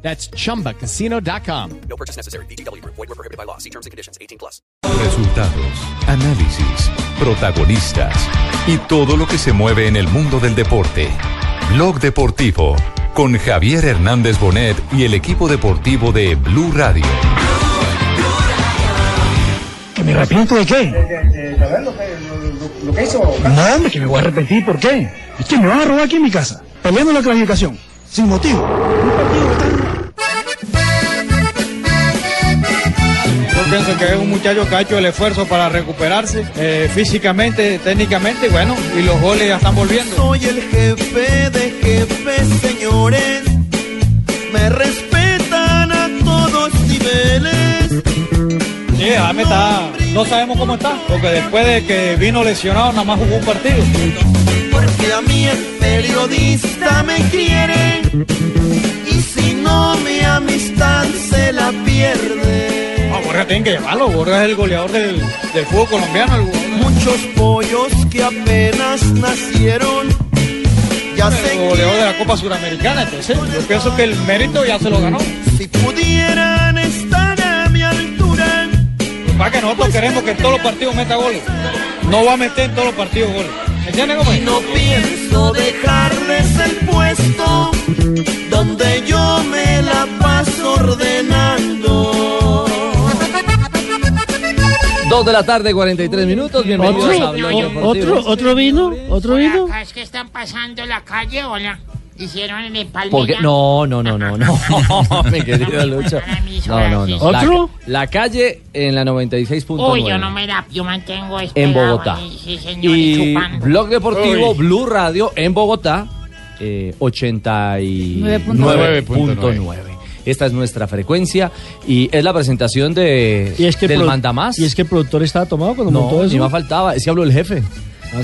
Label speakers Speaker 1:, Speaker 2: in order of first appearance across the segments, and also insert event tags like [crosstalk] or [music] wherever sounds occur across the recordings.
Speaker 1: That's chumbacasino.com.
Speaker 2: No purchase necessary. BGW. Void were prohibited by law. See terms and conditions. 18 plus.
Speaker 3: Resultados, análisis, protagonistas y todo lo que se mueve en el mundo del deporte. Blog Deportivo con Javier Hernández Bonet y el equipo deportivo de Blue Radio.
Speaker 4: ¿Que me arrepiento de qué?
Speaker 5: de saber lo que, lo, lo que hizo.
Speaker 4: No, hombre, que me voy a arrepentir, ¿por qué? Es que me van a robar aquí en mi casa, peleando la clasificación, sin motivo. Un partido tan-
Speaker 6: Yo pienso que es un muchacho que ha hecho el esfuerzo para recuperarse eh, físicamente, técnicamente, y bueno, y los goles ya están volviendo.
Speaker 7: Soy el jefe de jefes, señores. Me respetan a todos niveles.
Speaker 6: Sí, Adame está, no sabemos cómo está, porque después de que vino lesionado nada más jugó un partido.
Speaker 7: Porque a mí el periodista me quiere. Y si no, mi amistad se la pierde.
Speaker 6: Ah, Borja tienen que llamarlo, Borja es el goleador del, del fútbol colombiano. el goleador-
Speaker 7: Muchos pollos que apenas nacieron. Ya sé
Speaker 6: El goleador de la Copa Suramericana, entonces yo pienso que el mérito ya se lo ganó.
Speaker 7: si pudieran estar a mi altura.
Speaker 6: Para que nosotros queremos que en todos los partidos meta goles. No va a meter en todos los partidos goles. ¿Entiendes cómo es?
Speaker 7: Y no pienso dejarles el puesto donde yo me la paso ordenando.
Speaker 8: Dos de la tarde, 43 minutos. Bienvenidos
Speaker 9: ¿Otro?
Speaker 8: a Blog Deportivo.
Speaker 9: ¿Otro, otro vino? ¿Otro vino?
Speaker 10: Acá es que están pasando la calle, hola. Hicieron en el Palmira.
Speaker 8: ¿Por qué? No, no, no, no, [laughs] no, mi querido Lucho. No, no, no. La-
Speaker 9: ¿Otro?
Speaker 8: La, calle en la 96.9.
Speaker 10: Uy, yo no me la, yo mantengo
Speaker 8: En
Speaker 10: esperado
Speaker 8: Bogotá.
Speaker 10: ahí, sí, señor,
Speaker 8: Y
Speaker 10: chupando.
Speaker 8: Blog Deportivo, Blue Radio en Bogotá, eh, 89.9. Esta es nuestra frecuencia y es la presentación de,
Speaker 9: Y es que
Speaker 8: del
Speaker 9: pro-
Speaker 8: mandamás.
Speaker 9: Y es que el productor estaba tomado cuando montó
Speaker 8: no,
Speaker 9: eso. ¿Ah,
Speaker 8: ni más faltaba. Es que habló el jefe.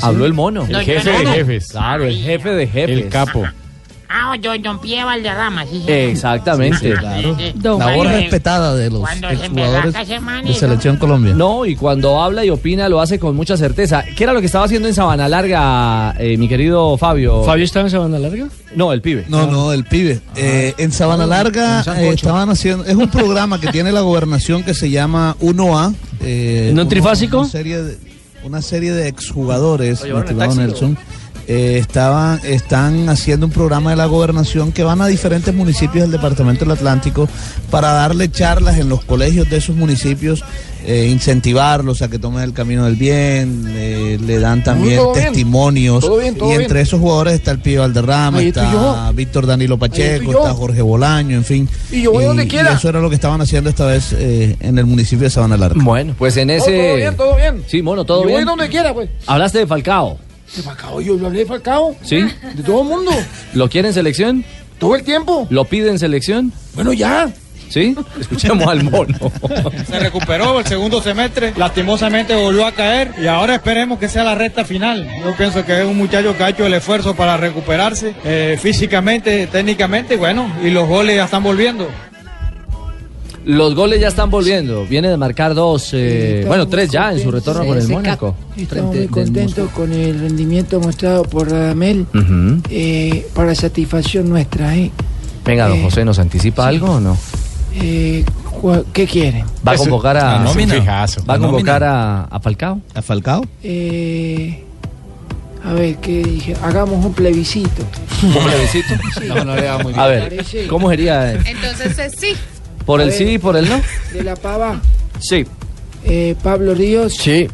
Speaker 8: Habló el mono.
Speaker 10: No, yo no.
Speaker 8: Claro, el jefe de jefes. El capo.
Speaker 10: Ah, yo, don Pie Valderrama, sí, señor.
Speaker 8: Exactamente.
Speaker 10: Sí, sí. Cuando se-
Speaker 4: de
Speaker 10: Cuando se berraca ese man, eso-
Speaker 4: Colombia.
Speaker 8: No, y cuando habla y opina lo hace con mucha certeza. ¿Qué era lo que estaba haciendo en Sabana Larga, eh, mi querido Fabio?
Speaker 9: ¿Fabio estaba en Sabana Larga? Ah,
Speaker 8: No, el pibe. Ah.
Speaker 4: No, no, el pibe. Eh, en Sabana Larga eh, estaban haciendo. Es un programa que tiene la gobernación que se llama 1A. eh,
Speaker 9: ¿No
Speaker 4: uno-
Speaker 9: trifásico?
Speaker 4: Una serie de, una serie de exjugadores,
Speaker 8: ¿Lo llevaron en
Speaker 4: estimado
Speaker 8: taxi,
Speaker 4: Nelson. eh, estaban, están haciendo un programa de la gobernación que van a diferentes municipios del departamento del Atlántico para darle charlas en los colegios de esos municipios, eh, incentivarlos a que tomen el camino del bien, eh, le dan también
Speaker 8: todo bien.
Speaker 4: testimonios.
Speaker 8: Todo bien, todo
Speaker 4: y entre
Speaker 8: bien.
Speaker 4: esos jugadores está el Pío Valderrama,
Speaker 8: Ahí estoy
Speaker 4: está
Speaker 8: yo.
Speaker 4: Víctor Danilo Pacheco,
Speaker 8: estoy yo.
Speaker 4: está Jorge Bolaño, en fin.
Speaker 8: Y yo voy donde quiera.
Speaker 4: y eso era lo que estaban haciendo esta vez eh, en el municipio de Sabana Larga.
Speaker 8: Bueno, pues en ese.
Speaker 9: Oh, todo bien, todo bien.
Speaker 8: Sí, mono, todo bien.
Speaker 9: quiera, pues.
Speaker 8: Hablaste de Falcao,
Speaker 9: Falcao, yo hablé de Falcao.
Speaker 8: ¿sí?
Speaker 9: De todo el mundo.
Speaker 8: ¿Lo quiere en selección?
Speaker 9: Todo el tiempo.
Speaker 8: ¿Lo pide en selección?
Speaker 9: Bueno, ya.
Speaker 8: ¿Sí? Escuchemos al mono.
Speaker 6: Se recuperó el segundo semestre, lastimosamente volvió a caer y ahora esperemos que sea la recta final. Yo pienso que es un muchacho que ha hecho el esfuerzo para recuperarse eh, físicamente, técnicamente, y bueno, y los goles ya están volviendo.
Speaker 8: Los goles ya están volviendo. Viene de marcar dos, eh, bueno, tres ya en su retorno con el Mónaco.
Speaker 9: Estamos muy contentos con el rendimiento mostrado por Radamel
Speaker 8: Ujú.
Speaker 9: eh, para satisfacción nuestra. ¿eh?
Speaker 8: Venga, don José, ¿nos anticipa algo o no?
Speaker 9: Eh, cua- ¿Qué quieren?
Speaker 8: ¿Va a convocar a,
Speaker 3: Fijazo.
Speaker 8: ¿va a, convocar a, a Falcao?
Speaker 4: ¿A Falcao?
Speaker 9: Eh, a ver, ¿qué dije? Hagamos un plebiscito.
Speaker 8: ¿Un
Speaker 9: [laughs]
Speaker 8: plebiscito? A ver,
Speaker 9: Parece-
Speaker 8: ¿cómo sería?
Speaker 10: Entonces es sí.
Speaker 8: ¿Por
Speaker 9: A
Speaker 8: el
Speaker 9: ver.
Speaker 8: sí y por el no?
Speaker 9: De la pava,
Speaker 8: Sí.
Speaker 9: eh, Pablo Ríos.
Speaker 8: Sí.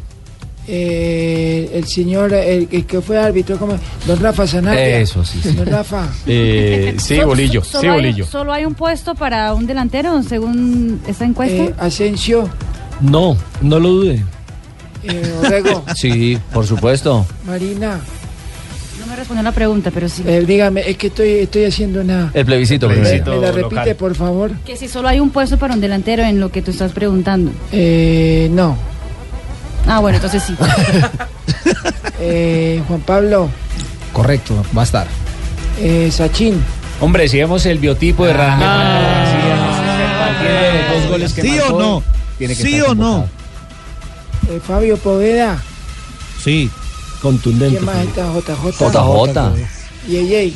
Speaker 9: eh, el señor, el, el que fue árbitro, ¿cómo? don Rafa Sanabria.
Speaker 8: Eso, sí, sí.
Speaker 9: Don Rafa.
Speaker 3: Eh,
Speaker 11: Eh,
Speaker 3: sí, bolillo.
Speaker 10: Solo, hay, un puesto para un delantero, según esta
Speaker 9: eh, Asensio.
Speaker 8: No, no lo dude. [laughs]
Speaker 9: eh, Orrego.
Speaker 8: Sí, por supuesto.
Speaker 9: Marina.
Speaker 12: No me respondió la pregunta, pero sí.
Speaker 9: Eh, dígame, es que estoy, estoy haciendo una...
Speaker 8: El plebiscito,
Speaker 9: ¿Me-
Speaker 8: plebiscito
Speaker 9: ¿Me la
Speaker 8: local.
Speaker 9: repite, por favor?
Speaker 12: Que si solo hay un puesto para un delantero en lo que tú estás preguntando.
Speaker 9: Eh, no.
Speaker 12: Ah, bueno, entonces
Speaker 9: [laughs]
Speaker 12: sí.
Speaker 9: Eh, Juan Pablo,
Speaker 13: Correcto, va a estar.
Speaker 9: eh, Sachin.
Speaker 13: Hombre, si vemos el biotipo de Radamel
Speaker 14: Ah.
Speaker 13: García, los dos goles que
Speaker 9: ¿Sí
Speaker 13: marcó,
Speaker 9: o no?
Speaker 13: tiene que
Speaker 9: ¿Sí
Speaker 13: estar
Speaker 9: o no?
Speaker 13: convocado.
Speaker 9: Eh, Fabio Poveda.
Speaker 13: Sí,
Speaker 9: ¿Quién
Speaker 15: contundente.
Speaker 9: más está? JJ. Y ella.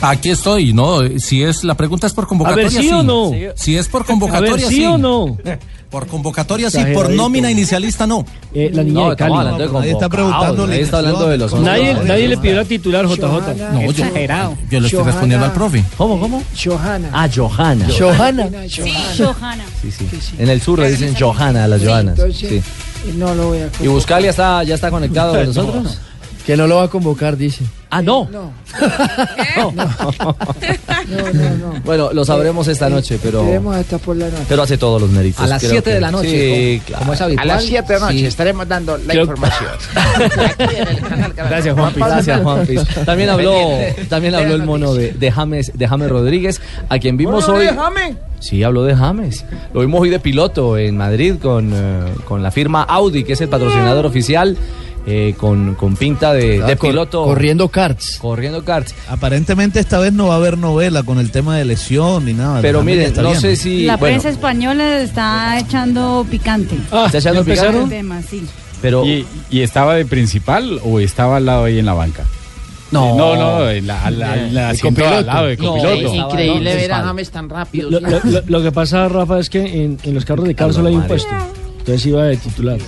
Speaker 15: Aquí estoy, ¿no? Si es, la pregunta es por convocatoria.
Speaker 9: A ver, ¿sí o no?
Speaker 15: Si es por
Speaker 9: A
Speaker 15: convocatoria,
Speaker 9: ver,
Speaker 15: sí.
Speaker 9: ¿sí o
Speaker 15: no? [laughs] Por convocatoria, sí. Por
Speaker 9: Exageradito.
Speaker 15: nómina inicialista, no.
Speaker 16: Eh,
Speaker 13: la niña
Speaker 15: no,
Speaker 13: de Cali. No, nadie está preguntando
Speaker 15: Nadie está hablando de los
Speaker 13: Nadie,
Speaker 15: convocados.
Speaker 13: nadie le pidió
Speaker 15: la
Speaker 13: titular JJ.
Speaker 15: No, yo- Exagerado. yo le estoy respondiendo al profe.
Speaker 13: ¿Cómo, cómo?
Speaker 9: Johanna.
Speaker 8: Ah, Johanna.
Speaker 9: Johanna.
Speaker 8: Sí, sí. En el sur le dicen Johanna a las Johannas. Sí.
Speaker 9: entonces- Eh, No lo voy a...
Speaker 8: ¿Y Buscalia está, ya está conectado con
Speaker 17: [laughs]
Speaker 9: No.
Speaker 8: nosotros?
Speaker 13: Que no lo va a convocar, dice.
Speaker 8: Ah, no. [laughs] Bueno, lo sabremos esta noche, pero,
Speaker 9: Esperemos hasta por la noche.
Speaker 8: pero hace todos los méritos.
Speaker 18: Pues
Speaker 9: A las
Speaker 8: creo
Speaker 9: siete
Speaker 8: que-
Speaker 9: de la noche,
Speaker 8: Sí,
Speaker 9: como-
Speaker 8: claro.
Speaker 9: como es habitual.
Speaker 18: A las 7 de la noche
Speaker 8: Sí.
Speaker 18: estaremos dando la
Speaker 8: Creo- [laughs]
Speaker 18: información.
Speaker 8: Gracias, Juanpis. Gracias, Juanpis. También habló, también habló el mono de, de James, de James Rodríguez, a quien vimos hoy. Sí, habló de James. Lo vimos hoy de piloto en Madrid con, eh, con la firma Audi, que es el patrocinador oficial, eh, con, con pinta de, de piloto.
Speaker 4: corriendo karts.
Speaker 8: Corriendo karts.
Speaker 4: Aparentemente esta vez no va a haber novela con el tema de lesión ni nada.
Speaker 8: Pero
Speaker 4: Alejandro
Speaker 8: miren,
Speaker 4: está
Speaker 8: no
Speaker 4: bien.
Speaker 8: sé si-
Speaker 12: la
Speaker 8: bueno. Ah,
Speaker 12: prensa española está echando picante.
Speaker 8: ¿Está echando ¿ya picante? empezaron?
Speaker 12: El tema, sí.
Speaker 8: Pero...
Speaker 11: ¿Y, y estaba de principal o estaba al lado ahí en la banca?
Speaker 8: No.
Speaker 11: no, no, en la, al- al-
Speaker 16: De
Speaker 11: asiento
Speaker 16: copiloto.
Speaker 11: al lado de
Speaker 16: No,
Speaker 11: copiloto.
Speaker 18: Increíble
Speaker 16: No,
Speaker 18: ver a
Speaker 16: no.
Speaker 18: James tan rápido.
Speaker 16: Lo, lo- lo- lo que pasa, Rafa, es que en, en los carros de Carlos solo hay un puesto.
Speaker 8: Entonces iba de titular.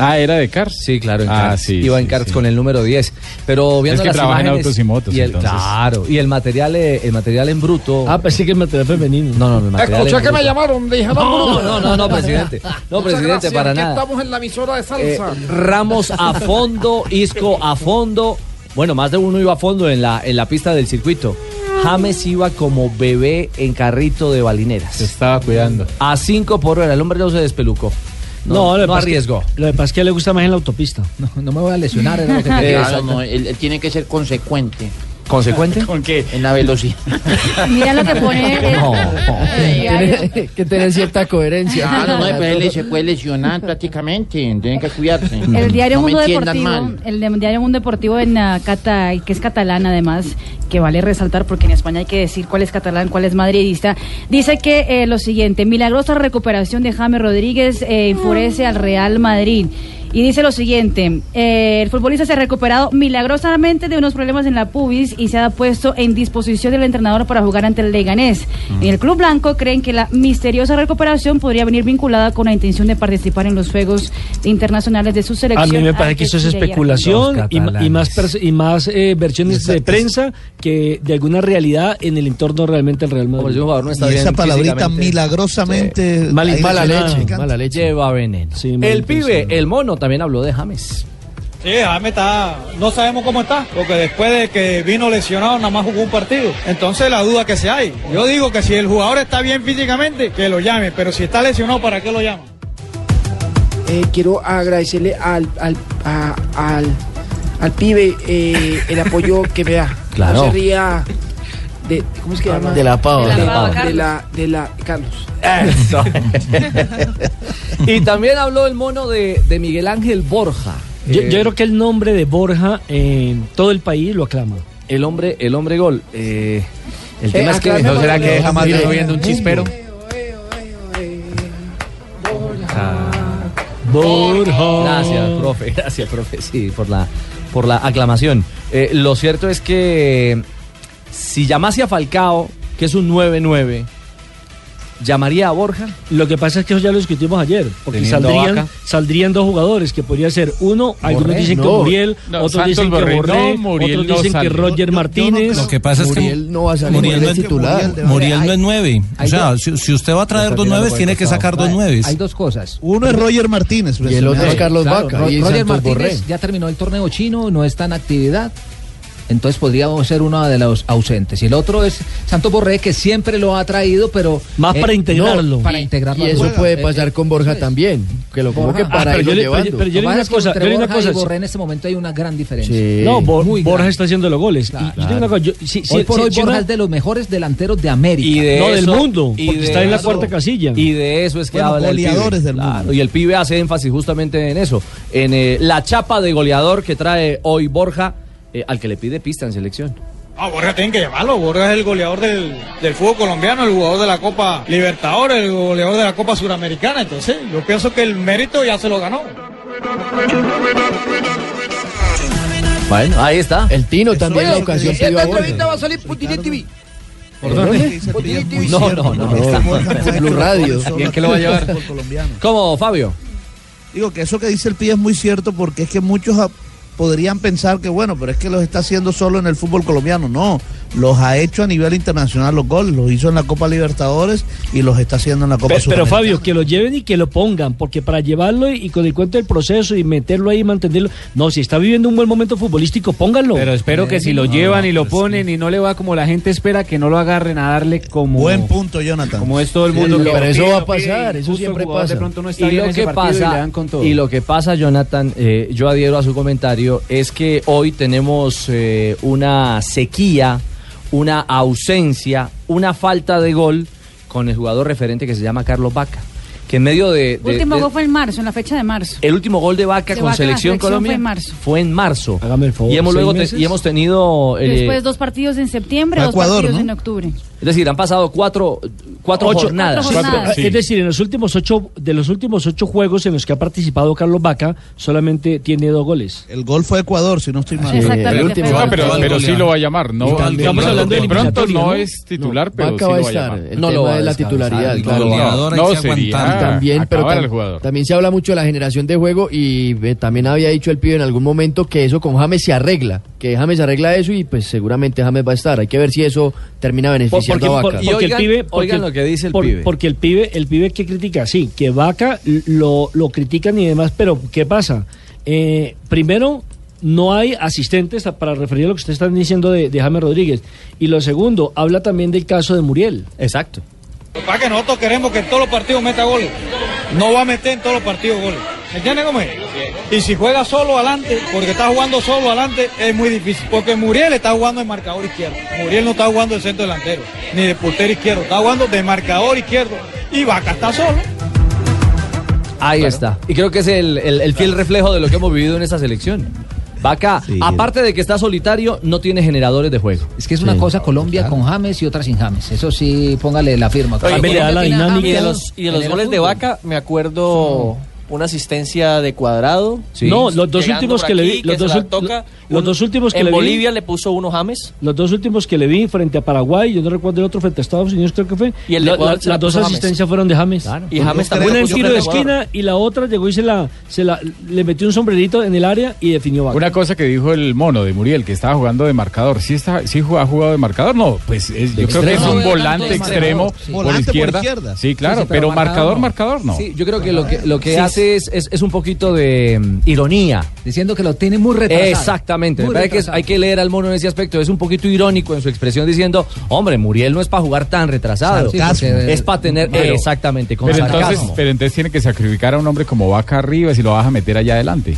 Speaker 8: Ah, ¿era de Cars? Sí, claro, en
Speaker 11: Ah,
Speaker 8: Cars.
Speaker 11: sí,
Speaker 8: iba en
Speaker 11: sí,
Speaker 8: Cars
Speaker 11: sí.
Speaker 8: con el número 10. Pero
Speaker 11: Es
Speaker 8: viendo
Speaker 11: que
Speaker 8: las
Speaker 11: trabaja en
Speaker 8: imágenes
Speaker 11: autos y motos,
Speaker 8: el,
Speaker 11: entonces.
Speaker 8: Claro, y el material, eh, el material en bruto. Ah, pensé que el material femenino. No, no, el material en
Speaker 18: Escuché que
Speaker 8: bruto.
Speaker 18: me llamaron, dije.
Speaker 8: No, no, no, no, presidente. No,
Speaker 18: Muchas
Speaker 8: presidente,
Speaker 18: gracias,
Speaker 8: para
Speaker 18: aquí
Speaker 8: nada.
Speaker 18: Estamos en la emisora de
Speaker 8: Eh,
Speaker 18: salsa.
Speaker 8: Ramos a fondo, Isco a fondo. Bueno, más de uno iba a fondo en la, en la pista del circuito. James iba como bebé en carrito de balineras. Se
Speaker 11: estaba cuidando.
Speaker 8: A cinco por hora. El hombre no se despelucó. No,
Speaker 16: lo
Speaker 8: no,
Speaker 16: que pasa es que-
Speaker 8: arriesgó.
Speaker 16: lo que pasa es que le gusta más en la autopista. No, me voy a lesionar.
Speaker 8: [laughs]
Speaker 18: Claro, Eh, no, él, él tiene que ser consecuente.
Speaker 8: ¿Consecuente?
Speaker 18: [laughs] ¿Con qué? En la velocidad.
Speaker 12: [laughs] Mira lo que pone. el-
Speaker 19: ¿Eh?
Speaker 17: [laughs]
Speaker 19: [laughs]
Speaker 18: Tiene que tener cierta coherencia.
Speaker 19: Ah,
Speaker 18: Claro, no,
Speaker 9: Para
Speaker 18: pero él
Speaker 9: todo.
Speaker 18: se puede lesionar prácticamente. Tienen que cuidarse.
Speaker 8: Mm.
Speaker 12: El diario
Speaker 18: no me
Speaker 12: Mundo
Speaker 18: entiendan
Speaker 12: Deportivo,
Speaker 18: mal.
Speaker 12: el de- diario Mundo Deportivo en ah, Cata, y que es catalán además, que vale resaltar porque en España hay que decir cuál es catalán, cuál es madridista, dice que eh, lo siguiente, milagrosa recuperación de James Rodríguez eh, enfurece al Real Madrid. Y dice lo siguiente, eh, el futbolista se ha recuperado milagrosamente de unos problemas en la pubis y se ha puesto en disposición del entrenador para jugar ante el Leganés. En el Club Blanco creen que la misteriosa recuperación podría venir vinculada con la intención de participar en los Juegos Internacionales de su
Speaker 16: A
Speaker 12: selección.
Speaker 16: mí me parece
Speaker 12: ante
Speaker 16: que eso es
Speaker 12: Chile y Argentina.
Speaker 16: especulación y, ma- y más, pers- y más eh, versiones de prensa que de alguna realidad en el entorno realmente del Real Madrid.
Speaker 4: y esa palabrita milagrosamente ahí le echaron picante.
Speaker 8: Lleva veneno. el pibe, el mono, también habló de James.
Speaker 6: Sí, James está, no sabemos cómo está, porque después de que vino lesionado nada más jugó un partido. Entonces la duda que se hay, yo digo que si el jugador está bien físicamente, que lo llame, pero si está lesionado, ¿para qué lo llama?
Speaker 9: Eh, quiero agradecerle al, al, a- al, al pibe eh, el apoyo que me da.
Speaker 18: Claro.
Speaker 9: No se ría de, ¿cómo es que llama?
Speaker 18: De la pava.
Speaker 9: De
Speaker 18: De la
Speaker 9: la,
Speaker 18: pava,
Speaker 9: de la, de la- Carlos.
Speaker 8: [laughs] y también habló el mono de, de Miguel Ángel Borja.
Speaker 16: Yo,
Speaker 8: Eh,
Speaker 16: yo creo que el nombre de Borja en todo el país lo aclama.
Speaker 8: El hombre, el hombre gol. eh, el
Speaker 16: Eh, aclaremos lo de Miguel Ángel.
Speaker 8: Borja. Ah. Gracias, [laughs] profe. Gracias, profe. Sí, por la, por la aclamación. Eh, lo cierto es que si llamase a Falcao, que es un 9-9, ¿llamaría a Borja?
Speaker 16: Lo que pasa es que eso ya lo discutimos ayer, porque
Speaker 8: Teniendo
Speaker 16: saldrían,
Speaker 8: vaca.
Speaker 16: saldrían dos jugadores, que podría ser uno, algunos dicen que
Speaker 15: no.
Speaker 16: Muriel,
Speaker 15: No,
Speaker 16: otros
Speaker 15: Santos
Speaker 16: dicen que
Speaker 15: Borré,
Speaker 16: Borré,
Speaker 15: no, Muriel
Speaker 16: otros
Speaker 15: no
Speaker 16: dicen
Speaker 15: sale.
Speaker 16: que Roger Martínez.
Speaker 15: Lo que pasa es que Muriel no es titular. Muriel no es nueve. O
Speaker 16: hay
Speaker 15: sea,
Speaker 16: dos-
Speaker 15: si, si usted va a traer dos nueves, tiene que sacar dos nueves.
Speaker 4: Hay
Speaker 13: dos cosas.
Speaker 4: Uno es Roger Martínez.
Speaker 13: Y pues, el otro es
Speaker 4: presionado.
Speaker 13: Carlos Vaca. Roger Martínez ya terminó el torneo chino, no está en actividad. Entonces podríamos ser uno de los ausentes. Y el otro es Santos Borré, que siempre lo ha traído, pero. eh,
Speaker 16: Más para integrarlo.
Speaker 13: para integrarlo.
Speaker 17: Y
Speaker 13: al
Speaker 17: eso
Speaker 13: juego.
Speaker 17: puede
Speaker 13: Eh,
Speaker 17: pasar con Borja también, que lo
Speaker 13: Borja-
Speaker 17: convoque
Speaker 13: Ah,
Speaker 17: para
Speaker 13: pero
Speaker 17: irlo
Speaker 13: yo le-
Speaker 17: llevando.
Speaker 16: pero
Speaker 13: Lo
Speaker 16: yo le digo
Speaker 13: que
Speaker 16: una
Speaker 13: pasa es que
Speaker 16: cosa, yo le digo
Speaker 13: entre
Speaker 16: una
Speaker 13: Borja
Speaker 16: cosa,
Speaker 13: y
Speaker 16: sí.
Speaker 13: Borré en este momento hay una gran diferencia.
Speaker 16: No, Bor-
Speaker 13: Muy
Speaker 16: Borja
Speaker 13: grande.
Speaker 16: está haciendo los goles. Y- y yo digo una cosa, yo- si- si-
Speaker 13: hoy por
Speaker 16: si-
Speaker 13: hoy
Speaker 16: si
Speaker 13: Borja
Speaker 16: uno-
Speaker 13: es de los mejores delanteros de América.
Speaker 16: Y de No, del eso- mundo,
Speaker 8: y
Speaker 16: porque
Speaker 8: de
Speaker 16: está en la
Speaker 8: eso-
Speaker 16: cuarta casilla.
Speaker 8: Y de eso es que
Speaker 16: Bueno,
Speaker 8: habla el pibe.
Speaker 16: goleadores del mundo.
Speaker 8: Claro, y el pibe hace énfasis justamente en eso, en eh, la chapa de goleador que trae hoy Borja, eh, al que le pide pista en selección.
Speaker 20: Ah, Borja tienen que llamarlo. Borja es el goleador del, del fútbol colombiano, el jugador de la Copa Libertadores, el goleador de la Copa Suramericana. Entonces, yo pienso que el mérito ya se lo ganó.
Speaker 8: Bueno, ahí está.
Speaker 17: El Tino también en la
Speaker 9: Bueno,
Speaker 17: ocasión
Speaker 9: esta
Speaker 17: pidió a Borja.
Speaker 9: entrevista va a salir por Tine TV.
Speaker 17: ¿Por dónde?
Speaker 8: No,
Speaker 4: [laughs]
Speaker 8: no, no. está-
Speaker 17: Blue Radio.
Speaker 8: ¿Y en qué lo va a llevar? ¿Cómo, Fabio?
Speaker 4: Digo que eso que dice el PI es muy cierto porque es que muchos ah, podrían pensar que bueno, pero es que los está haciendo solo en el fútbol colombiano. No, los ha hecho a nivel internacional los goles, los hizo en la Copa Libertadores y los está haciendo en la Copa
Speaker 16: Pe- Pero,
Speaker 4: Sudamericana.
Speaker 16: Fabio, que lo lleven y que lo pongan, porque para llevarlo y, y con el cuento del proceso y meterlo ahí y mantenerlo. No, si está viviendo un buen momento futbolístico, pónganlo.
Speaker 19: Pero espero que si lo llevan y lo ponen y no le va como la gente espera, que no lo agarren a darle como.
Speaker 4: Buen punto, Jonathan.
Speaker 19: Como es todo el mundo. que
Speaker 17: Pero
Speaker 19: lo
Speaker 17: eso
Speaker 19: pide,
Speaker 17: va a
Speaker 19: lo pide,
Speaker 17: pasar, eso
Speaker 19: y justo el
Speaker 17: siempre
Speaker 19: jugador
Speaker 17: pasa.
Speaker 19: De pronto no está bien en ese partido y le dan con todo.
Speaker 8: y lo que pasa, Jonathan, eh, yo adhiero a su comentario, es que hoy tenemos eh, una sequía, una ausencia, una falta de gol con el jugador referente que se llama Carlos Vaca, que en medio de... de-
Speaker 7: Último
Speaker 8: de-
Speaker 7: gol fue en marzo, en la fecha de marzo.
Speaker 8: el último gol de Vaca
Speaker 7: De
Speaker 8: con
Speaker 7: Vaca,
Speaker 8: selección,
Speaker 7: selección
Speaker 8: Colombia
Speaker 7: fue en marzo.
Speaker 8: fue en marzo.
Speaker 16: favor,
Speaker 8: y hemos
Speaker 16: ¿seis
Speaker 8: luego te-
Speaker 16: meses?
Speaker 8: y hemos tenido eh,
Speaker 7: Después dos partidos en septiembre,
Speaker 8: a
Speaker 7: dos
Speaker 8: Ecuador,
Speaker 7: partidos
Speaker 8: ¿no?
Speaker 7: en octubre.
Speaker 8: es decir, han pasado cuatro cuatro
Speaker 16: Ocho-
Speaker 8: jornadas.
Speaker 16: Cuatro- Es decir, en los últimos ocho, de los últimos ocho juegos en los que ha participado Carlos Vaca, solamente tiene dos goles.
Speaker 4: El gol fue Ecuador, si no estoy mal.
Speaker 11: No, pero, pero sí lo va a llamar.
Speaker 4: Y
Speaker 11: No,
Speaker 4: también-
Speaker 11: de
Speaker 4: Estamos hablando
Speaker 11: pronto-
Speaker 4: de
Speaker 11: de pronto
Speaker 4: eliminatoria,
Speaker 11: no
Speaker 4: ¿no?
Speaker 11: es titular,
Speaker 4: No,
Speaker 11: pero sí
Speaker 17: Vaca
Speaker 11: lo
Speaker 17: va a
Speaker 11: va a
Speaker 17: estar.
Speaker 11: llamar.
Speaker 17: El tema de la titularidad. claro.
Speaker 11: No, no sería. Ah,
Speaker 17: Y también, pero
Speaker 11: acabar
Speaker 17: tam-
Speaker 11: al jugador.
Speaker 17: también se habla mucho de la generación de juego y eh, también había dicho el pibe en algún momento que eso con James se arregla, que James arregla eso y pues seguramente James va a estar. Hay que ver si eso termina
Speaker 16: Por-
Speaker 17: beneficiando
Speaker 16: porque,
Speaker 17: a
Speaker 16: por-
Speaker 17: Vaca.
Speaker 16: porque el pibe, porque el- por- Porque el pibe, el pibe que critica, sí, que Vaca lo, lo critican y demás, pero ¿qué pasa? Eh, primero, no hay asistentes a- para referir a lo que ustedes están diciendo de, de James Rodríguez. Y lo segundo, habla también del caso de Muriel.
Speaker 8: Exacto.
Speaker 20: Para que nosotros queremos que en todos los partidos meta goles. No va a meter en todos los partidos goles. ¿Me entiendes cómo es? Y si juega solo adelante, porque está jugando solo adelante, es muy difícil. Porque Muriel está jugando de marcador izquierdo. Muriel no está jugando de centro delantero, ni de portero izquierdo. Está jugando de marcador izquierdo. Y Vaca está solo.
Speaker 8: Ahí está. Y creo que es el, el- el fiel reflejo de lo que hemos vivido en esta selección. Vaca, aparte de que está solitario, no tiene generadores de juego.
Speaker 13: Es que es una cosa Colombia con James y otra sin James. Eso sí, póngale la firma.
Speaker 21: Oye,
Speaker 13: Colombia tiene a
Speaker 21: Y de
Speaker 13: James
Speaker 21: los, y de
Speaker 13: en
Speaker 21: los
Speaker 13: el
Speaker 21: goles de
Speaker 13: fútbol.
Speaker 21: vaca, me acuerdo una asistencia de cuadrado.
Speaker 16: Sí. No, los dos
Speaker 21: Llegando
Speaker 16: últimos
Speaker 21: por
Speaker 16: que le
Speaker 21: aquí,
Speaker 16: vi- los
Speaker 21: se
Speaker 16: dos
Speaker 21: la
Speaker 16: ul-
Speaker 21: toca.
Speaker 16: los
Speaker 21: Un-
Speaker 16: dos últimos que
Speaker 21: en
Speaker 16: le vi-
Speaker 21: Bolivia le puso uno James.
Speaker 16: Los dos últimos que le vi frente a Paraguay, yo no recuerdo el otro frente a Estados Unidos, creo que fue.
Speaker 21: Y el de
Speaker 16: La-
Speaker 21: Ecuador
Speaker 16: la-
Speaker 21: se la
Speaker 16: las dos
Speaker 21: puso James.
Speaker 16: asistencias fueron de James.
Speaker 21: Y Yo James creo- también
Speaker 16: Una en
Speaker 21: puso
Speaker 16: tiro de
Speaker 21: frente a Ecuador.
Speaker 16: esquina y la otra llegó y se la, se la le metió un sombrerito en el área y definió Vaca.
Speaker 11: Una cosa que dijo el mono de Muriel, que estaba jugando de marcador. ¿Sí, está, sí ju- ha jugado de marcador? No, pues es- yo
Speaker 8: De
Speaker 11: creo que es
Speaker 8: extremo.
Speaker 11: un
Speaker 8: No veo
Speaker 11: volante
Speaker 8: tanto de
Speaker 11: extremo
Speaker 8: marcador, sí.
Speaker 11: por,
Speaker 8: Volante por
Speaker 11: izquierda.
Speaker 8: izquierda.
Speaker 11: Sí, claro,
Speaker 8: Sí, sí,
Speaker 11: pero, marcador, marcador no.
Speaker 8: Sí, yo creo que lo que, lo que
Speaker 11: Sí.
Speaker 8: hace es, es, es un poquito de mm, ironía.
Speaker 13: Diciendo que lo tiene muy retrasado.
Speaker 8: Exactamente. Me
Speaker 13: Muy
Speaker 8: parece que es-
Speaker 13: retrasado.
Speaker 8: hay que leer al mono en ese aspecto. Es un poquito irónico en su expresión diciendo, hombre, Muriel no es para jugar tan retrasado.
Speaker 11: Sarcasmo.
Speaker 8: es para tener...
Speaker 11: Pero-
Speaker 8: exactamente, con
Speaker 11: Pero
Speaker 8: sarcasmo.
Speaker 11: entonces, pero entonces tiene que sacrificar a un hombre como Vaca arriba si lo vas a meter allá adelante.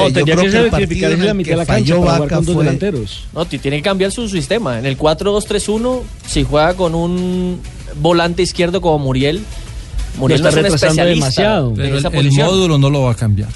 Speaker 11: Mire, yo
Speaker 16: tendría
Speaker 11: creo
Speaker 16: que
Speaker 11: que el
Speaker 16: ser
Speaker 11: partido
Speaker 16: identificar
Speaker 11: en
Speaker 16: en la
Speaker 11: el
Speaker 16: mitad
Speaker 11: que
Speaker 16: de la cancha
Speaker 11: falló
Speaker 16: para jugar
Speaker 11: Vaca
Speaker 16: con dos
Speaker 11: fue-
Speaker 16: delanteros.
Speaker 21: No, ti- tiene que cambiar su sistema. En el 4-2-3-1, si juega con un volante izquierdo como Muriel, Muriel no
Speaker 8: está
Speaker 21: es un
Speaker 8: retrasando
Speaker 21: especialista
Speaker 8: demasiado.
Speaker 21: en
Speaker 8: Pero
Speaker 21: esa
Speaker 8: el- el
Speaker 21: posición.
Speaker 8: módulo-
Speaker 22: Módulo no lo va a cambiar.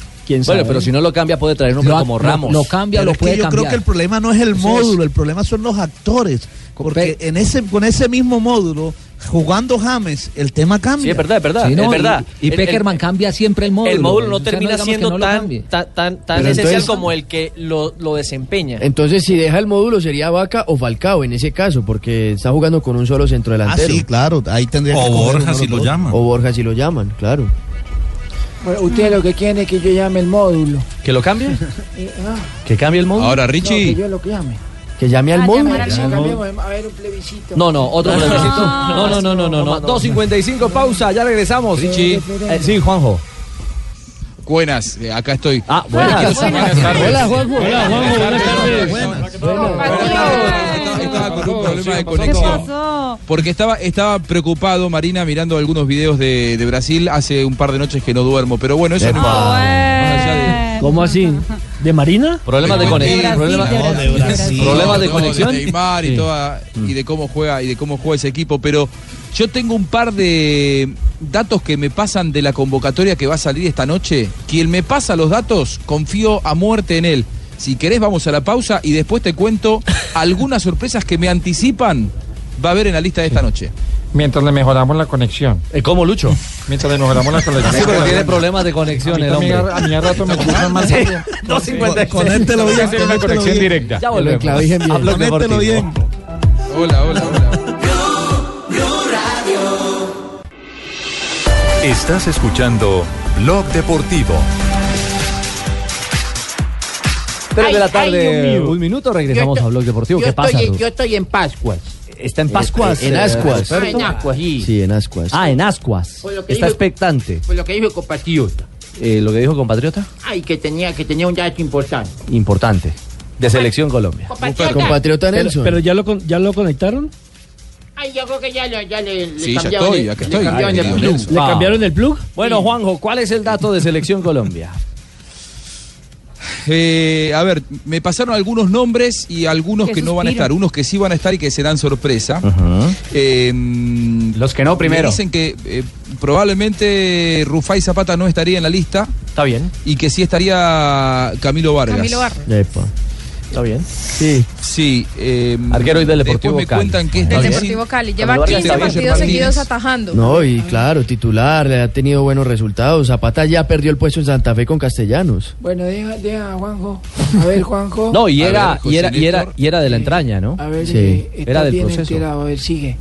Speaker 8: bueno, pero si no lo cambia puede traer un hombre
Speaker 22: Lo-
Speaker 8: como
Speaker 22: lo-
Speaker 8: Ramos.
Speaker 22: lo cambia,
Speaker 4: Pero es que yo creo que el problema no es el módulo, el problema son los actores. Porque en ese, con ese mismo módulo, jugando James, el tema cambia.
Speaker 21: Sí, es verdad, es verdad, Sí, no, es verdad. y- y El- el- Pekerman
Speaker 13: cambia siempre el
Speaker 21: el módulo no
Speaker 13: O sea,
Speaker 21: termina
Speaker 13: digamos que
Speaker 21: siendo
Speaker 13: no lo
Speaker 21: tan,
Speaker 13: cambie.
Speaker 21: tan, tan, tan
Speaker 17: Pero
Speaker 21: esencial
Speaker 17: entonces-
Speaker 21: como el que lo, lo desempeña.
Speaker 17: Entonces, si deja el módulo, sería Vaca o Falcao en ese caso, porque está jugando con un solo centro delantero.
Speaker 4: Ah, sí, claro, ahí tendría
Speaker 17: que
Speaker 4: O coger Borja uno si de los lo dos. llaman.
Speaker 17: O Borja si lo llaman, claro.
Speaker 9: Bueno, ustedes lo que quieren es que yo llame el módulo.
Speaker 8: ¿Que lo cambie?
Speaker 9: Eh, ah,
Speaker 8: ¿Que cambie el módulo?
Speaker 17: Ahora,
Speaker 9: no, que yo lo que llame.
Speaker 17: Que llame al
Speaker 9: Ah,
Speaker 17: módulo.
Speaker 9: llamar al módulo. Cambiemos, A ver, un plebiscito.
Speaker 8: No,
Speaker 18: [laughs]
Speaker 8: no, otro plebiscito. No, no, no, no, no.
Speaker 9: no,
Speaker 8: no.
Speaker 9: no.
Speaker 21: Eh,
Speaker 8: 2.55, pausa, ya regresamos.
Speaker 9: Richie.
Speaker 8: Eh, sí, Juanjo.
Speaker 23: Buenas, eh, acá estoy.
Speaker 8: Ah,
Speaker 23: buenas. tardes.
Speaker 9: Pues,
Speaker 10: Hola, Juanjo.
Speaker 23: Hola, Juanjo, buenas tardes.
Speaker 10: Estaba,
Speaker 23: con un problema de conexión. Porque estaba, estaba preocupado, Marina, mirando algunos videos de, de Brasil hace un par de noches que no duermo. Pero bueno, eso no
Speaker 16: ¿Cómo así? ¿De Marina?
Speaker 23: Problemas
Speaker 16: de
Speaker 23: conexión.
Speaker 16: problema- [laughs]
Speaker 23: Problemas de conexión.
Speaker 16: conexión.
Speaker 23: De Neymar y,
Speaker 16: Sí.
Speaker 23: toda, y de cómo juega y de cómo juega ese equipo, pero yo tengo un par de datos que me pasan de la convocatoria que va a salir esta noche. Quien me pasa los datos, confío a muerte en él. Si querés vamos a la pausa y después te
Speaker 16: [laughs]
Speaker 23: cuento algunas sorpresas que me anticipan va a haber en la lista de esta noche.
Speaker 24: Mientras le mejoramos la conexión.
Speaker 8: Eh, ¿Cómo, Lucho?
Speaker 24: Mientras le mejoramos la conexión.
Speaker 8: Sí, porque tiene problemas de conexión el hombre.
Speaker 24: A mí a- a mí a
Speaker 8: [laughs]
Speaker 24: rato me gusta más.
Speaker 8: Sí, [laughs]
Speaker 24: Conéctelo bien, hacer
Speaker 8: Este
Speaker 24: una conexión directa.
Speaker 8: Ya volvemos.
Speaker 24: Hablo de
Speaker 8: Conéctelo
Speaker 24: Ortiz.
Speaker 8: bien.
Speaker 23: Hola, hola, hola.
Speaker 3: Estás escuchando Blog Deportivo.
Speaker 8: 3 de la
Speaker 3: Ay, ay, Dios
Speaker 8: tarde,
Speaker 3: mío.
Speaker 8: un minuto, regresamos a Blog Deportivo. ¿Qué pasa? Ruth?
Speaker 18: yo estoy en Pascuas.
Speaker 8: Está en Pascuas.
Speaker 18: En
Speaker 8: eh,
Speaker 18: Ascuas.
Speaker 8: Roberto.
Speaker 18: Ah, en Ascuas, sí.
Speaker 17: en Ascuas.
Speaker 8: Ah, en Ascuas.
Speaker 18: Por lo que
Speaker 8: Está
Speaker 18: dijo-
Speaker 8: expectante.
Speaker 18: Por lo que dijo el compatriota.
Speaker 8: Eh, lo que dijo compatriota,
Speaker 18: Ay, que tenía, que tenía un dato importante.
Speaker 8: importante. De Selección Colombia.
Speaker 18: Compatriota.
Speaker 16: Pero-
Speaker 18: Nelson.
Speaker 16: Pero, ya, lo, con- ya lo conectaron.
Speaker 18: Ay, yo creo que ya, lo- ya le, le
Speaker 8: Sí, ya
Speaker 18: cambiaron
Speaker 8: estoy,
Speaker 18: el-
Speaker 8: acá
Speaker 18: le
Speaker 8: estoy,
Speaker 18: cambiaron el
Speaker 8: querido
Speaker 18: club.
Speaker 8: Nelson. Le Ah. cambiaron
Speaker 16: el plug?
Speaker 8: Bueno, Juanjo, ¿cuál es el dato de Selección Colombia?
Speaker 23: Eh, a ver, me pasaron algunos nombres y algunos que no van a
Speaker 8: suspiro.
Speaker 23: estar, unos que sí van a estar y que serán sorpresa. Los
Speaker 19: que no primero.
Speaker 23: Dicen que eh, probablemente Rufai Zapata no estaría en la lista.
Speaker 8: Está bien.
Speaker 23: Y que sí estaría Camilo Vargas.
Speaker 10: Camilo Vargas.
Speaker 8: Está bien.
Speaker 23: Sí. Sí. em,
Speaker 8: Arquero hoy del Deportivo
Speaker 23: Después me
Speaker 8: Cali.
Speaker 23: cuentan que este
Speaker 17: Del
Speaker 23: está
Speaker 17: Deportivo
Speaker 23: difícil.
Speaker 17: Cali.
Speaker 12: Deportivo Cali. Lleva
Speaker 17: Camilo Vargas
Speaker 12: 15
Speaker 17: está bien.
Speaker 12: partidos
Speaker 17: Martínez.
Speaker 12: seguidos atajando.
Speaker 17: No, y claro, titular, le ha tenido buenos resultados. Zapata ya perdió el puesto en Santa Fe con Castellanos.
Speaker 9: Bueno, deja, deja, Juanjo. A ver, Juanjo.
Speaker 17: No, y
Speaker 9: A
Speaker 17: era-
Speaker 9: ver,
Speaker 17: y era-
Speaker 9: José
Speaker 17: y era-
Speaker 9: Néstor.
Speaker 8: Y era de la entraña, ¿no?
Speaker 9: A ver,
Speaker 23: Sí.
Speaker 9: eh,
Speaker 23: Era
Speaker 9: estás
Speaker 23: del
Speaker 9: bien
Speaker 23: proceso.
Speaker 9: enterado. A ver, sigue.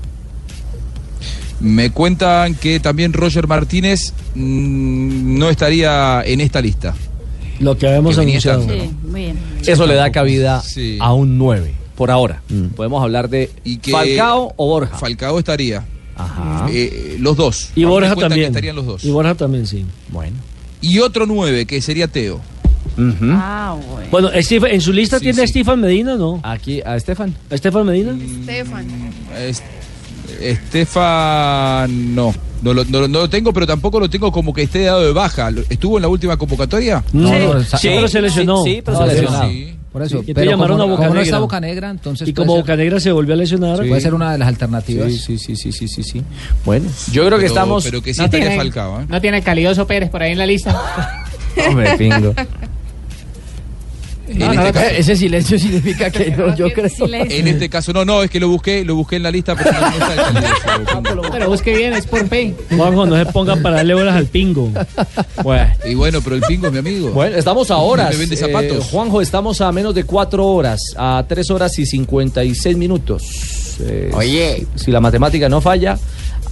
Speaker 23: Me cuentan que también Roger Martínez mm, no estaría en esta lista.
Speaker 16: Lo que habíamos
Speaker 23: Que venía
Speaker 8: anunciado.
Speaker 23: estando, ¿no?
Speaker 12: Muy bien.
Speaker 8: Eso le da cabida
Speaker 23: Sí.
Speaker 8: a un 9, por ahora. Podemos hablar de
Speaker 23: que-
Speaker 8: Falcao o Borja.
Speaker 23: Falcao estaría.
Speaker 8: Ajá.
Speaker 23: Eh, los dos.
Speaker 16: Y
Speaker 23: Me
Speaker 16: Borja
Speaker 23: cuentan que
Speaker 16: también.
Speaker 23: estarían los dos.
Speaker 16: Y Borja también, sí.
Speaker 8: Bueno.
Speaker 23: Y otro 9, que sería Teo.
Speaker 12: Ah, bueno.
Speaker 16: ¿Mm? Bueno, Estef- en su lista
Speaker 23: Sí,
Speaker 16: tiene
Speaker 23: sí.
Speaker 16: a Estefan Medina, ¿no?
Speaker 8: Aquí, a Estefan.
Speaker 16: ¿A Estefan Medina?
Speaker 12: Estefan.
Speaker 23: Es- Estefan, no. No lo, no lo- no lo tengo, pero tampoco lo tengo como que esté dado de baja. Lo- ¿Estuvo en la última convocatoria?
Speaker 16: No, Sí. no, sa- Sí, pero se lesionó. sí, sí, pero se lesionó.
Speaker 13: Por eso.
Speaker 16: Y te
Speaker 13: Pero
Speaker 16: llamaron
Speaker 13: como,
Speaker 16: a Boca
Speaker 13: como no
Speaker 16: Negra.
Speaker 13: está Boca Negra, entonces
Speaker 16: Y como
Speaker 13: puede, ser,
Speaker 16: Boca Negra se volvió a lesionar.
Speaker 13: puede ser una de las alternativas.
Speaker 8: Sí, sí, sí, sí, sí, sí, sí. Bueno, yo creo que estamos.
Speaker 14: No tiene Calidoso Pérez por ahí en la lista.
Speaker 8: ¿eh? [laughs] Hombre, pingo.
Speaker 17: No, no, ese silencio significa que no, yo creo.
Speaker 23: En este caso, no, no, es que lo busqué, lo busqué en la lista, pero no, no está el candidato.
Speaker 14: Pero busque bien, es por P.
Speaker 16: Juanjo, no se ponga para darle horas al pingo.
Speaker 23: Y bueno, pero el pingo es mi amigo.
Speaker 8: Bueno, estamos a horas.
Speaker 23: Me vende
Speaker 8: eh,
Speaker 23: zapatos.
Speaker 8: Juanjo, estamos a menos de cuatro horas, a tres horas y 56 minutos. Eh,
Speaker 18: Oye.
Speaker 8: Si, si la matemática no falla,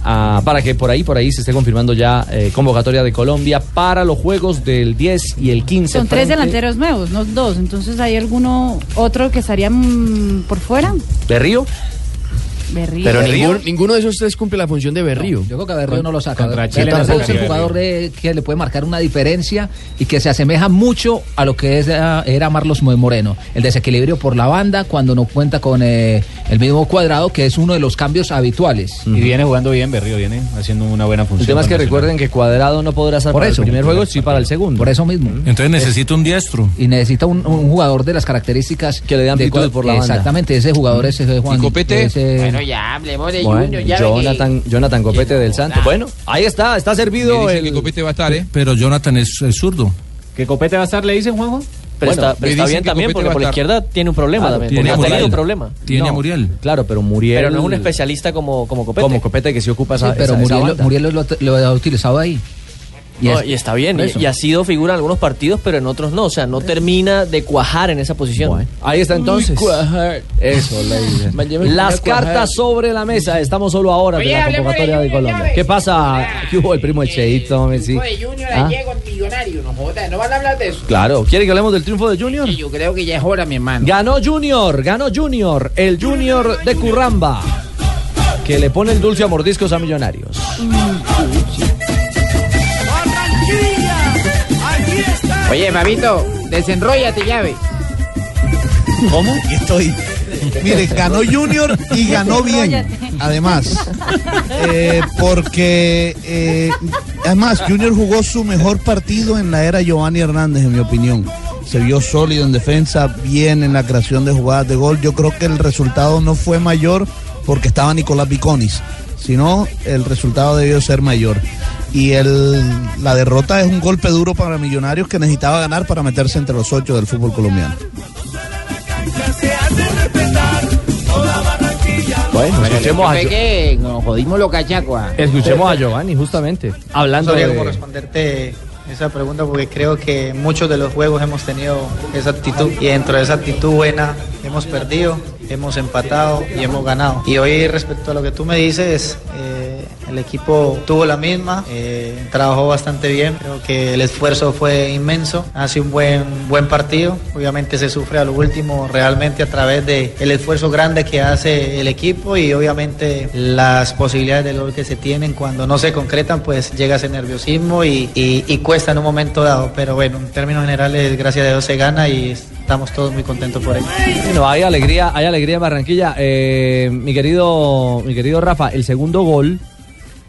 Speaker 8: ah, para que por ahí, por ahí se esté confirmando ya eh, convocatoria de Colombia para los juegos del 10 y el 15.
Speaker 12: Son tres
Speaker 16: eh,
Speaker 8: frente-
Speaker 12: delanteros nuevos, no dos. Entonces, ¿hay alguno otro que estaría mm, por fuera?
Speaker 8: ¿De Río?
Speaker 12: Berrío.
Speaker 17: Pero ningún- ninguno de esos tres cumple la función de Berrío.
Speaker 13: Yo creo que a Berrío no lo saca.
Speaker 17: Contra
Speaker 13: Berrío
Speaker 17: Chile no
Speaker 13: tampoco es
Speaker 17: sacaría
Speaker 13: un jugador de- que le puede marcar una diferencia y que se asemeja mucho a lo que es, ah, era Marlos Moreno. El desequilibrio por la banda cuando no cuenta con eh, el mismo cuadrado, que es uno de los cambios habituales.
Speaker 15: Y viene jugando bien, Berrío, viene haciendo una buena función.
Speaker 8: El tema es que recuerden que Cuadrado no podrá estar
Speaker 13: Por
Speaker 8: para
Speaker 13: eso.
Speaker 8: el primer juego, sí para el segundo.
Speaker 13: Por eso mismo.
Speaker 15: Entonces necesita un diestro.
Speaker 13: Y necesita un, un jugador de las características que le dan
Speaker 8: amplitud por la banda.
Speaker 13: Exactamente, ese jugador es eh, Juan. ese-
Speaker 18: Bueno, ya hablemos de
Speaker 8: Bueno,
Speaker 18: Junior. Ya ve que-
Speaker 8: Jonathan, Jonathan Copete del Santo. Bueno, ahí está, está servido. El...
Speaker 23: Copete va a estar, ¿eh?
Speaker 15: Pero Jonathan es, es zurdo.
Speaker 21: ¿Qué copete va a estar, le dicen, Juanjo?
Speaker 8: Pero está-
Speaker 21: pero está bien también, porque por la izquierda tiene un problema
Speaker 8: Claro,
Speaker 21: también.
Speaker 8: Ah, tiene
Speaker 21: ha
Speaker 8: a
Speaker 21: tenido un
Speaker 8: Muriel.
Speaker 21: problema.
Speaker 8: Tiene a Muriel. Claro, pero Muriel.
Speaker 21: Pero no es un especialista como, como copete.
Speaker 8: Como Copete que se ocupa
Speaker 13: Sí,
Speaker 8: esa,
Speaker 13: pero
Speaker 8: esa- esa
Speaker 13: Muriel,
Speaker 8: banda.
Speaker 13: Muriel lo, lo ha utilizado ahí.
Speaker 21: No, Y, está bien,
Speaker 13: Por
Speaker 21: y,
Speaker 13: eso.
Speaker 21: y ha sido figura en algunos partidos, pero en otros no. O sea, no termina de cuajar en esa posición.
Speaker 8: Ahí está entonces. Eso,
Speaker 21: [laughs]
Speaker 8: Las cartas sobre la mesa. Estamos solo ahora de
Speaker 18: Oye,
Speaker 8: la
Speaker 18: hablemos de
Speaker 8: convocatoria de
Speaker 18: Junior,
Speaker 8: Colombia.
Speaker 18: llave.
Speaker 8: ¿Qué pasa? ¿Qué hubo el primo el Cheito? hombre, sí?
Speaker 18: Oye, Junior
Speaker 8: ¿Ah?
Speaker 18: ayer con millonario, no joda, no van a hablar de eso.
Speaker 8: Claro, ¿quiere que hablemos del triunfo de Junior?
Speaker 18: Sí, yo creo que ya es hora, mi hermano.
Speaker 8: Ganó Junior, ganó Junior, el Junior de Curramba, que le pone el dulce a mordiscos a Millonarios.
Speaker 10: Barranquilla, aquí
Speaker 18: Oye, Fabito, desenrolla tu llave.
Speaker 4: ¿Cómo? estoy. Mire,
Speaker 10: [laughs]
Speaker 4: ganó Junior y ganó bien. Además, eh, porque eh, además Junior jugó su mejor partido en la era Giovanni Hernández, en mi opinión. Se vio sólido en defensa, bien en la creación de jugadas de gol. Yo creo que el resultado no fue mayor porque estaba Nicolás Viconis, sino el resultado debió ser mayor. Y el, la derrota es un golpe duro para Millonarios que necesitaba ganar para meterse entre los ocho del fútbol colombiano.
Speaker 8: Bueno, escuchemos a,
Speaker 18: Fue
Speaker 8: Gio-
Speaker 18: que nos jodimos los cachacos. ah.
Speaker 8: escuchemos a Giovanni, justamente. Hablando
Speaker 25: No sabría cómo
Speaker 8: de...
Speaker 25: responderte esa pregunta porque creo que muchos de los juegos hemos tenido esa actitud y dentro de esa actitud buena hemos perdido, hemos empatado y hemos ganado. Y hoy respecto a lo que tú me dices, eh, el equipo tuvo la misma, eh, trabajó bastante bien, creo que el esfuerzo fue inmenso, hace un buen, buen partido, obviamente se sufre a lo último realmente a través del el esfuerzo grande que hace el equipo y obviamente las posibilidades de gol que se tienen cuando no se concretan pues llega ese nerviosismo y, y- y cuesta en un momento dado, pero bueno, en términos generales gracias a Dios se gana y estamos todos muy contentos por ello.
Speaker 8: Bueno, hay alegría, hay alegría en Barranquilla. Eh, mi querido, mi querido Rafa, el segundo gol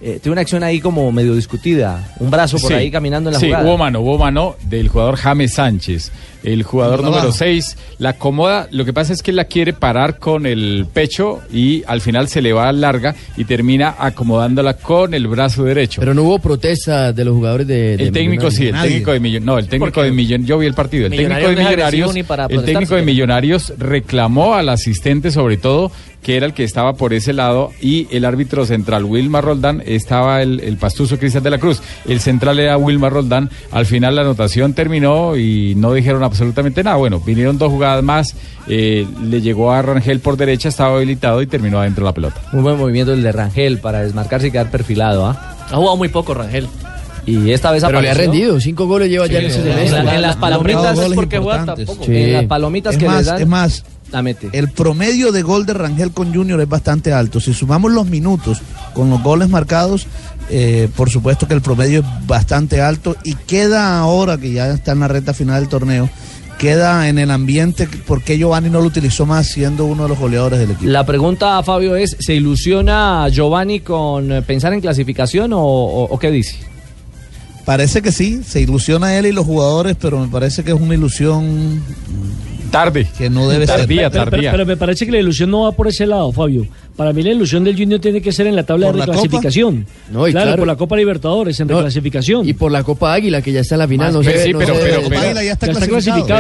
Speaker 8: eh, tuvo una acción ahí como medio discutida, un brazo por
Speaker 11: Sí.
Speaker 8: ahí caminando en la
Speaker 11: sí,
Speaker 8: jugada.
Speaker 11: hubo mano, hubo mano del jugador James Sánchez. El jugador
Speaker 8: Por la
Speaker 11: número
Speaker 8: baja.
Speaker 11: 6 la acomoda, lo que pasa es que la quiere parar con el pecho y al final se le va larga y termina acomodándola con el brazo derecho.
Speaker 17: Pero no hubo protesta de los jugadores de. de
Speaker 11: El técnico sí, el
Speaker 17: Millonarios.
Speaker 11: técnico de Millonarios. No, el técnico de Millonarios. Yo vi el partido. El técnico de
Speaker 17: Millonarios no es agresivo
Speaker 11: Millonarios.
Speaker 17: ni para
Speaker 11: El
Speaker 17: protestar,
Speaker 11: técnico de
Speaker 17: si
Speaker 11: Millonarios reclamó al asistente, sobre todo, que era el que estaba por ese lado, y el árbitro central, Wilmar Roldán, estaba el, el pastuso Cristian de la Cruz. El central era Wilmar Roldán. Al final la anotación terminó y no dijeron absolutamente nada. Bueno, vinieron dos jugadas más. eh, le llegó a Rangel por derecha, estaba habilitado y terminó adentro la pelota.
Speaker 8: Muy buen movimiento el de Rangel para desmarcarse y quedar perfilado. ¿ah?
Speaker 21: Ha jugado muy poco Rangel.
Speaker 8: Y esta vez
Speaker 17: Pero le ha
Speaker 8: apareció.
Speaker 17: rendido, cinco goles lleva ya en ese semestre.
Speaker 8: En la- en las palomitas
Speaker 17: goles
Speaker 8: es porque juega
Speaker 17: importantes.
Speaker 8: tampoco.
Speaker 17: Sí.
Speaker 8: En las palomitas
Speaker 4: Es
Speaker 8: que
Speaker 4: más,
Speaker 8: le dan.
Speaker 4: es más,
Speaker 8: la mete.
Speaker 4: El promedio de gol de Rangel con Junior es bastante alto. Si sumamos los minutos con los goles marcados, eh, por supuesto que el promedio es bastante alto y queda ahora que ya está en la recta final del torneo. Queda en el ambiente porque Giovanni no lo utilizó más siendo uno de los goleadores del equipo.
Speaker 8: La pregunta, Fabio, es: ¿se ilusiona Giovanni con eh, pensar en clasificación o, o- o qué dice?
Speaker 4: Parece que sí, se ilusiona él y los jugadores, pero me parece que es una ilusión
Speaker 11: tarde
Speaker 4: que no debe ser.
Speaker 16: Pero, pero- pero me parece que la ilusión no va por ese lado, Fabio. Para mí la ilusión del Junior tiene que ser en la tabla
Speaker 17: ¿Por
Speaker 16: de
Speaker 17: la
Speaker 16: reclasificación.
Speaker 17: No, y
Speaker 16: claro,
Speaker 17: claro.
Speaker 16: por la Copa Libertadores, en reclasificación. Y
Speaker 17: por la Copa Águila, que ya está en la final. No
Speaker 11: Pues
Speaker 17: se ve-
Speaker 11: sí,
Speaker 17: no
Speaker 11: pero,
Speaker 17: se ve-
Speaker 11: pero- pero- Pues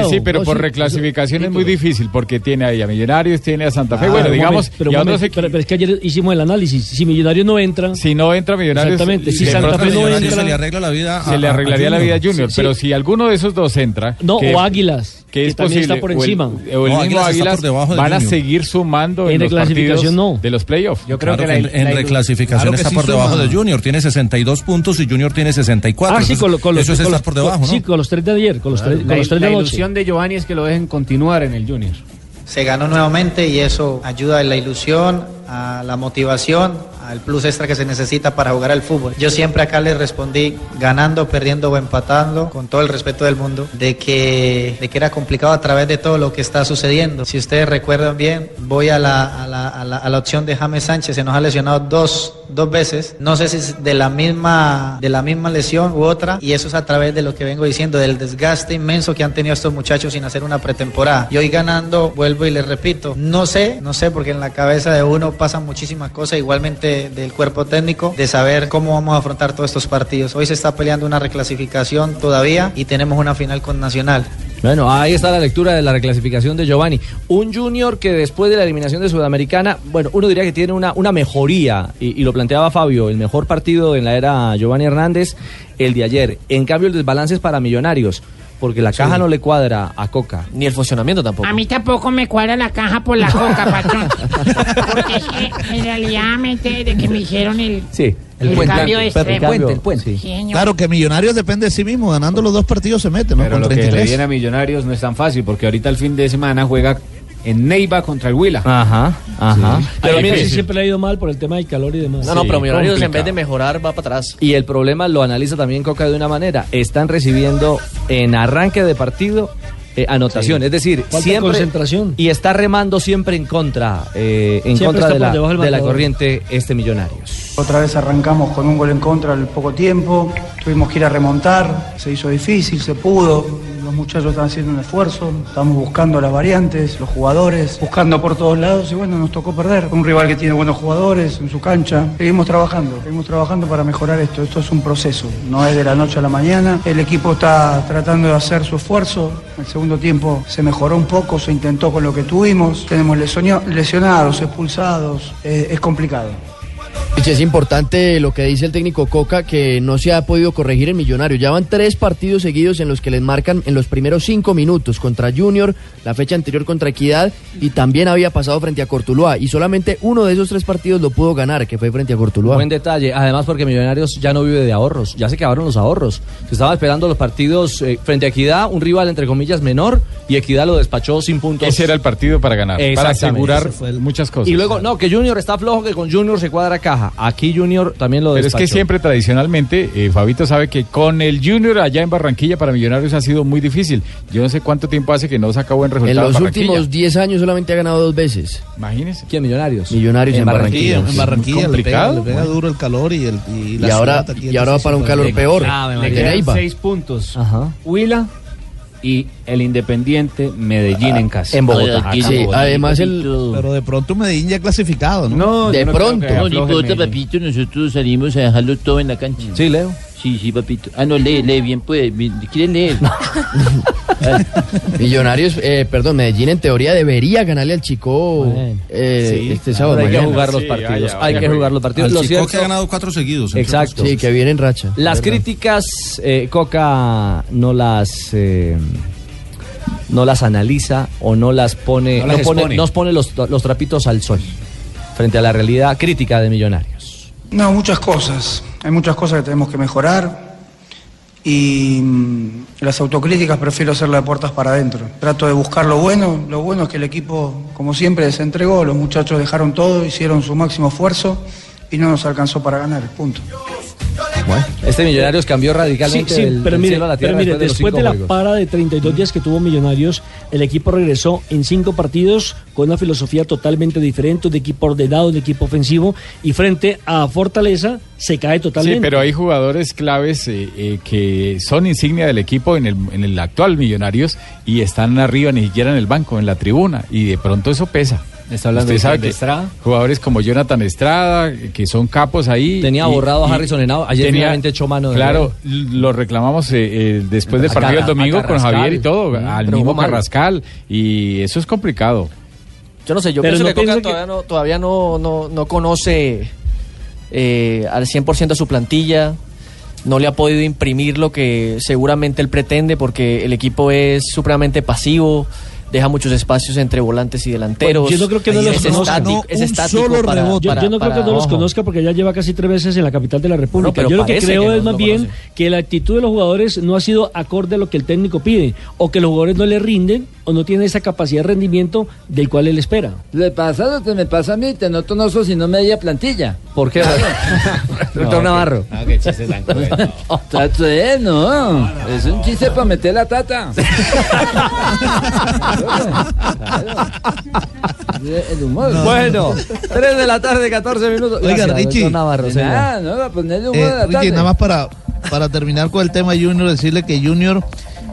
Speaker 11: Sí, pero
Speaker 16: No,
Speaker 11: por
Speaker 16: sí,
Speaker 11: reclasificación es muy difícil porque tiene ahí a Millonarios, tiene a Santa Fe,
Speaker 16: Ah,
Speaker 11: bueno,
Speaker 16: un
Speaker 11: digamos,
Speaker 16: momento, pero,
Speaker 11: y a
Speaker 16: un
Speaker 11: otros
Speaker 16: momento, pero- pero es que ayer hicimos el análisis. Si Millonarios no entra.
Speaker 11: Si no entra Millonarios.
Speaker 16: Exactamente. Si
Speaker 11: de
Speaker 16: Santa
Speaker 11: pronto
Speaker 16: Fe no
Speaker 11: Millonarios
Speaker 16: entra.
Speaker 11: se le
Speaker 15: arregla la vida
Speaker 11: se le arreglaría la vida a Junior,
Speaker 16: Sí,
Speaker 11: pero
Speaker 16: sí.
Speaker 11: si alguno de esos dos entra,
Speaker 16: No,
Speaker 11: que-
Speaker 16: o Águilas.
Speaker 11: que es
Speaker 16: también
Speaker 11: posible,
Speaker 16: está por
Speaker 11: o el-
Speaker 16: encima.
Speaker 11: o el, mismo Águilas, van a seguir sumando en,
Speaker 16: En
Speaker 11: los partidos
Speaker 16: reclasificación, no.
Speaker 11: de los playoffs. Yo
Speaker 15: Claro que en, en reclasificación está por debajo de Junior. Tiene 62 puntos y Junior tiene 64.
Speaker 16: Ah, sí,
Speaker 15: Entonces,
Speaker 16: con, lo- con los
Speaker 15: eso es
Speaker 16: con
Speaker 15: estar
Speaker 16: los-
Speaker 15: por debajo,
Speaker 16: Sí,
Speaker 15: ¿no?
Speaker 16: con los tres de ayer, con los tres, con
Speaker 15: La-
Speaker 16: los tres de
Speaker 15: la
Speaker 16: anoche.
Speaker 15: ilusión
Speaker 14: de Giovanni es que lo dejen continuar en el Junior.
Speaker 25: Se ganó nuevamente y eso ayuda a la ilusión, a la motivación, al plus extra que se necesita para jugar al fútbol. Yo siempre acá les respondí, ganando, perdiendo o empatando, con todo el respeto del mundo, de que, de que era complicado a través de todo lo que está sucediendo. Si ustedes recuerdan bien, voy a la, a la- a la- a la opción de James Sánchez, se nos ha lesionado dos, dos veces. No sé si es de la misma, de la misma lesión u otra, y eso es a través de lo que vengo diciendo, del desgaste inmenso que han tenido estos muchachos sin hacer una pretemporada. Y hoy ganando, vuelvo y les repito, no sé, no sé, porque en la cabeza de uno pasan muchísimas cosas, igualmente del cuerpo técnico, de saber cómo vamos a afrontar todos estos partidos. Hoy se está peleando una reclasificación todavía y tenemos una final con Nacional.
Speaker 8: Bueno, ahí está la lectura de la reclasificación de Giovanni. Un Junior que después de la eliminación de Sudamericana, bueno, uno diría que tiene una, una mejoría, y, y lo planteaba Fabio, el mejor partido en la era Giovanni Hernández, el de ayer. En cambio, el desbalance es para Millonarios, porque la caja no le cuadra a Coca.
Speaker 21: Ni el funcionamiento tampoco.
Speaker 14: A mí tampoco me cuadra la caja por la coca,
Speaker 8: [laughs]
Speaker 14: patrón. Porque es que en realidad me enteré de que me hicieron el...
Speaker 8: Sí,
Speaker 14: el El puente. cambio de
Speaker 4: Pero
Speaker 14: extremo.
Speaker 4: cambio,
Speaker 14: El puente, el
Speaker 4: sí.
Speaker 14: puente.
Speaker 4: Claro que Millonarios depende de sí mismo, ganando los dos partidos se mete, ¿no?
Speaker 14: Pero
Speaker 4: Con
Speaker 14: lo
Speaker 15: Lo que le
Speaker 4: 33.
Speaker 15: viene a Millonarios no es tan fácil porque ahorita el fin de semana juega
Speaker 19: en Neiva contra el Huila.
Speaker 8: Ajá, ajá.
Speaker 16: Pero a mí sí siempre le ha ido mal por el tema del calor y demás.
Speaker 8: No, no, pero Millonarios en vez
Speaker 21: de mejorar va para atrás.
Speaker 8: Y el problema lo analiza también Coca de una manera. Están recibiendo en arranque de partido eh, anotación,
Speaker 16: Sí.
Speaker 8: es decir,
Speaker 16: Falta
Speaker 8: siempre
Speaker 16: concentración.
Speaker 8: y está remando siempre en contra, eh, en
Speaker 16: Siempre
Speaker 8: contra
Speaker 16: está por
Speaker 8: de la,
Speaker 16: debajo del
Speaker 8: de la
Speaker 16: marcador.
Speaker 8: corriente este Millonarios.
Speaker 26: Otra vez arrancamos con un gol en contra al poco tiempo, tuvimos que ir a remontar, se hizo difícil, se pudo. Los muchachos están haciendo un esfuerzo, estamos buscando las variantes, los jugadores, buscando por todos lados y bueno, nos tocó perder. Un rival que tiene buenos jugadores en su cancha. Seguimos trabajando, seguimos trabajando para mejorar esto. Esto es un proceso, no es de la noche a la mañana. El equipo está tratando de hacer su esfuerzo. El segundo tiempo se mejoró un poco, se intentó con lo que tuvimos. Tenemos lesoño- lesionados, expulsados, Eh, es complicado.
Speaker 17: Pichi, Es importante lo que dice el técnico Coca, que no se ha podido corregir en Millonario. Ya van tres partidos seguidos en los que les marcan en los primeros cinco minutos contra Junior, la fecha anterior contra Equidad y también había pasado frente a Cortuluá. Y solamente uno de esos tres partidos lo pudo ganar, que fue frente a Cortuluá.
Speaker 8: Buen detalle, además porque Millonarios ya no vive de ahorros, ya se acabaron los ahorros. Se estaba esperando los partidos eh, frente a Equidad, un rival entre comillas menor, y Equidad lo despachó sin puntos.
Speaker 11: Ese era el partido para ganar, para
Speaker 8: Exactamente.
Speaker 11: asegurar
Speaker 8: Ese fue el-
Speaker 11: muchas cosas.
Speaker 8: Y luego, no, que Junior está flojo, que con Junior se cuadra caja. Aquí Junior también lo
Speaker 11: Pero es
Speaker 8: despachó.
Speaker 11: que siempre tradicionalmente, eh, Fabito sabe que con el Junior allá en Barranquilla para Millonarios ha sido muy difícil. Yo no sé cuánto tiempo hace que no saca buen
Speaker 17: En
Speaker 11: resultado.
Speaker 17: los
Speaker 11: Barranquilla.
Speaker 17: últimos 10 años solamente ha ganado dos veces.
Speaker 11: Imagínense.
Speaker 8: ¿Quién, Millonarios?
Speaker 17: Millonarios en, Barranquilla.
Speaker 4: En Barranquilla le pega, le pega duro el calor y, el,
Speaker 17: Y ahora- y ahora va para un calor peor.
Speaker 19: Le
Speaker 4: de
Speaker 19: quedan seis puntos. Huila y el Independiente Medellín en casa.
Speaker 4: En Bogotá. Acá en Bogotá.
Speaker 22: Pero
Speaker 4: de pronto Medellín ya clasificado, ¿no?
Speaker 22: No,
Speaker 4: de pronto.
Speaker 22: No, no importa, papito, nosotros salimos a dejarlo todo en la cancha.
Speaker 8: Sí, Leo.
Speaker 22: Sí, sí, papito. Ah, no, lee, lee bien, pues. bien. ¿Quieres leer?
Speaker 17: Millonarios, eh, perdón, Medellín en teoría debería ganarle al Chico eh, este sábado.
Speaker 8: Hay que
Speaker 17: mañana.
Speaker 8: jugar los partidos. hay que jugar los partidos.
Speaker 17: Al
Speaker 8: Lo
Speaker 17: Chico
Speaker 8: cierto-
Speaker 17: que ha ganado
Speaker 15: cuatro seguidos.
Speaker 8: Exacto.
Speaker 17: Sí, que viene en racha.
Speaker 8: Las
Speaker 17: ¿verdad?
Speaker 8: críticas, eh, Coca no las eh, no las analiza o no las pone,
Speaker 13: No
Speaker 8: no
Speaker 13: las
Speaker 8: pone,
Speaker 13: expone.
Speaker 8: nos pone los, los trapitos al sol frente a la realidad crítica de Millonarios.
Speaker 26: No, muchas cosas. Hay muchas cosas que tenemos que mejorar y mm, las autocríticas prefiero hacerlas de puertas para adentro. Trato de buscar lo bueno. Lo bueno es que el equipo, como siempre, se entregó. Los muchachos dejaron todo, hicieron su máximo esfuerzo y no nos alcanzó para ganar. Punto.
Speaker 8: Este Millonarios cambió radicalmente
Speaker 16: Sí, sí,
Speaker 8: del-
Speaker 16: pero
Speaker 8: del
Speaker 16: mire,
Speaker 8: cielo a la
Speaker 16: pero
Speaker 8: tierra
Speaker 16: mire, después
Speaker 8: después de los cinco
Speaker 16: de la
Speaker 8: juegos. Mm.
Speaker 16: para de 32 días que tuvo Millonarios, el equipo regresó en cinco partidos con una filosofía totalmente diferente, de equipo ordenado, de equipo ofensivo, y frente a Fortaleza se cae totalmente.
Speaker 11: Sí, pero hay jugadores claves eh, eh, que son insignia del equipo en el, en el actual Millonarios y están arriba, ni siquiera en el banco, en la tribuna. Y de pronto eso pesa.
Speaker 19: Está hablando
Speaker 11: Usted
Speaker 19: de
Speaker 11: sabe
Speaker 19: Jonathan
Speaker 11: que
Speaker 19: Estrada.
Speaker 11: Jugadores como Jonathan Estrada, eh, que son capos ahí.
Speaker 8: Tenía
Speaker 11: y-
Speaker 8: borrado a
Speaker 11: y
Speaker 8: Harrison Henao, ayer
Speaker 11: tenía-
Speaker 8: finalmente echó mano de
Speaker 11: Claro, lo reclamamos eh, eh, después del
Speaker 8: A
Speaker 11: partido
Speaker 8: Carra-
Speaker 11: el domingo
Speaker 8: a
Speaker 11: con
Speaker 8: Carrascal.
Speaker 11: Javier y todo, al
Speaker 8: pero
Speaker 11: mismo
Speaker 8: jugó mal.
Speaker 11: Carrascal. Y eso es complicado.
Speaker 21: Yo no sé, yo
Speaker 11: Pero
Speaker 21: pienso
Speaker 11: no
Speaker 21: que Coca
Speaker 11: pienso que-
Speaker 21: todavía, no, todavía no, no, no conoce eh, al 100% su plantilla, no le ha podido imprimir lo que seguramente él pretende porque el equipo es supremamente pasivo, deja muchos espacios entre volantes y delanteros.
Speaker 16: Yo no creo que no
Speaker 21: es
Speaker 16: los conozca.
Speaker 21: estático, es estático para-
Speaker 16: Yo-
Speaker 21: para-
Speaker 16: yo no creo
Speaker 21: para-
Speaker 16: que no los
Speaker 21: ojo.
Speaker 16: conozca porque ya lleva casi tres veces en la capital de la
Speaker 21: No,
Speaker 16: República.
Speaker 21: pero
Speaker 16: yo lo que
Speaker 21: parece
Speaker 16: creo
Speaker 21: que
Speaker 16: es
Speaker 21: no
Speaker 16: más
Speaker 21: lo
Speaker 16: bien que la actitud de los jugadores no ha sido [laughs] acorde a lo que el técnico pide o que los jugadores no le rinden o no tienen esa capacidad de rendimiento del cual él espera.
Speaker 27: Le pasa lo que me pasa a mí, te noto no sos sino media plantilla.
Speaker 8: ¿Por
Speaker 21: [laughs]
Speaker 16: [laughs]
Speaker 8: qué? Doctor Navarro.
Speaker 27: No, que chiste tan no. Es un chiste para meter la tata. El humor.
Speaker 8: Bueno, 3 de la tarde, 14 minutos.
Speaker 4: Oiga,
Speaker 8: Gracias,
Speaker 4: Richie.
Speaker 8: doctor Navarro,
Speaker 4: De
Speaker 8: señor.
Speaker 4: nada,
Speaker 27: Ah, no va a poner
Speaker 4: Eh, Richie, nada más para, para terminar con el tema Junior, decirle que Junior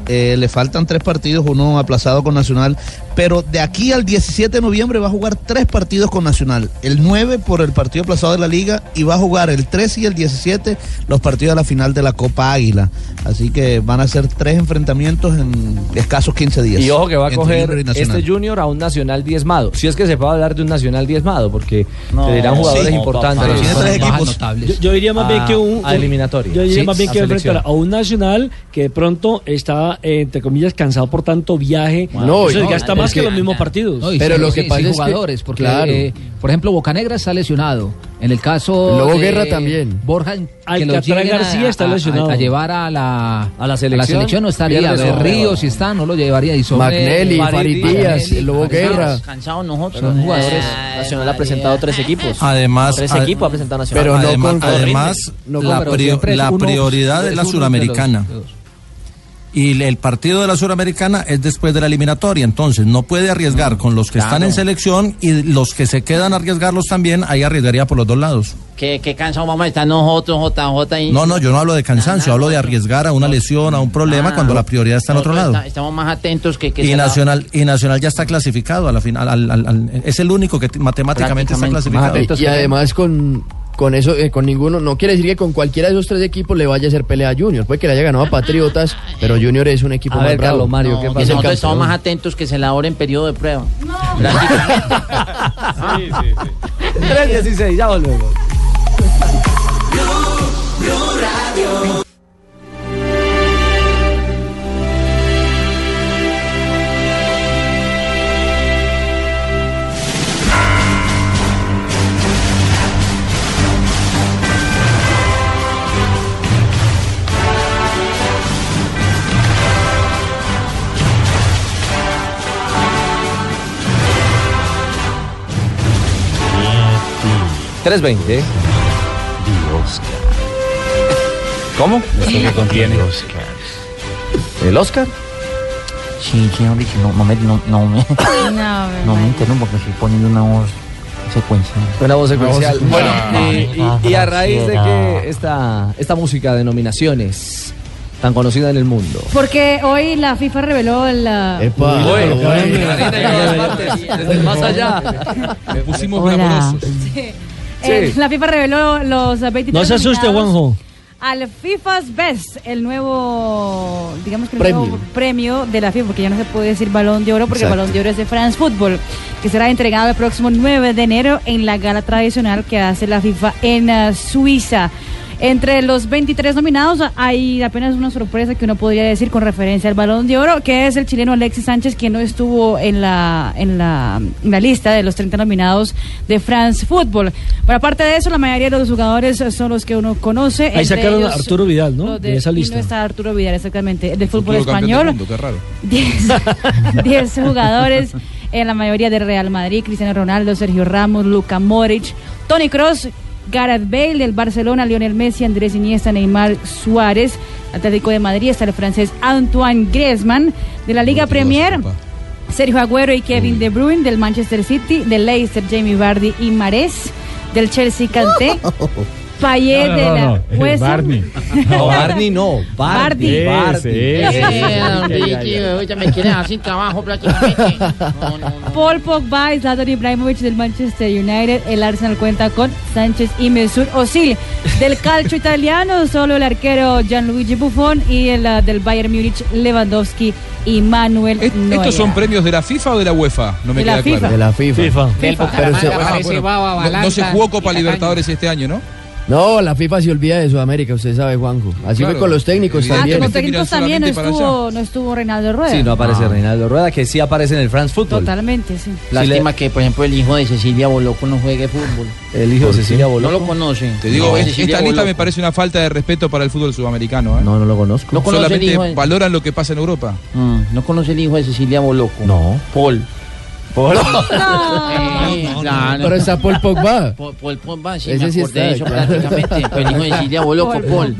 Speaker 4: eh, le faltan tres partidos, uno aplazado con Nacional, pero de aquí al 17 de noviembre va a jugar tres partidos con Nacional, el 9 por el partido aplazado de la liga y va a jugar el 13 y el 17 los partidos de la final de la Copa Águila. Así que van a ser tres enfrentamientos en escasos 15 días.
Speaker 8: Y ojo que va a
Speaker 4: entre Junior
Speaker 8: coger
Speaker 4: y Nacional.
Speaker 8: este Junior a un Nacional diezmado. Si es que se puede hablar de un Nacional diezmado, porque tendrán jugadores
Speaker 16: sí, no,
Speaker 8: importantes.
Speaker 16: papá, tiene tres
Speaker 8: bajas
Speaker 16: equipos.
Speaker 8: notables.
Speaker 16: Yo, yo diría más bien
Speaker 8: A-
Speaker 16: que un.
Speaker 8: A eliminatoria.
Speaker 16: Yo diría
Speaker 8: Sí,
Speaker 16: más bien
Speaker 8: a
Speaker 16: que
Speaker 8: selección.
Speaker 16: enfrentar a un nacional que de pronto está está, eh, entre comillas, cansado por tanto viaje.
Speaker 17: No,
Speaker 16: No, se
Speaker 17: no,
Speaker 16: desgasta
Speaker 17: es
Speaker 16: más que,
Speaker 17: que-
Speaker 16: los mismos partidos.
Speaker 13: No, y sin- sin- sin jugadores, porque, eh, por ejemplo, Bocanegra está lesionado. En el caso.
Speaker 17: Lobo
Speaker 13: de
Speaker 17: Guerra también.
Speaker 13: Borja. que
Speaker 17: Alcatrán
Speaker 13: lleguen
Speaker 17: García está
Speaker 13: a- a-
Speaker 17: lesionado.
Speaker 13: A, llevar a la, a
Speaker 8: la
Speaker 17: selección.
Speaker 13: no estaría.
Speaker 17: Pierde
Speaker 13: De
Speaker 17: su-
Speaker 13: Río, si está, no lo llevaría. Y sobre-
Speaker 17: Magnelli, Farid Díaz,
Speaker 13: Magnelli,
Speaker 17: el Lobo
Speaker 13: Farid
Speaker 17: Guerra.
Speaker 13: Díaz.
Speaker 18: Cansados nosotros.
Speaker 21: Son
Speaker 17: jugadores.
Speaker 21: Nacional ha presentado tres equipos.
Speaker 15: Además,
Speaker 21: tres
Speaker 15: ad-
Speaker 21: equipos ha presentado Nacional.
Speaker 15: Pero no además, además, la,
Speaker 21: pero
Speaker 15: prior-
Speaker 21: siempre es
Speaker 15: la
Speaker 21: uno-
Speaker 15: prioridad
Speaker 21: [laughs]
Speaker 15: es
Speaker 21: es
Speaker 15: la
Speaker 21: uno de
Speaker 15: suramericana.
Speaker 21: los-
Speaker 15: Y el- el partido de la suramericana es después de la eliminatoria, entonces no puede arriesgar con los que están en selección y los que se quedan arriesgarlos también, ahí arriesgaría por los dos lados.
Speaker 18: Que, que cansado, mamá, están nosotros, JJ. y-
Speaker 15: No, no, yo no hablo de cansancio, hablo de arriesgar a una lesión, a un
Speaker 21: Ah,
Speaker 15: problema cuando la prioridad está en otro lado.
Speaker 18: Está- estamos más atentos que... que
Speaker 15: Y
Speaker 18: se la-
Speaker 15: Nacional, y Nacional ya está clasificado a la final, al- al- al- es el único que t- matemáticamente está clasificado.
Speaker 17: Ah, Y, y además con, con eso, eh, con ninguno, no quiere decir que con cualquiera de esos tres equipos le vaya a hacer pelea a Junior. Puede que le haya ganado a Patriotas, pero Junior es un equipo
Speaker 18: A
Speaker 17: más
Speaker 18: ver,
Speaker 17: bravo.
Speaker 18: Carlos Mario,
Speaker 17: No,
Speaker 18: ¿qué
Speaker 17: es
Speaker 18: pasa?
Speaker 17: el
Speaker 18: Nosotros estamos
Speaker 17: campeón.
Speaker 18: más atentos que se la hora en periodo de prueba. [laughs]
Speaker 27: Tres, 16, ya volvemos.
Speaker 8: Tres veinte. ¿Cómo?
Speaker 19: contiene.
Speaker 8: ¿El Oscar?
Speaker 18: Sí, sí, hombre, sí, no, no me, no, no me,
Speaker 12: No,
Speaker 18: no me interrumpo, que estoy poniendo una voz secuencial.
Speaker 8: Una voz secuencial.
Speaker 18: Una voz
Speaker 8: Bueno,
Speaker 18: secuencial. Ah,
Speaker 8: y, y- y a raíz de que esta, esta música de nominaciones tan conocida en el mundo.
Speaker 12: Porque hoy la FIFA reveló
Speaker 16: [laughs]
Speaker 12: la... [laughs]
Speaker 8: Oye, oye, Marina, ya todas partes, desde el más allá.
Speaker 15: pusimos
Speaker 12: Hola. Eh, la FIFA reveló los 23
Speaker 16: No se asuste,
Speaker 12: nominados
Speaker 16: Juanjo.
Speaker 12: Al FIFA's Best, el nuevo, digamos que el
Speaker 16: Premio.
Speaker 12: nuevo premio de la FIFA, porque ya no se puede decir balón de oro, porque
Speaker 16: Exacto.
Speaker 12: el balón de oro es de France Football, que será entregado el próximo 9 de enero en la gala tradicional que hace la FIFA en eh, Suiza. Entre los 23 nominados hay apenas una sorpresa que uno podría decir con referencia al balón de oro, que es el chileno Alexis Sánchez, que no estuvo en la, en la, en la lista de los 30 nominados de France Football. Pero aparte de eso, la mayoría de los jugadores son los que uno conoce.
Speaker 16: Ahí
Speaker 12: entre
Speaker 16: sacaron a
Speaker 12: ellos-
Speaker 16: Arturo Vidal, ¿no?
Speaker 12: los
Speaker 16: De esa
Speaker 12: y
Speaker 16: lista.
Speaker 12: No está Arturo Vidal, exactamente. El de fútbol
Speaker 15: Futuro campeón del
Speaker 12: español.
Speaker 15: mundo, qué raro.
Speaker 17: [laughs]
Speaker 12: [laughs] 10 jugadores, en la mayoría de Real Madrid, Cristiano Ronaldo, Sergio Ramos, Luca Modric, Tony Cross, Gareth Bale del Barcelona, Lionel Messi, Andrés Iniesta, Neymar Suárez, Atlético de Madrid, está el francés Antoine Griezmann de la Liga Premier. Sergio Agüero y Kevin De Bruyne del Manchester City, del Leicester Jamie Vardy y Marés, del Chelsea
Speaker 15: [laughs]
Speaker 12: Kanté, Payet de la West Ham.
Speaker 8: No, Barney no. Barney.
Speaker 12: Bardi.
Speaker 8: Barney.
Speaker 12: Ese,
Speaker 18: me quieren así trabajo prácticamente.
Speaker 8: [laughs]
Speaker 12: Paul Pogba y Zlatan Ibrahimovic del Manchester United. El Arsenal cuenta con Sánchez y Mesut Özil. Del
Speaker 8: [laughs]
Speaker 12: calcio italiano, solo el arquero Gianluigi Buffon y el ah, del Bayern Múnich, Lewandowski y Manuel Neuer. Ah,
Speaker 23: ¿Estos son premios de la FIFA o de la UEFA? No me
Speaker 12: De
Speaker 23: queda
Speaker 12: la FIFA.
Speaker 23: claro.
Speaker 17: De la FIFA.
Speaker 18: Del Ah,
Speaker 17: Pero se-
Speaker 18: Bucaramanga aparece Baba,
Speaker 23: No- no, se
Speaker 18: Balanta
Speaker 23: jugó
Speaker 18: y
Speaker 23: Copa
Speaker 18: Cataño.
Speaker 23: Libertadores este año, ¿no?
Speaker 17: No, la FIFA se olvida de Sudamérica, usted sabe, Juanjo. Así
Speaker 23: Claro.
Speaker 17: fue con los técnicos
Speaker 12: Ah,
Speaker 17: también. Este
Speaker 12: con los técnicos también no estuvo, no estuvo Reinaldo Rueda.
Speaker 8: Sí, no aparece
Speaker 12: Ah.
Speaker 8: Reinaldo Rueda, que sí aparece en el France Football.
Speaker 12: Totalmente, sí.
Speaker 18: Lástima que, por ejemplo, el hijo de Cecilia Boloco no juegue fútbol.
Speaker 8: El hijo de Cecilia
Speaker 18: No
Speaker 8: Boloco.
Speaker 18: lo conocen.
Speaker 23: Te digo,
Speaker 18: No,
Speaker 23: es-
Speaker 18: Cecilia
Speaker 23: esta lista me
Speaker 18: Boloco.
Speaker 23: parece una falta de respeto para el fútbol sudamericano. ¿eh?
Speaker 8: No, no lo conozco.
Speaker 18: No conoce el
Speaker 23: Solamente
Speaker 18: hijo de-
Speaker 23: valoran lo que pasa en Europa.
Speaker 18: Mm, no conoce el hijo de Cecilia Boloco.
Speaker 8: No.
Speaker 18: Paul.
Speaker 8: Paul.
Speaker 18: [laughs]
Speaker 8: [laughs]
Speaker 18: claro.
Speaker 17: Pero está Paul Pogba.
Speaker 18: Paul, Paul Pogba, sí,
Speaker 17: Ese
Speaker 18: me
Speaker 17: sí
Speaker 18: acordé de eso
Speaker 17: está, claro.
Speaker 18: prácticamente. Pero el hijo de Cecilia Boloco, Paul.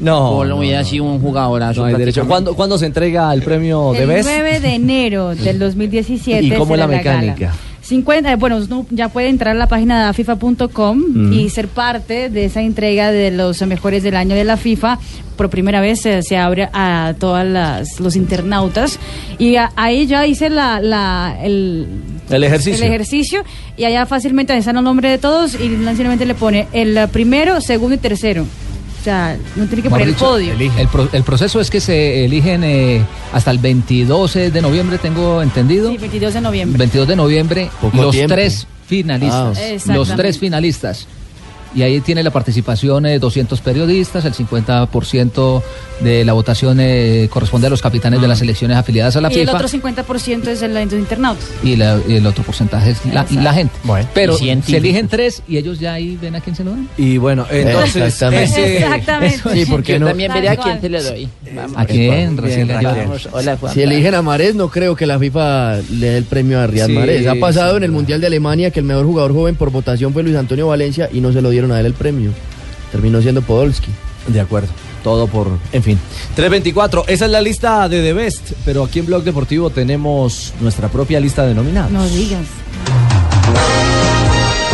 Speaker 8: No.
Speaker 18: Paul
Speaker 8: no,
Speaker 18: hubiera sido un jugadorazo.
Speaker 8: no hay derecho.
Speaker 18: prácticamente.
Speaker 8: ¿Cuándo, cuándo se entrega el premio de
Speaker 12: El
Speaker 8: Best?
Speaker 12: 9
Speaker 8: [laughs]
Speaker 12: de enero del 2017.
Speaker 8: ¿Y cómo es
Speaker 12: será
Speaker 8: la
Speaker 12: gala.
Speaker 8: mecánica?
Speaker 12: 50, eh, bueno, no, ya puede entrar a la página de fifa.com
Speaker 8: Mm.
Speaker 12: y ser parte de esa entrega de los mejores del año de la FIFA. Por primera vez eh, se abre a todas las los internautas y a- ahí ya hice la, la- el,
Speaker 8: El ejercicio.
Speaker 12: el ejercicio y allá fácilmente están los nombres de todos y simplemente le pone el eh, primero, segundo y tercero. O sea, no tiene que poner el
Speaker 13: Mejor
Speaker 12: podio.
Speaker 13: dicho, El, pro- el proceso es que se eligen eh, hasta el 22 de noviembre, tengo entendido.
Speaker 12: Sí, 22 de noviembre.
Speaker 13: 22 de noviembre,
Speaker 12: Poco
Speaker 13: los
Speaker 12: tiempo.
Speaker 13: tres
Speaker 12: Ah.
Speaker 13: finalistas.
Speaker 12: Exactamente.
Speaker 13: los tres finalistas. y ahí tiene la participación eh, 200 periodistas, el 50% de la votación eh, corresponde a los capitanes de las selecciones afiliadas a la
Speaker 12: Ah. y el
Speaker 13: FIFA
Speaker 12: otro 50% es el de los internautas.
Speaker 13: y, la- y el otro porcentaje es la,
Speaker 12: Exacto.
Speaker 13: la gente. Pero
Speaker 12: Y
Speaker 13: se
Speaker 12: científicos.
Speaker 13: eligen tres y ellos ya ahí ven a quién se lo dan.
Speaker 8: Y bueno, Eh, entonces.
Speaker 13: Exactamente.
Speaker 8: ese-
Speaker 13: Exactamente.
Speaker 8: eso-
Speaker 13: Sí, porque
Speaker 20: Yo
Speaker 13: no-
Speaker 20: también veré a quién se lo doy. Vamos. Vamos, Hola, Juan.
Speaker 17: Si eligen a Marés, no creo que la FIFA le dé el premio a Riyad
Speaker 20: Sí,
Speaker 17: Marés. Ha pasado
Speaker 20: sí,
Speaker 17: en el Mundial de Alemania que el mejor jugador joven por votación fue Luis Antonio Valencia y no se lo dieron a él el premio. Terminó siendo Podolski.
Speaker 8: De acuerdo. Todo por. En fin. 324. Esa es la lista de The Best. Pero aquí en Blog Deportivo tenemos nuestra propia lista de nominados.
Speaker 12: No digas.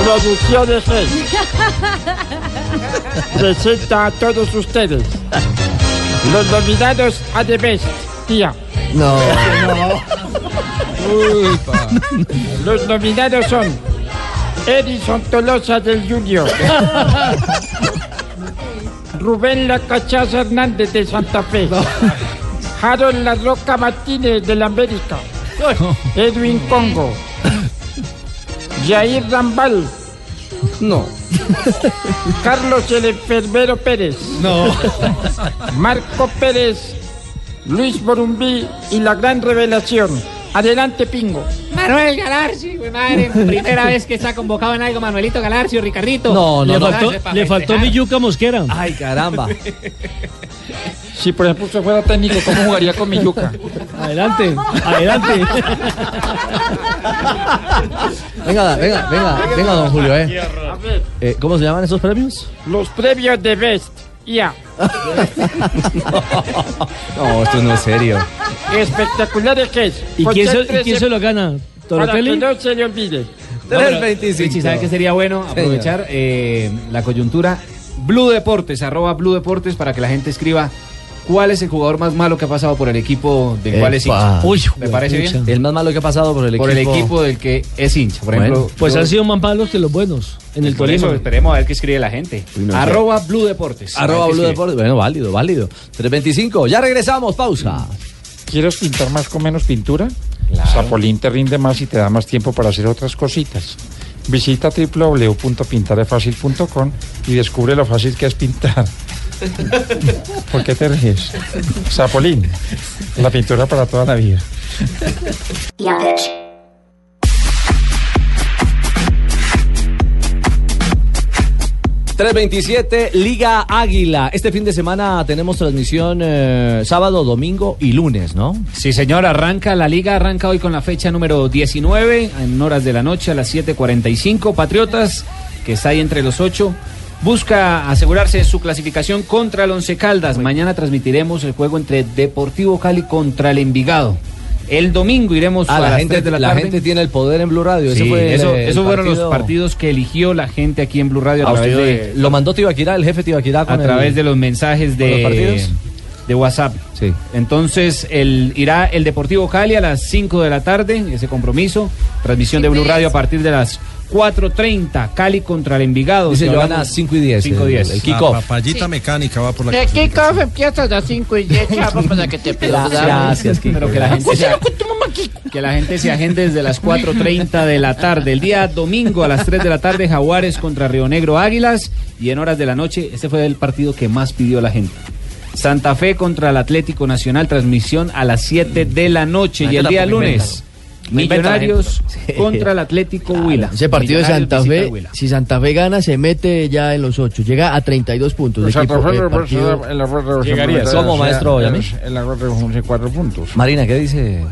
Speaker 28: Producciones Red presenta a todos ustedes los nominados a The Best, tía.
Speaker 17: No.
Speaker 28: Los nominados son Edison Tolosa del Junior, Rubén La Cachaza Hernández de Santa Fe, Harold La Roca Martínez del América, Edwin Congo, Jair Rambal. No. Carlos el Enfermero Pérez.
Speaker 7: No.
Speaker 28: Marco Pérez, Luis Borumbí y la gran revelación. Adelante, Pingo.
Speaker 20: Manuel Galarci, güey,
Speaker 19: [laughs]
Speaker 20: madre, primera vez que está convocado en algo Manuelito Galarcio, Ricardito.
Speaker 16: le
Speaker 20: Ah,
Speaker 16: faltó,
Speaker 20: sepa
Speaker 16: le
Speaker 20: festejar.
Speaker 16: faltó mi yuca mosquera.
Speaker 8: Ay, caramba.
Speaker 28: Si por ejemplo usted fuera técnico, ¿cómo jugaría con mi yuca?
Speaker 16: Adelante,
Speaker 28: [laughs]
Speaker 16: adelante.
Speaker 8: Venga, venga, venga, venga, don Julio, eh.
Speaker 28: A ver,
Speaker 8: Eh, ¿Cómo se llaman esos premios?
Speaker 28: los previos de Best. Ya.
Speaker 8: No, esto no es serio.
Speaker 28: Espectaculares que es.
Speaker 16: ¿Y quién se- y
Speaker 28: Concéntrese
Speaker 16: quién se lo gana?
Speaker 28: Para que
Speaker 16: ¿Tortelli?
Speaker 28: no se le olvide.
Speaker 20: Richie, ¿sabe qué sería bueno?
Speaker 28: Señor.
Speaker 20: Aprovechar eh, la coyuntura. Blue Deportes, arroba Blue Deportes para que la gente escriba cuál es el jugador más malo que ha pasado por el equipo del cual es hincha. ¿Me parece bien?
Speaker 8: El más malo que ha pasado por el equipo.
Speaker 20: Por el equipo del que es hincha. Por
Speaker 16: Bueno,
Speaker 20: ejemplo,
Speaker 16: pues
Speaker 20: yo-
Speaker 16: han sido más malos que los buenos en el
Speaker 20: por eso
Speaker 16: Tolima.
Speaker 20: esperemos a ver qué escribe la gente. arroba Blue Deportes. A
Speaker 8: Arroba
Speaker 20: ver qué
Speaker 8: Blue
Speaker 20: escribe.
Speaker 8: Deportes. Bueno, válido, válido. 325. Ya regresamos. Pausa.
Speaker 28: ¿Quieres pintar más con menos pintura? Zapolín te rinde más y te da más tiempo para hacer otras cositas. Visita www.pintarefacil.com y descubre lo fácil que es
Speaker 8: [laughs]
Speaker 28: pintar. ¿Por qué te ríes? Zapolín, la pintura para toda la vida.
Speaker 8: Tres 327, Liga Águila. Este fin de semana tenemos transmisión eh, sábado, domingo y lunes, ¿no?
Speaker 20: Sí, señor, arranca la liga, arranca hoy con la fecha número 19, en horas de la noche a las 7.45. Patriotas, que está ahí entre los ocho, busca asegurarse su clasificación contra el Once Caldas. Mañana transmitiremos el juego entre Deportivo Cali contra el Envigado. El domingo iremos
Speaker 8: Ah,
Speaker 20: a
Speaker 8: la,
Speaker 20: las
Speaker 8: gente,
Speaker 20: tres de la,
Speaker 8: la
Speaker 20: tarde.
Speaker 8: gente tiene el poder en Blue Radio.
Speaker 20: Sí,
Speaker 8: Ese fue el,
Speaker 20: eso,
Speaker 8: eh,
Speaker 20: esos
Speaker 8: el
Speaker 20: fueron los
Speaker 8: partido.
Speaker 20: partidos que eligió la gente aquí en Blue Radio a,
Speaker 8: Ah,
Speaker 20: través,
Speaker 8: usted
Speaker 20: de,
Speaker 8: Lo mandó Tibaquirá, el jefe Tibaquirá.
Speaker 20: a
Speaker 8: con el-
Speaker 20: través de los mensajes
Speaker 8: con los
Speaker 20: de,
Speaker 8: partidos.
Speaker 20: de WhatsApp. Entonces el, irá el Deportivo Cali a las 5 de la tarde, ese compromiso. Transmisión de Blue Radio a partir de las 4.30. Cali contra el Envigado.
Speaker 8: Dice
Speaker 20: Si
Speaker 8: Joana,
Speaker 20: hablamos-
Speaker 8: 5 y 10.
Speaker 20: 5 y 10.
Speaker 8: El, el kickoff.
Speaker 15: Papayita mecánica va por la
Speaker 10: De aquí café empiezas a las 5 y 10, chavo,
Speaker 18: pues,
Speaker 10: para que te pierdas.
Speaker 20: Gracias, Pero que la gente se, que la gente se agende desde las 4.30 de la tarde. El día domingo a las 3 de la tarde, Jaguares contra Río Negro Águilas. Y en horas de la noche, este fue el partido que más pidió la gente. Santa Fe contra el Atlético Nacional, transmisión a las 7 de la noche.
Speaker 17: La
Speaker 20: Y el
Speaker 17: gente
Speaker 20: día
Speaker 17: la-
Speaker 20: lunes,
Speaker 17: lo inventa la gente.
Speaker 20: Millonarios
Speaker 17: [laughs] Sí.
Speaker 20: contra el Atlético Huila.
Speaker 17: Ese partido de
Speaker 20: Millonarios
Speaker 17: Santa
Speaker 20: visita
Speaker 17: Fe,
Speaker 20: al Huila.
Speaker 17: si Santa Fe gana, se mete ya en los ocho. Llega a 32 puntos. de equipo, eh, partido-
Speaker 8: ¿Cómo, maestro Oyamí?
Speaker 28: En la revolución de cuatro puntos.
Speaker 8: Marina, ¿qué dice?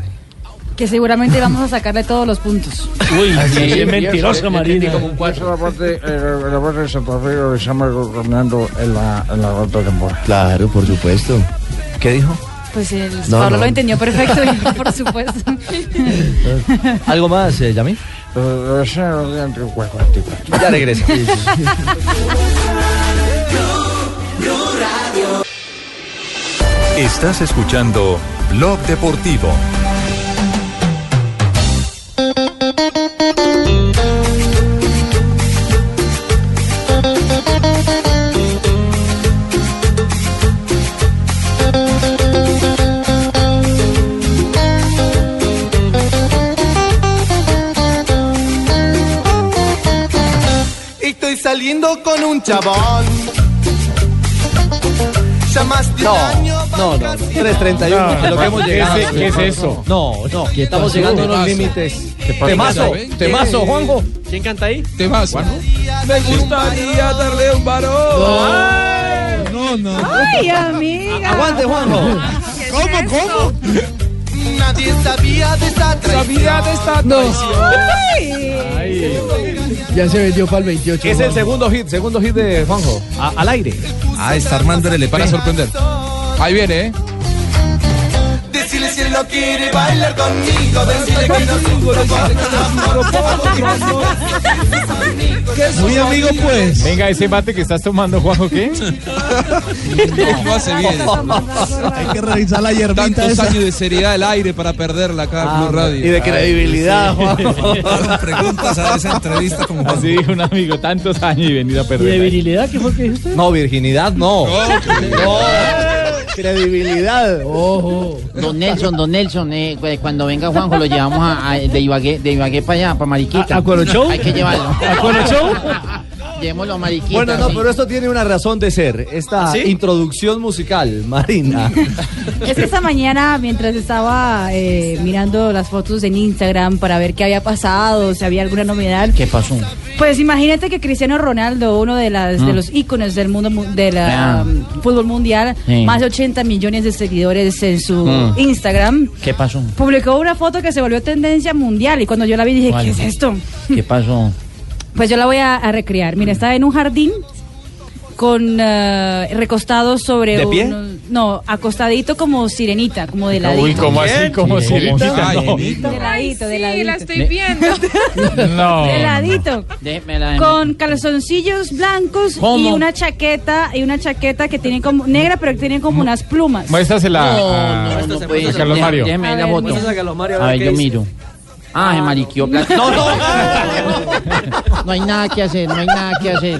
Speaker 12: Que seguramente vamos a sacarle todos los puntos.
Speaker 16: Uy,
Speaker 28: Sí,
Speaker 16: qué mentiroso, Marina.
Speaker 28: Esa es la parte, eh, la- la parte de Santa Fe que estamos gobernando en la, en la otra temporada.
Speaker 17: Claro, por supuesto.
Speaker 8: ¿Qué dijo?
Speaker 12: Pues el
Speaker 8: No, no.
Speaker 12: Pablo lo entendió perfecto,
Speaker 18: [laughs]
Speaker 12: [laughs] y, por supuesto.
Speaker 8: ¿Algo más, eh, Yamil? Ya regresa.
Speaker 3: Estás escuchando Blog Deportivo.
Speaker 7: Estoy saliendo saliendo con un chabón. Ya más de un año
Speaker 8: No, no, no. 331,
Speaker 7: No,
Speaker 8: a lo que hemos
Speaker 7: ¿qué
Speaker 8: llegado.
Speaker 7: es- qué es eso?
Speaker 8: No, no, que estamos
Speaker 7: pasó?
Speaker 8: llegando a
Speaker 7: ¿Qué
Speaker 8: unos
Speaker 7: pasa?
Speaker 8: límites.
Speaker 7: ¿Qué pasa?
Speaker 8: Temazo,
Speaker 7: ¿Quién-
Speaker 8: temazo, Juanjo.
Speaker 7: ¿Quién canta ahí?
Speaker 23: Temazo.
Speaker 7: Me gustaría darle un varón.
Speaker 23: No, no.
Speaker 12: Ay, amiga.
Speaker 7: Aguante, Juanjo.
Speaker 12: ¿Cómo, cómo?
Speaker 7: Nadie sabía de esta traición. Sabía de esta
Speaker 9: Eh,
Speaker 17: Ya se vendió para el 28.
Speaker 8: Es el segundo hit, segundo hit de Juanjo. A- al aire.
Speaker 29: Ah, está armando el LP.
Speaker 23: Para sorprender. Ahí viene, ¿eh?
Speaker 7: Decirle si él no quiere bailar conmigo. Decirle que no subo los
Speaker 11: Muy amigo, pues. Venga, ese mate que estás tomando, Juanjo, ¿qué?
Speaker 23: ¿Cómo hace bien?
Speaker 4: [laughs] Hay que revisar la hierbita
Speaker 23: Tantos
Speaker 4: esa. Ah,
Speaker 23: años de seriedad al aire para perderla acá en Blue Radio.
Speaker 4: y de credibilidad,
Speaker 23: Juanjo. Preguntas a esa entrevista como
Speaker 11: Así dijo un amigo, tantos años y venir a perder.
Speaker 16: ¿Y de virilidad qué fue que dijiste?
Speaker 8: No, virginidad no.
Speaker 18: Credibilidad, ojo. Don Nelson, don Nelson, eh, cu- cuando venga Juanjo lo llevamos a, a- de Ibagué, de Ibagué para allá, para Mariquita.
Speaker 8: ¿A- a Cuarochow?
Speaker 18: Hay que llevarlo.
Speaker 8: ¿A Cuarochow?
Speaker 18: [laughs] Llevémoslo a Mariquita.
Speaker 8: Bueno, no,
Speaker 18: sí.
Speaker 8: pero esto tiene una razón de ser. Esta
Speaker 18: ¿Sí?
Speaker 8: introducción musical, Marina.
Speaker 12: [laughs] Es que esta mañana, mientras estaba eh, mirando las fotos en Instagram para ver qué había pasado, si había alguna novedad,
Speaker 18: ¿Qué pasó?
Speaker 12: pues imagínate que Cristiano Ronaldo, uno de, las, de
Speaker 18: Mm.
Speaker 12: los íconos del mundo mu- del ah,
Speaker 18: Ah.
Speaker 12: fútbol mundial,
Speaker 18: Sí.
Speaker 12: más de 80 millones de seguidores en su
Speaker 18: Mm.
Speaker 12: Instagram,
Speaker 18: ¿Qué pasó?
Speaker 12: publicó una foto que se volvió tendencia mundial y cuando yo la vi dije,
Speaker 18: ¿Cuál?
Speaker 12: ¿qué es esto?
Speaker 18: ¿Qué pasó?
Speaker 12: Pues yo la voy a, a recrear. Mira, está en un jardín con eh, recostado sobre
Speaker 7: ¿De pie?
Speaker 12: unos- no, acostadito como sirenita, como de ladito.
Speaker 11: Uy, ¿cómo así? ¿Cómo así?
Speaker 7: Sirenita.
Speaker 12: De ladito, de ladito.
Speaker 7: la
Speaker 12: estoy viendo.
Speaker 11: No.
Speaker 12: De ladito.
Speaker 18: Démela.
Speaker 12: Con calzoncillos blancos y
Speaker 11: ¿Cómo?
Speaker 12: una chaqueta, y una chaqueta que tiene como negra, pero que tiene como unas plumas.
Speaker 11: Muéstrasela
Speaker 18: No,
Speaker 11: a-
Speaker 18: no, no
Speaker 11: a
Speaker 18: puede ser.
Speaker 11: Carlos
Speaker 18: Déjame-
Speaker 11: Mario.
Speaker 18: déjame la foto.
Speaker 8: muestra a Carlos Mario a
Speaker 18: A
Speaker 8: ver
Speaker 18: ver,
Speaker 8: qué
Speaker 18: yo
Speaker 8: dice.
Speaker 18: miro. Ah, se mariquió. plat- No, no. No hay nada que hacer, no hay nada que hacer.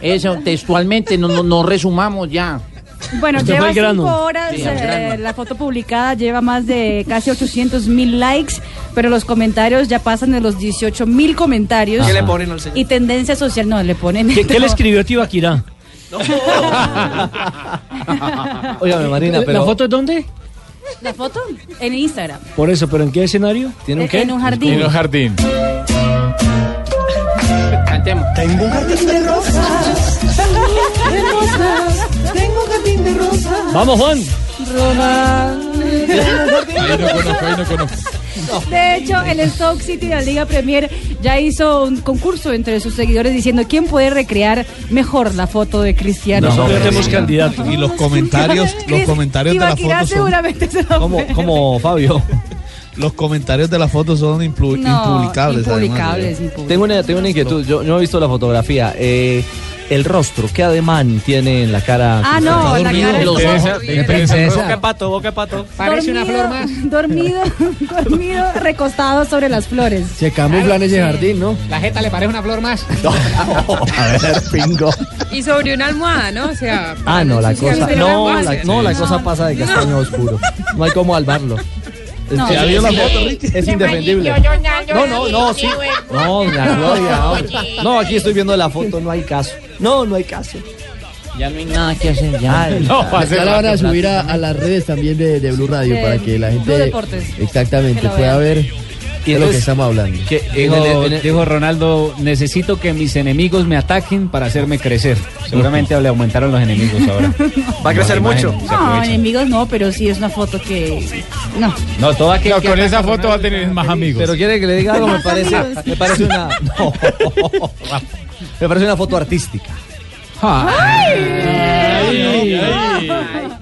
Speaker 18: Eso, textualmente, no, no, no resumamos ya.
Speaker 12: Bueno,
Speaker 18: Usted fue
Speaker 12: lleva
Speaker 18: al
Speaker 12: cinco
Speaker 18: grano.
Speaker 12: horas,
Speaker 18: Sí, al
Speaker 12: eh,
Speaker 18: grano.
Speaker 12: la foto publicada lleva más de casi 800 mil likes, pero los comentarios ya pasan de los 18 mil comentarios.
Speaker 16: ¿Qué le ponen al señor?
Speaker 12: Y tendencia social, no, le ponen...
Speaker 16: ¿Qué, qué le
Speaker 12: no.
Speaker 16: escribió Tibaquirá?
Speaker 8: Óigame, Marina,
Speaker 16: ¿La-
Speaker 8: pero-
Speaker 16: ¿La foto es dónde?
Speaker 12: ¿La foto? En Instagram.
Speaker 16: Por eso, ¿pero en qué escenario?
Speaker 12: ¿Tiene un qué? En un jardín.
Speaker 11: En un jardín.
Speaker 18: Cantemos.
Speaker 7: Tengo un jardín de rosas. de rosas. Tengo un jardín de rosas.
Speaker 16: Vamos, Juan.
Speaker 11: Ahí no conozco, ahí no conozco.
Speaker 12: De hecho, el Stoke City de la Liga Premier ya hizo un concurso entre sus seguidores diciendo quién puede recrear mejor la foto de Cristiano.
Speaker 4: candidatos. Y los comentarios, los
Speaker 12: Cris-
Speaker 4: comentarios de la
Speaker 12: Ibaquirá
Speaker 4: foto son,
Speaker 12: seguramente se lo
Speaker 4: como,
Speaker 12: fue.
Speaker 4: [laughs] como Fabio. Los comentarios de la foto son implu-
Speaker 12: No,
Speaker 4: impublicables. además.
Speaker 12: impublicables, impublicables.
Speaker 8: Tengo una, tengo una inquietud. Yo no he visto la fotografía. Eh, el rostro, ¿qué ademán tiene en la cara?
Speaker 12: Ah, no, la cara es
Speaker 8: Los
Speaker 12: como-
Speaker 8: ojos.
Speaker 12: Princesa,
Speaker 8: princesa.
Speaker 30: pato, boca pato.
Speaker 12: dormido, Dormido, [laughs] dormido, recostado sobre las flores.
Speaker 17: Se camuflan ese jardín, ¿no?
Speaker 31: La jeta le parece una flor más.
Speaker 8: A ver, pingo.
Speaker 32: Y sobre una almohada, ¿no? O sea.
Speaker 8: Ah, no, la
Speaker 32: Sí,
Speaker 8: cosa.
Speaker 32: pero
Speaker 8: No,
Speaker 32: la-
Speaker 8: la, no, la cosa pasa de castaño oscuro. No hay cómo albarlo.
Speaker 32: No.
Speaker 8: Es-
Speaker 32: ¿Ya vio la foto,
Speaker 8: es, es indefendible. No, no, no, sí. No, la gloria. hombre. No, aquí estoy viendo la foto, no hay caso. No, no hay caso.
Speaker 18: Ya no hay nada que hacer, ya.
Speaker 8: No,
Speaker 17: Ya la van a subir a, a las redes también de, de Blue Radio
Speaker 18: De
Speaker 17: para que la gente
Speaker 18: Blue Deportes.
Speaker 17: exactamente
Speaker 18: Que la
Speaker 17: pueda ver
Speaker 18: vean.
Speaker 17: de lo que estamos hablando.
Speaker 20: Dijo,
Speaker 17: En el- en el-
Speaker 20: dijo Ronaldo, necesito que mis enemigos me ataquen para hacerme crecer. Seguramente le aumentaron los enemigos
Speaker 17: [laughs]
Speaker 20: ahora. Va a crecer mucho.
Speaker 12: No, enemigos no, pero sí es una foto que. No.
Speaker 20: No, toda que,
Speaker 11: con esa foto va a tener más amigos.
Speaker 8: Pero quiere que le diga algo, me
Speaker 12: Más
Speaker 8: parece,
Speaker 12: amigos.
Speaker 8: me parece una. No. [laughs] Me parece una foto artística.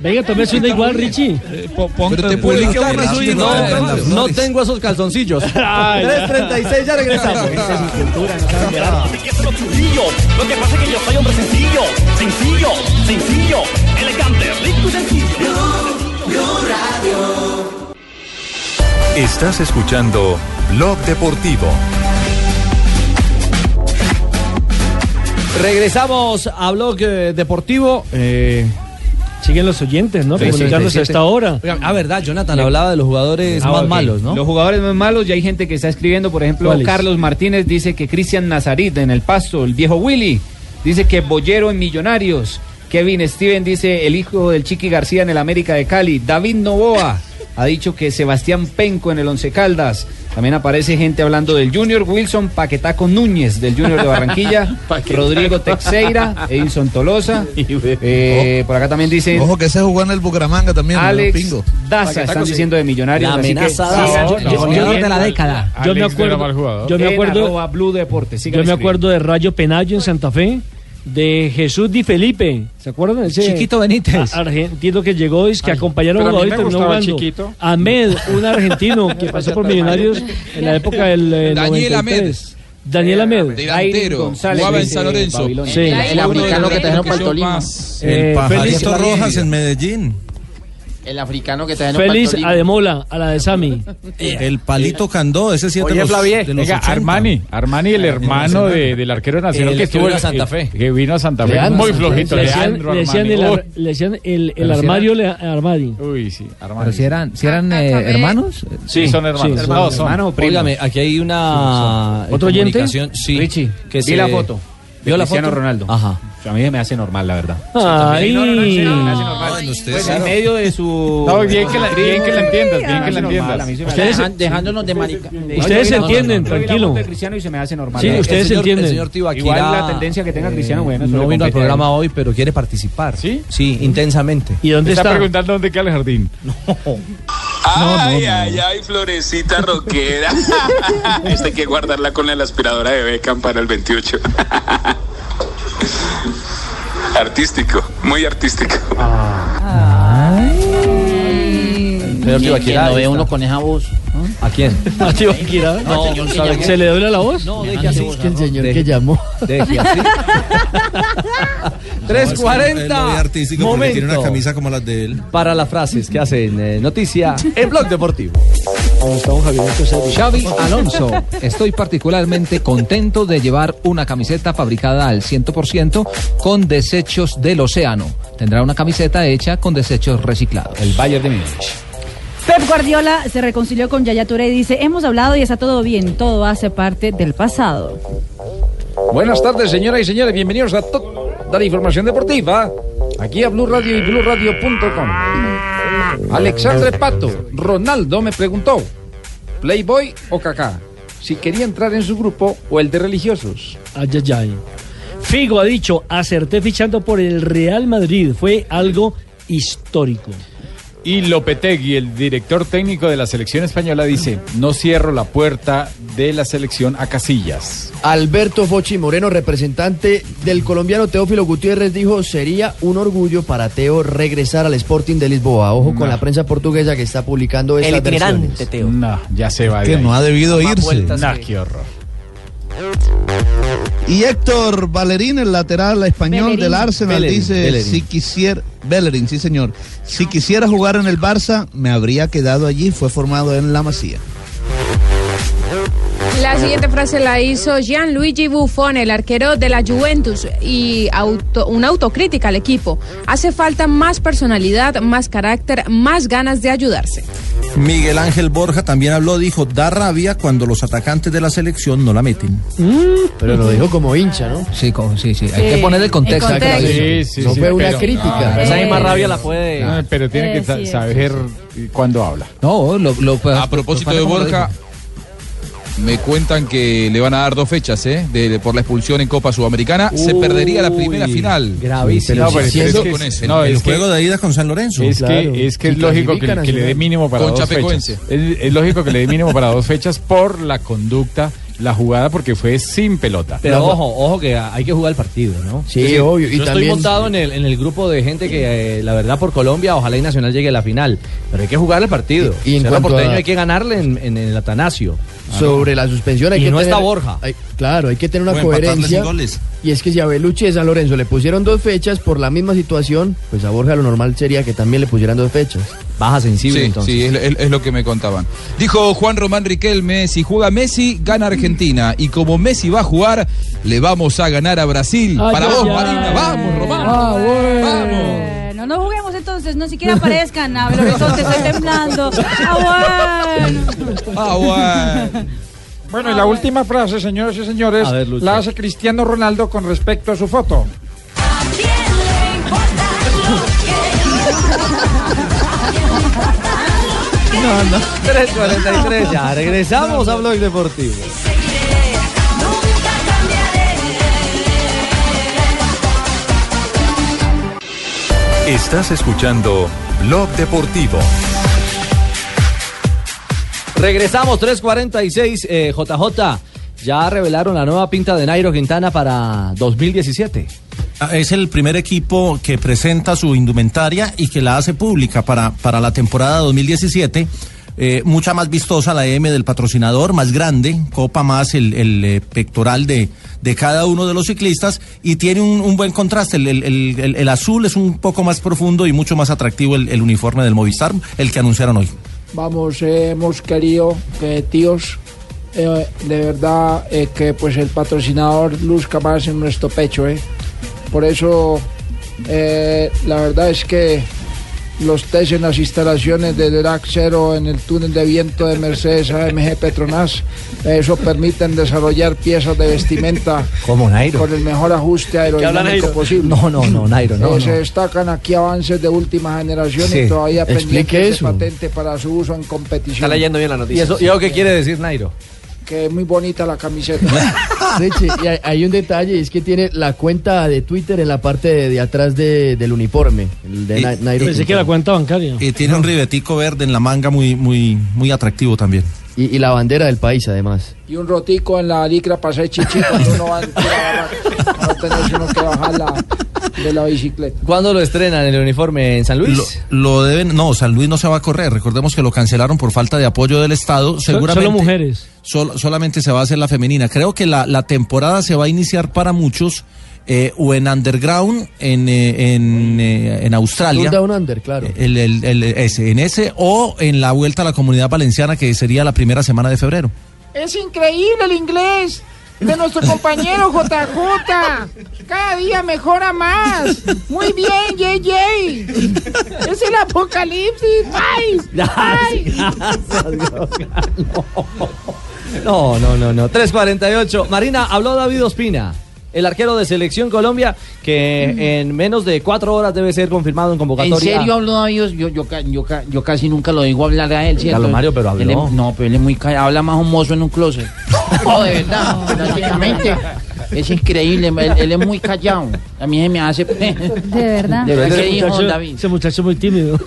Speaker 16: Venga, tome una igual, Richie.
Speaker 8: Eh, Pero te
Speaker 16: publica una suya y no te
Speaker 8: no,
Speaker 16: mandas
Speaker 8: no tengo esos calzoncillos.
Speaker 16: Ay, ya.
Speaker 8: 336, ya regresamos.
Speaker 7: Lo que pasa es que yo soy hombre sencillo, sencillo, sencillo, elegante, rico y sencillo.
Speaker 3: Estás escuchando Blog Deportivo.
Speaker 8: Regresamos a Blog eh, Deportivo. Eh,
Speaker 16: siguen los oyentes, ¿no? Comunicándose a esta hora.
Speaker 8: Ah, verdad, Jonathan hablaba de los jugadores
Speaker 20: Ah,
Speaker 8: más
Speaker 20: ok.
Speaker 8: malos, ¿no?
Speaker 20: Los jugadores más malos, ya hay gente que está escribiendo, por ejemplo,
Speaker 8: ¿Cuáles?
Speaker 20: Carlos Martínez dice que Cristian Nazarit en el Pasto, el viejo Willy, dice que Bollero en Millonarios, Kevin Steven dice el hijo del Chiqui García en el América de Cali, David Novoa ha dicho que Sebastián Penco en el Once Caldas, también aparece gente hablando del Junior, Wilson Paquetaco Núñez del Junior de Barranquilla,
Speaker 4: Paquetaco.
Speaker 20: Rodrigo Texeira, Edison Tolosa, eh, por acá también dicen...
Speaker 4: Ojo que ese jugó en el Bucaramanga también.
Speaker 20: Alex
Speaker 4: pingo.
Speaker 20: Daza están diciendo de Millonarios.
Speaker 4: La
Speaker 20: así que
Speaker 4: amenaza
Speaker 20: sigan-
Speaker 4: Daza.
Speaker 20: sigan-
Speaker 4: El goleador
Speaker 20: sigan-
Speaker 4: de la década.
Speaker 20: Yo me acuerdo.
Speaker 16: yo me
Speaker 20: En
Speaker 16: acuerdo-
Speaker 20: arroba Blue Deportes.
Speaker 16: Yo me acuerdo de Rayo Penayo en Santa Fe, de Jesús Di Felipe, ¿se acuerdan? Ese
Speaker 20: Chiquito Benítez.
Speaker 16: a- Argentino que llegó y es que acompañaron
Speaker 20: pero a mí
Speaker 16: jugadores
Speaker 20: me
Speaker 16: no
Speaker 20: gustaba
Speaker 16: jugando.
Speaker 20: Chiquito.
Speaker 16: Ahmed, un argentino que pasó por Millonarios en la época del eh,
Speaker 23: Daniel Ahmed.
Speaker 16: 93. Daniel Ahmed.
Speaker 23: Delantero,
Speaker 16: González,
Speaker 23: jugaba en
Speaker 16: dice,
Speaker 23: San Lorenzo.
Speaker 16: Babilonia. Sí. El
Speaker 18: africano que trajeron para el Tolima.
Speaker 16: Eh,
Speaker 15: el pajarito
Speaker 16: Félix-
Speaker 15: Rojas en Medellín.
Speaker 18: El africano que trajeron para el
Speaker 16: Félix
Speaker 18: Tolima.
Speaker 16: Ademola, a la de Sami.
Speaker 15: El
Speaker 11: Eh,
Speaker 15: palito Candó, ese sí es de
Speaker 16: Oye,
Speaker 15: los,
Speaker 16: Flavier,
Speaker 15: de los
Speaker 16: venga,
Speaker 15: 80.
Speaker 11: Armani, Armani, el hermano de- del arquero nacional
Speaker 15: El
Speaker 11: que
Speaker 15: que
Speaker 11: estuvo
Speaker 15: vino a Santa
Speaker 11: Fe. Que vino a Santa Fe. Muy flojito,
Speaker 16: Le decían,
Speaker 11: Leandro
Speaker 16: le decían
Speaker 11: Armani.
Speaker 16: el,
Speaker 11: Uy,
Speaker 16: ar- le decían el, el
Speaker 11: Pero si
Speaker 16: armario le- Armadi.
Speaker 11: Uy, sí,
Speaker 13: Pero si eran, si eran eh, hermanos.
Speaker 11: Sí, son hermanos. No, son hermanos o primos.
Speaker 8: Óigame, aquí hay una.
Speaker 13: ¿Otro oyente?
Speaker 8: comunicación, Sí.
Speaker 20: Richie,
Speaker 8: que
Speaker 20: vi
Speaker 8: se-
Speaker 20: la foto.
Speaker 8: ¿Vio la
Speaker 20: Cristiano
Speaker 8: foto?
Speaker 20: Ronaldo.
Speaker 8: Ajá.
Speaker 20: A mí me hace normal, la verdad.
Speaker 8: Ay.
Speaker 20: No, no, no, en serio, me hace normal.
Speaker 8: Bueno, ustedes,
Speaker 20: Pues en
Speaker 8: claro.
Speaker 20: medio de su.
Speaker 8: No, bien que la- bien que la entiendas, bien que
Speaker 20: Me
Speaker 8: la
Speaker 20: hace normal,
Speaker 8: entiendas.
Speaker 20: a mí se me
Speaker 8: Ustedes-
Speaker 20: hace-
Speaker 18: dejándonos de marica.
Speaker 20: No,
Speaker 16: Ustedes
Speaker 20: yo vi la-
Speaker 16: entienden,
Speaker 20: yo vi la
Speaker 16: tranquilo.
Speaker 20: foto de Cristiano y se me hace normal.
Speaker 16: Sí,
Speaker 20: Eh,
Speaker 16: ustedes
Speaker 20: el señor-
Speaker 16: entienden.
Speaker 20: el señor Tibaquirá, Igual la tendencia que tenga Cristiano, bueno, eso
Speaker 8: no
Speaker 20: le
Speaker 8: vino al
Speaker 20: compete a él.
Speaker 8: programa hoy, pero quiere participar.
Speaker 11: ¿Sí?
Speaker 8: Sí, intensamente.
Speaker 16: ¿Y
Speaker 11: Te está, preguntando dónde queda el jardín.
Speaker 8: [laughs]
Speaker 25: Ay, ay, ay,
Speaker 33: [laughs]
Speaker 25: florecita roquera. Esta Este hay que guardarla con la aspiradora de Beckham para el 28. Artístico, muy artístico.
Speaker 34: Ah.
Speaker 18: Pero
Speaker 8: Tibaquirá,
Speaker 18: que no
Speaker 8: ahí
Speaker 18: ve
Speaker 8: está.
Speaker 18: uno con esa voz. ¿Ah? [laughs]
Speaker 8: ¿A quién?
Speaker 16: ¿A Tibaquirá?
Speaker 8: No,
Speaker 18: el señor que
Speaker 8: ¿sabe
Speaker 18: llamó.
Speaker 8: qué?
Speaker 16: ¿Se le duele la voz?
Speaker 8: No,
Speaker 18: deje
Speaker 8: deje así.
Speaker 18: así.
Speaker 17: Que el señor que llamó.
Speaker 8: Deje así.
Speaker 15: Él lo ve
Speaker 8: 340.
Speaker 15: artístico porque tiene una
Speaker 8: Momento.
Speaker 15: camisa como las de él.
Speaker 8: Para las frases que hacen eh, noticia en Blog Deportivo.
Speaker 19: Xavi Alonso, estoy particularmente contento de llevar una camiseta fabricada al 100% con desechos del océano. Tendrá una camiseta hecha con desechos reciclados. El Bayern de Múnich.
Speaker 12: Pep Guardiola se reconcilió con Yaya Touré y dice, hemos hablado y está todo bien, todo hace parte del pasado.
Speaker 35: Buenas tardes, señoras y señores. Bienvenidos a toda la información deportiva. Aquí a Blue Radio y BlueRadio.com. Alexandre Pato, Ronaldo me preguntó, ¿Playboy o Kaká? Si quería entrar en su grupo o el de religiosos.
Speaker 16: Ay, ay, ay. Figo ha dicho, acerté fichando por el Real Madrid. Fue algo histórico.
Speaker 11: Oh, Y Lopetegui, el director técnico de la selección española, dice: No cierro la puerta de la selección a Casillas.
Speaker 17: Alberto Fochi Moreno, representante del colombiano Teófilo Gutiérrez, dijo, sería un orgullo para Teo regresar al Sporting de Lisboa. Ojo
Speaker 8: Mm.
Speaker 17: con la prensa portuguesa que está publicando
Speaker 21: El
Speaker 17: estas
Speaker 21: itinerante
Speaker 17: versiones.
Speaker 21: Teo.
Speaker 11: No, ya se va.
Speaker 4: Que no ha debido
Speaker 17: Más
Speaker 4: irse.
Speaker 17: vueltas
Speaker 11: Nah, qué horror.
Speaker 4: Y Héctor Valerín, el lateral español
Speaker 15: Bellerín.
Speaker 4: del Arsenal,
Speaker 15: Bellerín,
Speaker 4: dice,
Speaker 15: Bellerín.
Speaker 4: si quisiera, Bellerín, sí señor, si quisiera jugar en el Barça, me habría quedado allí, fue formado en La Masía.
Speaker 9: La siguiente frase la hizo Gianluigi Buffon, el arquero de la Juventus, y auto- una autocrítica al equipo. Hace falta más personalidad, más carácter, más ganas de ayudarse.
Speaker 15: Miguel Ángel Borja también habló, dijo, da rabia cuando los atacantes de la selección no la meten.
Speaker 17: Pero lo dijo como hincha, ¿no?
Speaker 19: Sí, como, sí, sí.
Speaker 11: Hay que poner el contexto. Sí, sí,
Speaker 17: no
Speaker 11: sí,
Speaker 17: fue una
Speaker 11: pero-
Speaker 17: crítica.
Speaker 11: Ah,
Speaker 17: Esa misma
Speaker 11: rabia la
Speaker 17: puede...
Speaker 11: Ah, pero tiene que
Speaker 17: Eh,
Speaker 11: sa-
Speaker 17: sí,
Speaker 11: saber cuándo habla.
Speaker 19: No, lo,
Speaker 15: A
Speaker 19: propósito
Speaker 15: de Borja,
Speaker 23: [laughs] Me cuentan que le van a dar dos fechas, ¿eh? De, de- por la expulsión en Copa Sudamericana. se
Speaker 15: Uy,
Speaker 23: perdería la primera final.
Speaker 15: gravísimo.
Speaker 23: No, pero es que-
Speaker 15: Siendo-
Speaker 23: con ese.
Speaker 15: no, El es que- juego de
Speaker 23: ida con San Lorenzo.
Speaker 11: Es que es, que es lógico que, que le dé mínimo para
Speaker 23: Con
Speaker 11: dos
Speaker 23: Chapecoense.
Speaker 11: fechas. Es, es lógico que le dé mínimo para dos fechas por la conducta, la jugada, porque fue sin pelota.
Speaker 8: Pero ojo, ojo que hay que jugar el partido, ¿no?
Speaker 17: Sí, obvio, y
Speaker 8: yo estoy
Speaker 17: también-
Speaker 8: montado en el, en el grupo de gente que, eh, la verdad, por Colombia, ojalá y Nacional llegue a la final. Pero hay que jugar el partido.
Speaker 17: Y- y en
Speaker 8: Cerro
Speaker 17: cuanto
Speaker 8: porteño
Speaker 17: a-
Speaker 8: hay que ganarle en, en el Atanasio.
Speaker 17: Sobre la suspensión hay
Speaker 8: Y
Speaker 17: que
Speaker 8: no
Speaker 17: tener-
Speaker 8: está Borja.
Speaker 17: hay- claro, hay que tener una
Speaker 8: O empatarle
Speaker 17: coherencia.
Speaker 8: sin goles.
Speaker 17: Y es que si a Belucci y a San Lorenzo le pusieron dos fechas por la misma situación, pues a Borja lo normal sería que también le pusieran dos fechas.
Speaker 8: Baja sensible
Speaker 23: sí,
Speaker 17: entonces.
Speaker 23: Sí, es, es- es lo que me contaban. Dijo Juan Román Riquelme, si juega Messi, gana Argentina. Y como Messi va a jugar,
Speaker 4: Ah,
Speaker 23: le vamos a ganar a Brasil. Para vos, Marina, vamos, Román.
Speaker 12: Vamos. Ah, bueno, no juguemos entonces, no siquiera aparezcan. A ver, horizonte, estoy temblando. Ah,
Speaker 4: [laughs]
Speaker 12: bueno.
Speaker 15: Ah,
Speaker 17: [laughs]
Speaker 7: Bueno, y la última frase, señoras y señores,
Speaker 35: A ver, Lucho.
Speaker 7: la hace Cristiano Ronaldo con respecto a su foto.
Speaker 8: No, no. 3.43, ya regresamos a Blog Deportivo.
Speaker 3: Estás escuchando Blog Deportivo.
Speaker 8: Regresamos 346 eh, JJ. Ya revelaron la nueva pinta de Nairo Quintana para 2017.
Speaker 15: Ah, Es el primer equipo que presenta su indumentaria y que la hace pública para, para la temporada 2017. Eh, mucha más vistosa la M del patrocinador, más grande, copa más el, el, eh, pectoral de, de cada uno de los ciclistas y tiene un, un buen contraste. El, el- el- el- el azul es un poco más profundo y mucho más atractivo el, el uniforme del Movistar, el que anunciaron hoy.
Speaker 26: Vamos, eh, hemos querido que tíos, eh, de verdad, eh, que pues el patrocinador luzca más en nuestro pecho. eh. Por eso, eh, la verdad es que los test en las instalaciones del RAC 0 en el túnel de viento de Mercedes AMG Petronas, eh, eso permiten desarrollar piezas de vestimenta
Speaker 8: Como Nairo.
Speaker 26: con el mejor ajuste
Speaker 8: habla
Speaker 26: aerodinámico
Speaker 8: Nairo?
Speaker 26: posible.
Speaker 8: No, no, no, Nairo, no,
Speaker 26: Eh,
Speaker 8: no.
Speaker 26: Se destacan aquí avances de última generación
Speaker 8: Sí,
Speaker 26: y todavía
Speaker 8: explique
Speaker 26: pendientes
Speaker 8: eso.
Speaker 26: de patente para su uso en competición.
Speaker 8: Está leyendo bien la noticia. ¿Y eso- y eso qué quiere decir Nairo?
Speaker 26: Que es muy bonita la camiseta.
Speaker 17: [laughs] Richie, y hay, hay un detalle, es que tiene la cuenta de Twitter en la parte de, de atrás de- del uniforme. el de Na- Nairo
Speaker 15: pensé que
Speaker 17: Quintana.
Speaker 15: era
Speaker 16: Cuenta bancaria.
Speaker 15: Y Eh, tiene un ribetico verde en la manga muy, muy, muy atractivo también.
Speaker 17: Y, y la bandera del país, además.
Speaker 26: Y un rotico en la licra para hacer chichi cuando uno va a entrar a la- para tener uno que bajar la- de la bicicleta.
Speaker 8: ¿Cuándo lo estrenan el uniforme en San Luis?
Speaker 15: Lo, lo deben, no, San Luis no se va a correr. Recordemos que lo cancelaron por falta de apoyo del Estado. Seguramente
Speaker 16: Solo mujeres.
Speaker 15: sol- solamente se va a hacer la femenina. Creo que la, la temporada se va a iniciar para muchos eh, o en underground en, eh, en, eh, en Australia.
Speaker 17: Tour Down Under, claro.
Speaker 15: El, el- el- ese, en ese o en la vuelta a la comunidad valenciana que sería la primera semana de febrero.
Speaker 10: Es increíble el inglés de nuestro compañero JJ. Cada día mejora más. Muy bien, JJ. Es el apocalipsis. ¡Ay! ¡Ay!
Speaker 8: No, no, no, no. 348. Marina, habló David Ospina, el arquero de Selección Colombia, que en menos de cuatro horas debe ser confirmado en
Speaker 18: ¿En
Speaker 8: convocatoria.
Speaker 18: serio habló David? Os- Yo, yo, ca- yo, ca- yo casi nunca lo digo hablar a él, ¿cierto? em-
Speaker 8: Carlos Mario, pero habló.
Speaker 18: Él es- no, pero él es muy callado. Habla más un mozo en un [laughs] closet. Oh, de verdad, prácticamente. Es increíble, él, él es muy callado. A mí se me hace... De
Speaker 12: verdad.
Speaker 18: De verdad,
Speaker 16: Ese
Speaker 18: ¿qué dijo
Speaker 16: muchacho-
Speaker 18: David?
Speaker 16: Ese muchacho muy
Speaker 12: [laughs]
Speaker 16: tímido.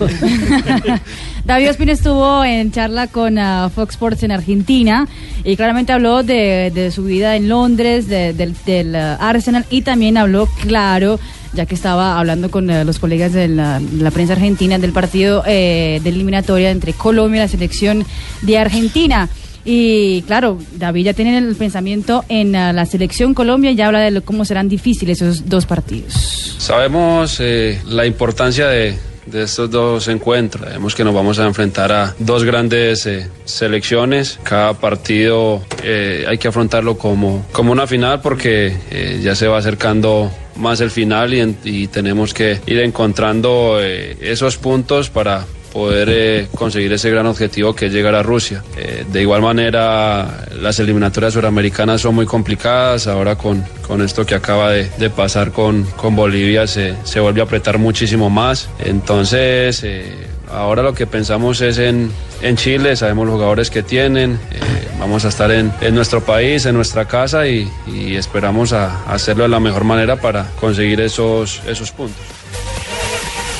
Speaker 12: David Ospina estuvo en charla con ah, Fox Sports en Argentina y claramente habló de, de su vida en Londres, de- del, del, ah, Arsenal y también habló, claro, ya que estaba hablando con eh, los colegas de la, de la prensa argentina del partido eh, de eliminatoria entre Colombia y la selección de Argentina. Y claro, David ya tiene el pensamiento en ah, la selección Colombia y ya habla de lo- cómo serán difíciles esos dos partidos.
Speaker 27: Sabemos eh, la importancia de, de estos dos encuentros. Sabemos que nos vamos a enfrentar a dos grandes eh, selecciones. Cada partido eh, hay que afrontarlo como, como una final porque eh, ya se va acercando más el final y, en- y tenemos que ir encontrando eh, esos puntos para poder eh, conseguir ese gran objetivo que es llegar a Rusia. Eh, de igual manera, las eliminatorias suramericanas son muy complicadas. Ahora con, con esto que acaba de, de pasar con, con Bolivia se, se vuelve a apretar muchísimo más. Entonces, eh, ahora lo que pensamos es en, en Chile, sabemos los jugadores que tienen, eh, vamos a estar en, en nuestro país, en nuestra casa y, y esperamos a- hacerlo de la mejor manera para conseguir esos, esos puntos.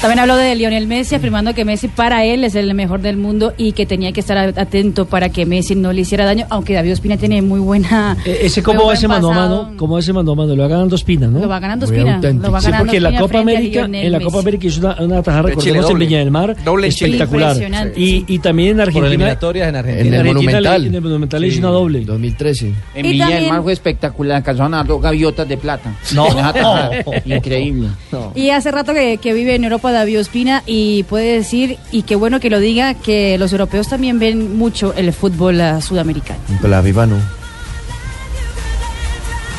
Speaker 12: También habló de Lionel Messi, afirmando que Messi para él es el mejor del mundo y que tenía que estar atento para que Messi no le hiciera daño, aunque David Ospina tiene muy buena...
Speaker 16: [laughs] E- Ese
Speaker 12: muy
Speaker 16: cómo va
Speaker 12: buen
Speaker 16: ese mano a
Speaker 12: pasado.
Speaker 16: mano, cómo va ese mano a mano, lo va ganando Espina, ¿no?
Speaker 12: Lo va ganando Ospina, lo va
Speaker 16: Sí,
Speaker 12: ganando
Speaker 16: porque en la
Speaker 12: Ospina
Speaker 16: Copa
Speaker 12: frente a
Speaker 16: América,
Speaker 12: Lionel
Speaker 16: en la
Speaker 12: Messi.
Speaker 16: Copa América hizo una, una tajada,
Speaker 12: De Chile
Speaker 16: recordemos, en
Speaker 12: doble.
Speaker 16: Viña del Mar,
Speaker 12: Doble en Chile.
Speaker 16: espectacular.
Speaker 12: Impresionante.
Speaker 16: Y, y también en Argentina.
Speaker 8: eliminatorias en Argentina.
Speaker 16: En
Speaker 8: En el
Speaker 16: Argentina le-
Speaker 8: Monumental.
Speaker 16: En el Monumental le
Speaker 8: Sí.
Speaker 16: hizo una doble.
Speaker 17: 2013.
Speaker 18: En
Speaker 12: Y
Speaker 18: Villa del
Speaker 12: también-
Speaker 18: Mar fue espectacular, alcanzaron a dos gaviotas de plata.
Speaker 8: No.
Speaker 18: Con esa tajada. [laughs] Increíble.
Speaker 12: Y hace rato que, que vive en Europa David Ospina y puede decir, y qué bueno que lo diga, que los europeos también eh, ven mucho el fútbol ah, sudamericano.
Speaker 17: La viva no.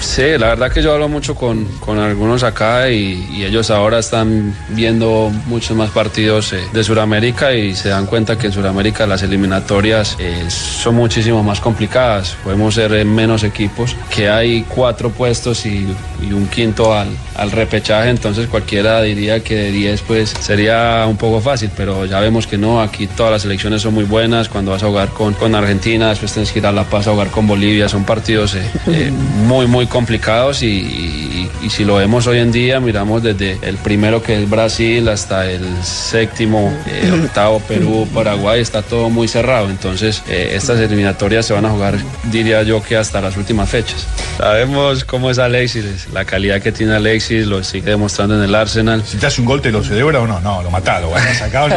Speaker 27: Sí, la verdad que yo hablo mucho con, con algunos acá y, y ellos ahora están viendo muchos más partidos eh, de Sudamérica y se dan cuenta que en Sudamérica las eliminatorias eh, son muchísimo más complicadas. Podemos ser eh, menos equipos, que hay cuatro puestos y, y un quinto al, al repechaje, entonces cualquiera diría que de 10 pues sería un poco fácil, pero ya vemos que no, aquí todas las elecciones son muy buenas, cuando vas a jugar con, con Argentina, después tienes que ir a La Paz a jugar con Bolivia, son partidos eh, eh, muy muy complicados y, y- y si lo vemos hoy en día, miramos desde el primero que es Brasil hasta el séptimo, eh, octavo Perú, Paraguay, está todo muy cerrado, entonces eh, estas eliminatorias se van a jugar, diría yo que hasta las últimas fechas. Sabemos cómo es Alexis, la calidad que tiene Alexis, lo sigue demostrando en el Arsenal. Si te hace un gol, ¿te lo celebra o no? No, lo matado, lo sacado.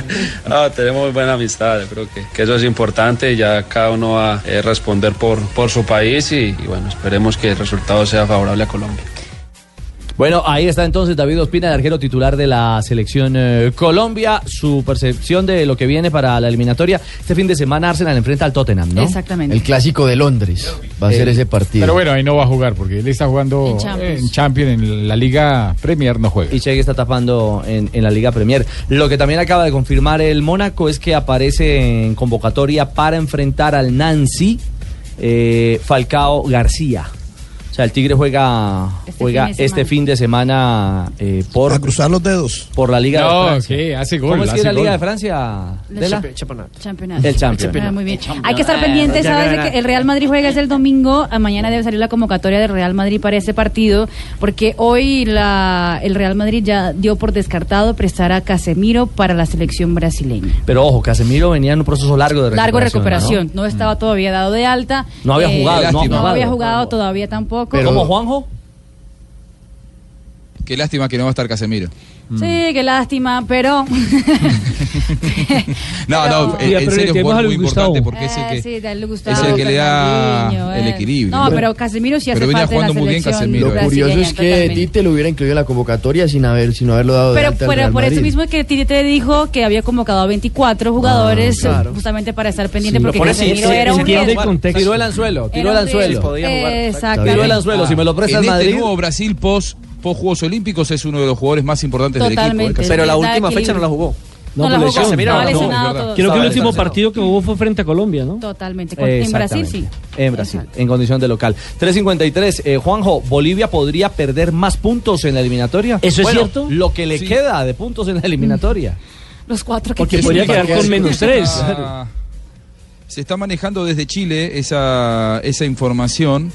Speaker 27: [laughs] No, tenemos muy buena amistad, yo creo que, que eso es importante, ya cada uno va a eh, responder por, por su país y, y bueno, esperemos que el resultado sea favorable a Colombia.
Speaker 8: Bueno, ahí está entonces David Ospina, el arquero titular de la selección eh, Colombia. Su percepción de lo que viene para la eliminatoria. Este fin de semana Arsenal enfrenta al Tottenham, ¿no?
Speaker 12: Exactamente.
Speaker 17: El clásico de Londres va a ser
Speaker 11: Eh,
Speaker 17: ese partido.
Speaker 11: Pero bueno, ahí no va a jugar porque él está jugando
Speaker 8: En
Speaker 11: en
Speaker 8: Champions.
Speaker 11: Champions, en, la Liga Premier, no juega.
Speaker 8: Y Che está tapando en, en la Liga Premier. Lo que también acaba de confirmar el Mónaco es que aparece en convocatoria para enfrentar al Nancy eh, Falcao García. O sea, el Tigre juega este, juega
Speaker 4: fin de
Speaker 8: fin, este fin de semana eh, por. A cruzar los dedos. Por la Liga de
Speaker 11: No,
Speaker 8: Francia.
Speaker 11: que hace gol,
Speaker 8: ¿Cómo es que
Speaker 11: hace
Speaker 8: la Liga
Speaker 11: gol.
Speaker 8: de Francia?
Speaker 12: La
Speaker 8: Dela?
Speaker 12: Champi- Campeonato.
Speaker 8: El Champions.
Speaker 12: Ah, muy bien. Hay que estar pendientes, ¿sabes? De que el Real Madrid juega es el domingo. ah, Mañana debe salir la convocatoria del Real Madrid para ese partido, porque hoy la, el Real Madrid ya dio por descartado prestar a Casemiro para la selección brasileña.
Speaker 8: Pero ojo, Casemiro venía en un proceso largo de recuperación.
Speaker 12: Largo recuperación,
Speaker 8: ¿no?
Speaker 12: ¿no? estaba todavía dado de alta. Eh,
Speaker 8: No había jugado, no
Speaker 12: no,
Speaker 8: había jugado.
Speaker 12: había jugado todavía tampoco.
Speaker 8: Pero- ¿Cómo, Juanjo?
Speaker 23: Qué lástima que no va a estar Casemiro.
Speaker 12: Sí, qué lástima, pero [laughs]
Speaker 23: No, no,
Speaker 16: Oiga,
Speaker 23: en, en serio
Speaker 16: pero le
Speaker 23: es un
Speaker 16: queremos a
Speaker 23: jugador muy
Speaker 16: Luis Gustavo.
Speaker 23: importante porque es el
Speaker 12: eh,
Speaker 23: que...
Speaker 12: sí, dale, Gustavo,
Speaker 23: es el que le da
Speaker 12: Fernandinho,
Speaker 23: el
Speaker 12: eh.
Speaker 23: equilibrio.
Speaker 12: No, pero Casemiro sí hace
Speaker 23: Pero venía
Speaker 12: falta en la
Speaker 23: jugando muy bien
Speaker 12: selección.
Speaker 23: Casemiro,
Speaker 17: Lo curioso es que
Speaker 12: Totalmente.
Speaker 17: Tite lo hubiera incluido en la convocatoria sin haber sin haberlo dado de
Speaker 12: Pero,
Speaker 17: alta al
Speaker 12: pero
Speaker 17: Real
Speaker 12: por eso
Speaker 17: Madrid.
Speaker 12: mismo que Tite te dijo que había convocado a 24 jugadores
Speaker 17: Ah, claro.
Speaker 12: eh, justamente para estar pendiente
Speaker 17: Sí.
Speaker 12: porque
Speaker 17: Lo pone
Speaker 12: Casemiro
Speaker 17: sin-
Speaker 12: era
Speaker 17: sin-
Speaker 12: un
Speaker 17: sin-
Speaker 12: riesgo.
Speaker 17: sin- contexto.
Speaker 8: Tiró el anzuelo, tiró el
Speaker 12: Era un
Speaker 8: anzuelo.
Speaker 12: riesgo. Eh, Exactamente.
Speaker 8: Tiró el anzuelo, si me lo presta
Speaker 23: en
Speaker 8: el Madrid.
Speaker 23: este nuevo Brasil post, post Juegos Olímpicos es uno de los jugadores más importantes del
Speaker 12: Totalmente,
Speaker 23: equipo. ¿eh?
Speaker 12: Pero la le da última equilibrio. fecha no la
Speaker 23: jugó.
Speaker 12: No, No la pues jugó, lesión. estaba
Speaker 23: no,
Speaker 12: lesionado
Speaker 23: es verdad.
Speaker 16: Creo
Speaker 12: todo.
Speaker 16: que el
Speaker 8: Sabe,
Speaker 16: último
Speaker 8: sabe.
Speaker 16: partido que jugó fue frente a Colombia, ¿no?
Speaker 12: Totalmente. con- En Brasil sí.
Speaker 8: Exactamente. En Brasil, en condición de local. 353, eh, Juanjo, ¿Bolivia podría perder más puntos en la eliminatoria?
Speaker 16: ¿Eso es
Speaker 8: Bueno,
Speaker 16: cierto?
Speaker 8: Lo que le
Speaker 16: Sí.
Speaker 8: queda de puntos en la eliminatoria.
Speaker 12: Los cuatro
Speaker 16: que Porque podría quedar con menos tres.
Speaker 23: Ah, Se está manejando desde Chile esa, esa información.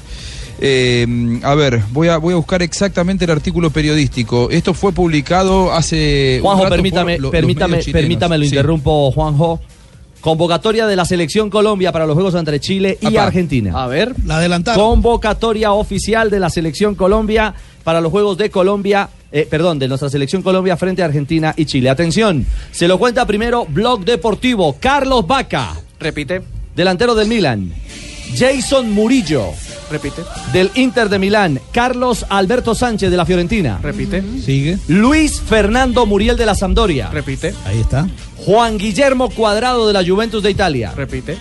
Speaker 23: Eh, a ver, voy a, voy a buscar exactamente el artículo periodístico. Esto fue publicado hace. Eh, un
Speaker 8: Juanjo,
Speaker 23: rato por
Speaker 8: permítame,
Speaker 23: lo- los
Speaker 8: permítame,
Speaker 23: medios chilenos.
Speaker 8: permítame, lo
Speaker 23: Sí.
Speaker 8: interrumpo, Juanjo. Convocatoria de la selección Colombia para los Juegos entre Chile y
Speaker 23: Apa.
Speaker 8: Argentina. A
Speaker 23: ver,
Speaker 8: la adelantaron. Convocatoria oficial de la selección Colombia para los Juegos de Colombia, eh, perdón, de nuestra selección Colombia frente a Argentina y Chile. Atención, se lo cuenta primero Blog Deportivo, Carlos Vaca. Repite. Delantero del Milan. Jason Murillo. Repite. Del Inter de Milán, Carlos Alberto Sánchez de la Fiorentina. Repite. Sigue. Luis Fernando Muriel de la Sampdoria. Repite.
Speaker 4: Ahí está.
Speaker 8: Juan Guillermo Cuadrado de la Juventus de Italia. Repite.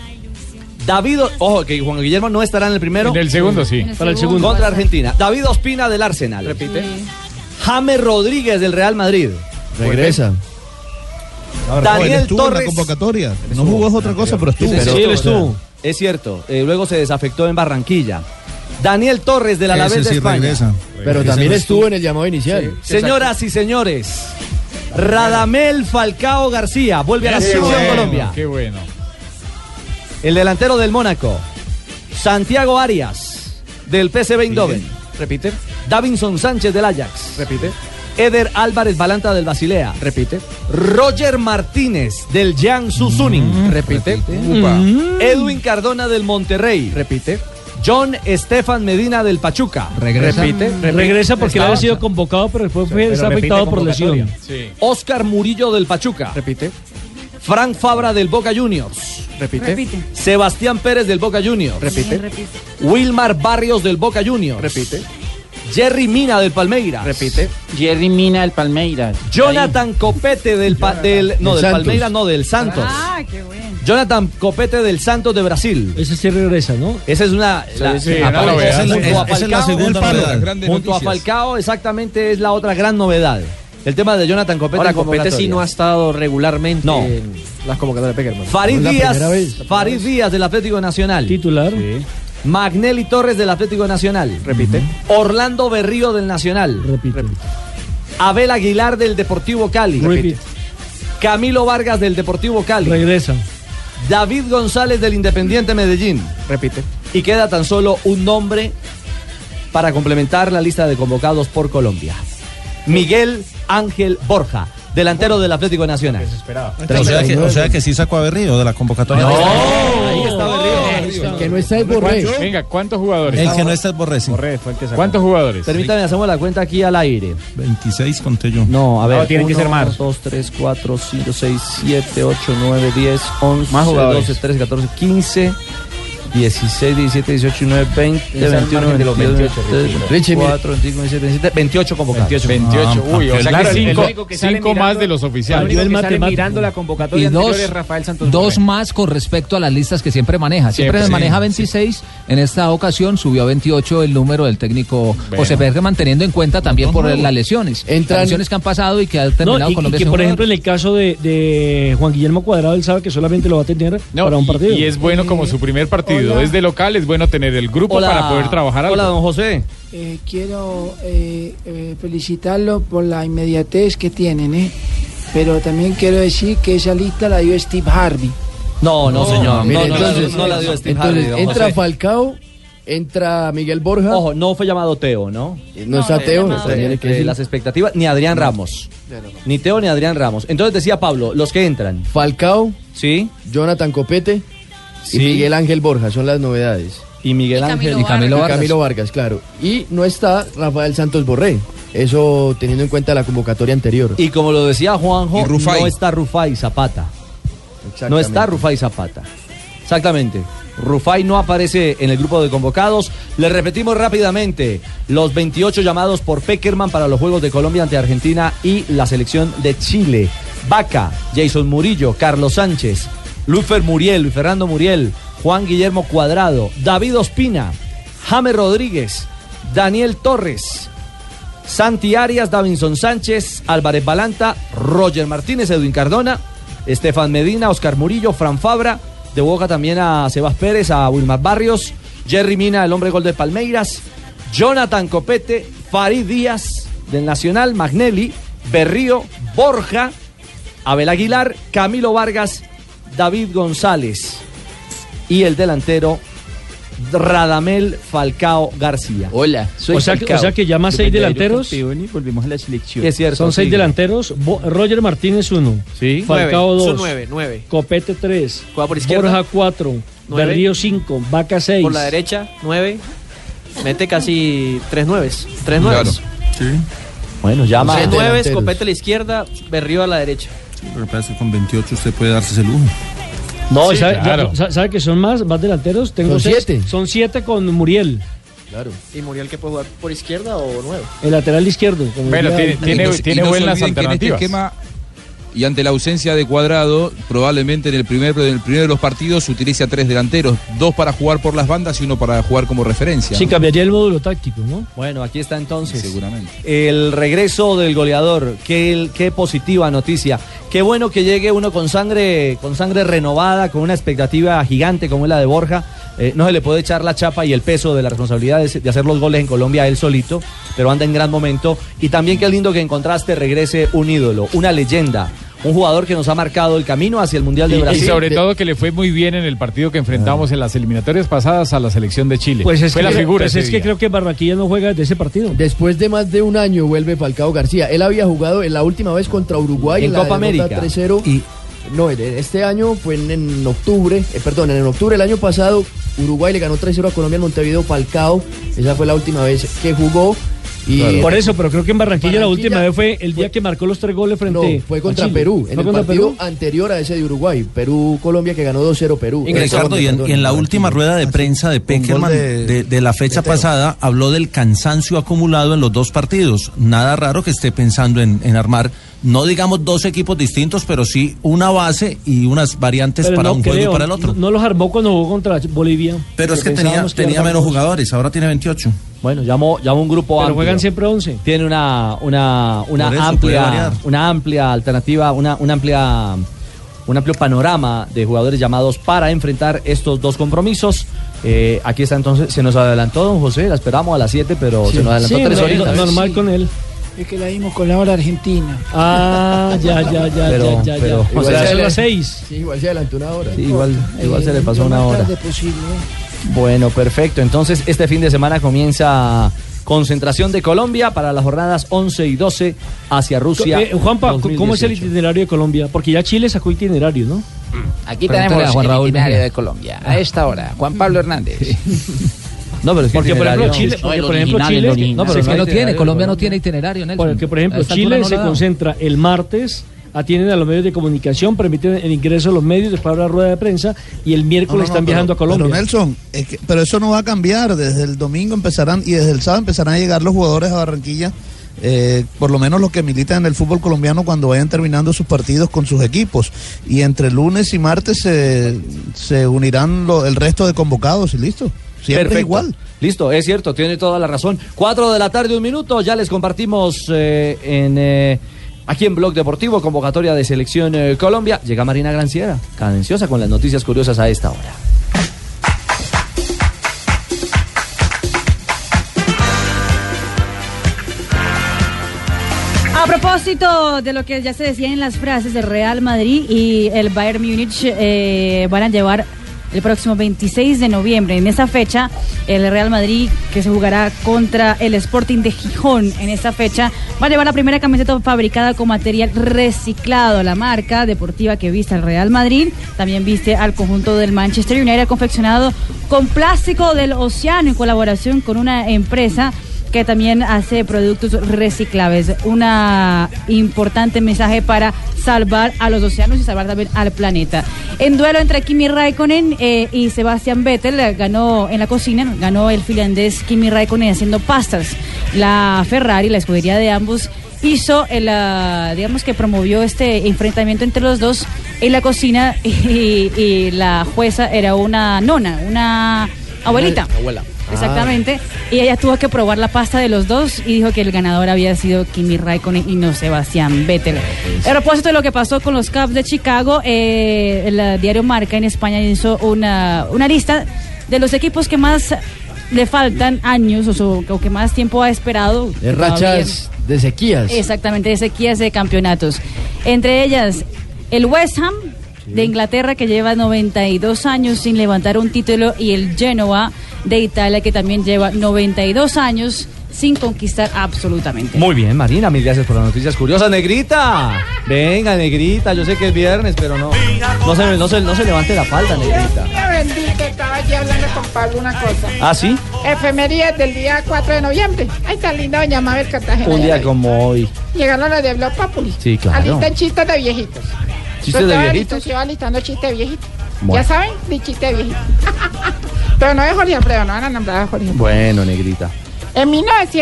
Speaker 8: David, O- ojo, que Juan Guillermo no estará en el primero.
Speaker 11: En el segundo, sí. En el Para el segundo. segundo.
Speaker 8: Contra Argentina. David Ospina del Arsenal. Repite. James Rodríguez del Real Madrid.
Speaker 17: Regresa.
Speaker 4: Ahora,
Speaker 8: Daniel
Speaker 4: él estuvo en
Speaker 8: Torres.
Speaker 4: la convocatoria. No jugó es otra cosa, pero estuvo.
Speaker 8: Es cierto. eh, luego se desafectó en Barranquilla. Daniel Torres del Alavés
Speaker 4: Ese
Speaker 8: de
Speaker 4: sí
Speaker 8: España.
Speaker 4: regresa.
Speaker 17: Pero
Speaker 8: Ese
Speaker 17: también
Speaker 8: no
Speaker 17: estuvo en el llamado inicial.
Speaker 8: Señoras y señores, Radamel Falcao García vuelve a la
Speaker 11: Qué
Speaker 8: selección
Speaker 11: bueno,
Speaker 8: Colombia.
Speaker 11: Qué bueno.
Speaker 8: El delantero del Mónaco, Santiago Arias, del PSV Eindhoven. Repite. Davinson Sánchez del Ajax. Repite. Eder Álvarez Balanta del Basilea. Repite. Roger Martínez del Jiangsu
Speaker 16: Mm,
Speaker 8: Suning. Repite. Mm.
Speaker 23: Upa.
Speaker 8: Edwin Cardona del Monterrey. Repite. John Estefan Medina del Pachuca.
Speaker 16: Repite, Regresa porque él había sido convocado, pero después fue
Speaker 8: pero repite
Speaker 16: afectado por lesión.
Speaker 8: convocatoria. Oscar Murillo del Pachuca. Repite. Frank Fabra del Boca Juniors. Repite.
Speaker 12: Repite.
Speaker 8: Sebastián Pérez del Boca Juniors. Wilmar Barrios del Boca Juniors. Repite. Jerry Mina del Palmeiras. Repite.
Speaker 18: Jerry Mina del Palmeiras.
Speaker 8: Jonathan Copete del, pa- del- no
Speaker 18: Del
Speaker 8: del
Speaker 18: Santos.
Speaker 8: Palmeiras no del Santos.
Speaker 12: Ah, qué bueno.
Speaker 8: Jonathan Copete del Santos de Brasil. Ese sí regresa, ¿no? Esa es una.
Speaker 4: Sí, sí, una novedad. Esa es la-
Speaker 8: junto a
Speaker 4: esa es la
Speaker 8: Falcao,
Speaker 4: segunda
Speaker 8: junto a-
Speaker 4: novedad. Grandes
Speaker 8: Junto a
Speaker 4: noticias.
Speaker 8: Falcao, exactamente es la otra gran novedad. El tema de Jonathan Copete.
Speaker 21: Ahora,
Speaker 8: en
Speaker 21: Copete sí
Speaker 8: convocatoria.
Speaker 21: no ha estado regularmente
Speaker 8: No.
Speaker 21: en las convocatorias de Peckerman.
Speaker 8: Farid Díaz, Farid Díaz del Atlético Nacional. Titular. Magnelli Torres del Atlético Nacional. Repite. Orlando Berrío del Nacional. Repite. Abel Aguilar del Deportivo Cali. Repite. Camilo Vargas del Deportivo Cali. Regresa. David González del Independiente Medellín. Repite. Y queda tan solo un nombre para complementar la lista de convocados por Colombia. Miguel Ángel Borja, delantero del Atlético Nacional.
Speaker 15: O sea, que, o sea que sí sacó a Berrío de la convocatoria.
Speaker 8: Ahí está Berrío. Que no está es
Speaker 11: ¿Cuántos- Venga, ¿cuántos jugadores?
Speaker 15: El que no está es Borré. sí.
Speaker 11: ¿Cuántos jugadores?
Speaker 8: Permítame, hacemos la cuenta aquí al aire.
Speaker 15: 26 conté yo.
Speaker 8: No, a ver. 2,
Speaker 21: 3, 4, 5, 6, 7, 8, 9, 10, 11,
Speaker 8: Más jugadores.
Speaker 21: 12,
Speaker 8: 13, 14, 15, 16, 17, 18, 19, 20,
Speaker 21: Ese es el
Speaker 8: 21,
Speaker 21: margen de los
Speaker 8: 22,
Speaker 21: 28,
Speaker 8: 23,
Speaker 21: Richie, mira.
Speaker 8: 24, 25, 26, 27, 28 convocados.
Speaker 11: 28. 28, uy, o sea que cinco- cinco más de los
Speaker 20: El
Speaker 11: oficiales.
Speaker 20: único
Speaker 11: Yo el
Speaker 20: que sale
Speaker 11: matemático.
Speaker 20: mirando la
Speaker 19: Y
Speaker 20: convocatoria
Speaker 19: dos,
Speaker 20: anterior es Rafael Santos.
Speaker 19: dos más con respecto a las listas que siempre maneja. Siempre,
Speaker 20: Siempre,
Speaker 19: se
Speaker 20: sí,
Speaker 19: maneja 26. En esta ocasión subió a 28 el número del técnico José Bergman, teniendo en cuenta también por
Speaker 16: nuevo.
Speaker 19: las lesiones.
Speaker 16: Entran-
Speaker 19: Las lesiones que han pasado y que ha terminado
Speaker 16: No, y, y
Speaker 19: Colombia
Speaker 16: que
Speaker 19: sin
Speaker 16: por
Speaker 19: jugar.
Speaker 16: ejemplo en el caso de, de Juan Guillermo Cuadrado, él sabe que solamente lo va a tener
Speaker 11: No,
Speaker 16: para un
Speaker 11: y-
Speaker 16: partido.
Speaker 11: Y, es bueno como su primer partido.
Speaker 16: Hola.
Speaker 11: Es de local, es bueno tener el grupo
Speaker 16: Hola.
Speaker 11: para poder trabajar algo.
Speaker 16: Hola, don José.
Speaker 10: Eh, quiero eh, eh, felicitarlo por la inmediatez que tienen, ¿eh? Pero también quiero decir que esa lista la dio Steve Harvey.
Speaker 8: No, no, señor.
Speaker 17: Mire,
Speaker 8: No, no,
Speaker 17: entonces,
Speaker 8: no, no la dio Steve
Speaker 17: entonces,
Speaker 8: Harvey, don
Speaker 17: entra
Speaker 8: José.
Speaker 17: Falcao, entra Miguel Borja.
Speaker 8: Ojo, no fue llamado Teo, ¿no?
Speaker 17: No es ateo.
Speaker 8: No, eh, eh, las expectativas, ni Adrián Ramos. Ni Teo ni Adrián Ramos. Entonces decía Pablo, los que entran.
Speaker 17: Falcao,
Speaker 8: sí.
Speaker 17: Jonathan Copete
Speaker 8: Sí.
Speaker 17: y Miguel Ángel Borja son las novedades.
Speaker 8: Y Miguel
Speaker 17: Ángel
Speaker 8: Camilo y Camilo Vargas.
Speaker 17: Camilo Vargas, claro. Y no está Rafael Santos Borré. Eso teniendo en cuenta la convocatoria anterior.
Speaker 8: Y como lo decía Juanjo,
Speaker 17: Y Rufai.
Speaker 8: no está Rufai Zapata. No está Rufai Zapata. Exactamente. Rufai no aparece en el grupo de convocados. Le repetimos rápidamente los 28 llamados por Peckerman para los Juegos de Colombia ante Argentina y la selección de Chile. Vaca, Jason Murillo, Carlos Sánchez, Lufer Muriel, Luis Fernando Muriel, Juan Guillermo Cuadrado, David Ospina, James Rodríguez, Daniel Torres, Santi Arias, Davinson Sánchez, Álvarez Balanta, Roger Martínez, Edwin Cardona, Estefan Medina, Oscar Murillo, Fran Fabra, de Boca también a Sebas Pérez, a Wilmar Barrios, Jerry Mina, el hombre gol de Palmeiras, Jonathan Copete, Farid Díaz del Nacional, Magnelli, Berrío, Borja, Abel Aguilar, Camilo Vargas, David González y el delantero Radamel Falcao García.
Speaker 18: Hola,
Speaker 16: o, sea que, o sea que llama a seis delanteros.
Speaker 18: volvemos a la selección.
Speaker 16: Es cierto, Son seis delanteros. Bo- Roger Martínez uno. Falcao
Speaker 18: Nueve,
Speaker 16: dos.
Speaker 18: son nueve, nueve.
Speaker 16: Copete tres.
Speaker 18: Juega por izquierda.
Speaker 16: Borja cuatro.
Speaker 18: Nueve.
Speaker 16: Berrío cinco. Vaca seis.
Speaker 18: Por la derecha, 9. Mete casi 3 nueves. 3
Speaker 8: Claro.
Speaker 18: nueves.
Speaker 8: Bueno, llama.
Speaker 18: 3 nueves, copete a la izquierda, Berrío a la derecha.
Speaker 15: Lo que pasa es que con 28 usted puede darse ese lujo.
Speaker 16: No,
Speaker 15: Sí,
Speaker 16: ¿sabe, ya-
Speaker 15: claro.
Speaker 16: sa- sabe que son más, más delanteros? Tengo
Speaker 18: Son
Speaker 16: seis.
Speaker 18: siete.
Speaker 16: Son siete con Muriel,
Speaker 18: Claro. ¿Y Muriel que puede jugar por izquierda o 9?
Speaker 16: el lateral izquierdo. como
Speaker 11: Bueno,
Speaker 16: diría-
Speaker 11: tiene- tiene-
Speaker 23: Y no se-
Speaker 11: tiene
Speaker 23: y no se
Speaker 11: buenas
Speaker 23: olviden que en este
Speaker 11: alternativas.
Speaker 23: esquema, y ante la ausencia de cuadrado, probablemente en el, primer, en el primero de los partidos utilice a tres delanteros, dos para jugar por las bandas y uno para jugar como referencia.
Speaker 16: Sí, cambiaría el módulo táctico, ¿no?
Speaker 8: Bueno, aquí está entonces.
Speaker 23: Seguramente.
Speaker 8: El regreso del goleador, qué, el- qué positiva noticia. Qué bueno que llegue uno con sangre, con sangre renovada, con una expectativa gigante como es la de Borja. Eh, no se le puede echar la chapa y el peso de la responsabilidad de, de hacer los goles en Colombia él solito, pero anda en gran momento. Y también qué lindo que en contraste regrese un ídolo, una leyenda, un jugador que nos ha marcado el camino hacia el Mundial
Speaker 11: Y,
Speaker 8: de
Speaker 11: y
Speaker 8: Brasil.
Speaker 11: sobre
Speaker 8: De-
Speaker 11: todo que le fue muy bien en el partido que enfrentamos en las eliminatorias pasadas a la selección de Chile.
Speaker 16: Pues es
Speaker 11: Eh, fue
Speaker 16: que,
Speaker 11: la figura.
Speaker 16: pues
Speaker 11: ese
Speaker 16: es que
Speaker 11: día.
Speaker 16: creo que Barranquilla no juega desde ese partido.
Speaker 17: Después de más de un año vuelve Falcao García. Él había jugado en la última vez contra Uruguay
Speaker 8: En
Speaker 17: la
Speaker 8: Copa
Speaker 17: derrota
Speaker 8: América.
Speaker 17: 3-0. No, en- en este año fue en, en octubre, eh, perdón, en octubre del año pasado Uruguay le ganó 3-0 a Colombia en Montevideo Falcao. Esa fue la última vez que jugó. Y
Speaker 16: Por eso, pero creo que en Barranquilla, la última vez fue el día que marcó los tres goles
Speaker 17: No,
Speaker 16: frente
Speaker 17: fue
Speaker 16: a
Speaker 17: contra
Speaker 16: Chile.
Speaker 17: Perú, en
Speaker 16: ¿Fue
Speaker 17: el
Speaker 16: contra
Speaker 17: partido
Speaker 16: Perú?
Speaker 17: anterior a ese de Uruguay. Perú-Colombia que ganó 2-0 Perú.
Speaker 15: Ricardo, y en, y en la última rueda
Speaker 16: Ah,
Speaker 15: de prensa de Peckerman
Speaker 17: de-
Speaker 15: de, de la fecha
Speaker 17: de Teo.
Speaker 15: pasada habló del cansancio acumulado en los dos partidos. Nada raro que esté pensando en, en armar no digamos dos equipos distintos, pero sí una base y unas variantes
Speaker 16: Pero
Speaker 15: para
Speaker 16: no
Speaker 15: un juego
Speaker 16: creo,
Speaker 15: y para el otro.
Speaker 16: No, no los armó cuando jugó contra Bolivia.
Speaker 15: Pero es que tenía,
Speaker 16: pensábamos
Speaker 15: tenía
Speaker 16: iba a
Speaker 15: menos
Speaker 16: armar dos.
Speaker 15: jugadores, ahora tiene 28.
Speaker 8: Bueno, llamó, llamó un grupo
Speaker 16: Pero
Speaker 8: amplio.
Speaker 16: juegan siempre 11.
Speaker 8: Tiene una, una, una
Speaker 16: Por eso, puede
Speaker 8: amplia,
Speaker 16: variar.
Speaker 8: una amplia alternativa, una, una amplia, un amplio panorama de jugadores llamados para enfrentar estos dos compromisos. Eh, aquí está entonces, se nos adelantó don José, la esperamos a las 7, pero
Speaker 16: Sí.
Speaker 8: Oh, se nos adelantó
Speaker 16: Sí,
Speaker 8: tres
Speaker 16: no,
Speaker 8: horitas.
Speaker 16: no, normal con él.
Speaker 10: Es que la dimos con la hora argentina.
Speaker 16: Ah, ya, ya, ya,
Speaker 8: Pero-
Speaker 16: ya, ya,
Speaker 8: pero-
Speaker 16: ya.
Speaker 8: o
Speaker 16: Igual
Speaker 8: sea,
Speaker 16: son
Speaker 8: le-
Speaker 16: las seis.
Speaker 17: igual se adelantó una hora.
Speaker 8: igual, igual se le pasó una hora.
Speaker 16: Eh,
Speaker 8: Bueno, perfecto. Entonces, este fin de semana comienza concentración de Colombia para las jornadas 11 y 12 hacia Rusia.
Speaker 16: Eh, Juanpa, ¿cómo es el itinerario de Colombia? Porque ya Chile sacó itinerario, ¿no?
Speaker 22: Aquí
Speaker 16: Pregúntale
Speaker 22: tenemos
Speaker 16: a Juan
Speaker 22: el
Speaker 16: Raúl
Speaker 22: itinerario
Speaker 16: Mejía.
Speaker 22: de Colombia. A esta hora, Juan Pablo
Speaker 16: [laughs]
Speaker 22: Hernández.
Speaker 8: No, pero es
Speaker 16: que Porque, por ejemplo, Chile-
Speaker 22: No,
Speaker 16: porque,
Speaker 22: el
Speaker 16: por ejemplo,
Speaker 22: original,
Speaker 16: Chile-
Speaker 22: el original.
Speaker 16: No, pero
Speaker 19: es que
Speaker 16: no
Speaker 19: no
Speaker 16: hay
Speaker 19: tiene,
Speaker 16: itinerario,
Speaker 19: Colombia no tiene itinerario, Nelson.
Speaker 16: Porque, por
Speaker 19: A
Speaker 16: ejemplo,
Speaker 19: esta altura
Speaker 16: Chile
Speaker 19: no
Speaker 16: se
Speaker 19: lo da.
Speaker 16: concentra el martes, atienden a los medios de comunicación, permiten el ingreso de los medios, después habrá rueda de prensa y el
Speaker 4: No, no,
Speaker 16: miércoles
Speaker 4: no,
Speaker 16: están
Speaker 4: pero-
Speaker 16: viajando a Colombia.
Speaker 4: Pero Nelson, es que- pero eso no va a cambiar. Desde el domingo empezarán y desde el sábado empezarán a llegar los jugadores a Barranquilla. eh, por lo menos los que militan en el fútbol colombiano cuando vayan terminando sus partidos con sus equipos. Y entre lunes y martes se, se unirán lo- el resto de convocados y listo. Siempre
Speaker 8: Perfecto.
Speaker 4: igual.
Speaker 8: Listo, es cierto, tiene toda la razón. Cuatro de la tarde, un minuto, ya les compartimos eh, en eh, aquí en Blog Deportivo, convocatoria de Selección eh, Colombia. Llega Marina Granciera, cadenciosa con las noticias curiosas a esta hora.
Speaker 12: A propósito de lo que ya se decía en las frases del Real Madrid y el Bayern Múnich eh, van a llevar el próximo 26 de noviembre. En esa fecha, el Real Madrid, que se jugará contra el Sporting de Gijón en esa fecha, va a llevar la primera camiseta fabricada con material reciclado. La marca deportiva que viste al Real Madrid también viste al conjunto del Manchester United, confeccionado con plástico del océano en colaboración con una empresa que también hace productos reciclables. Una importante mensaje para salvar a los océanos y salvar también al planeta. En duelo entre Kimi Raikkonen eh, y Sebastian Vettel, eh, ganó en la cocina, ganó el finlandés Kimi Raikkonen haciendo pastas. La Ferrari, la escudería de ambos, hizo, el, ah, digamos que promovió este enfrentamiento entre los dos en la cocina [laughs] y- y la jueza era una nona, una abuelita.
Speaker 22: Abuela.
Speaker 12: Exactamente. Y ella tuvo que probar la pasta de los dos y dijo que el ganador había sido Kimi Raikkonen y no Sebastián Vettel. A propósito de lo que pasó con los Cubs de Chicago, eh, el diario Marca en España hizo una, una lista de los equipos que más le faltan años o, su- o que más tiempo ha esperado.
Speaker 17: De Eh, rachas de sequías.
Speaker 12: Exactamente, de sequías de campeonatos. Entre ellas, el West Ham de Inglaterra, que lleva 92 años sin levantar un título, y el Genoa de Italia, que también lleva 92 años sin conquistar absolutamente.
Speaker 8: Muy bien, Marina, mil gracias por las noticias curiosas. Negrita, venga, Negrita, yo sé que es viernes, pero no. No se, no se, no se levante la falda, Negrita.
Speaker 10: Dios mío bendito, estaba aquí hablando con Pablo una cosa.
Speaker 8: Ah, sí,
Speaker 10: Efemerías del día 4 de noviembre. Ay, tan linda doña Mabel Cartagena.
Speaker 8: un día como hoy.
Speaker 10: Llegaron las de Blog Populi.
Speaker 8: Sí, claro.
Speaker 10: Alistan chistes de viejitos.
Speaker 8: ¿Chistes
Speaker 10: Yo
Speaker 8: de
Speaker 10: estaba
Speaker 8: viejitos?
Speaker 10: listo, yo iba alistando chistes de viejitos.
Speaker 8: Bueno.
Speaker 10: Ya saben, de chistes de viejitos. [laughs] Pero no es Jorge Alfredo, no van a nombrar a Jorge Alfredo.
Speaker 8: Bueno, Negrita.
Speaker 10: En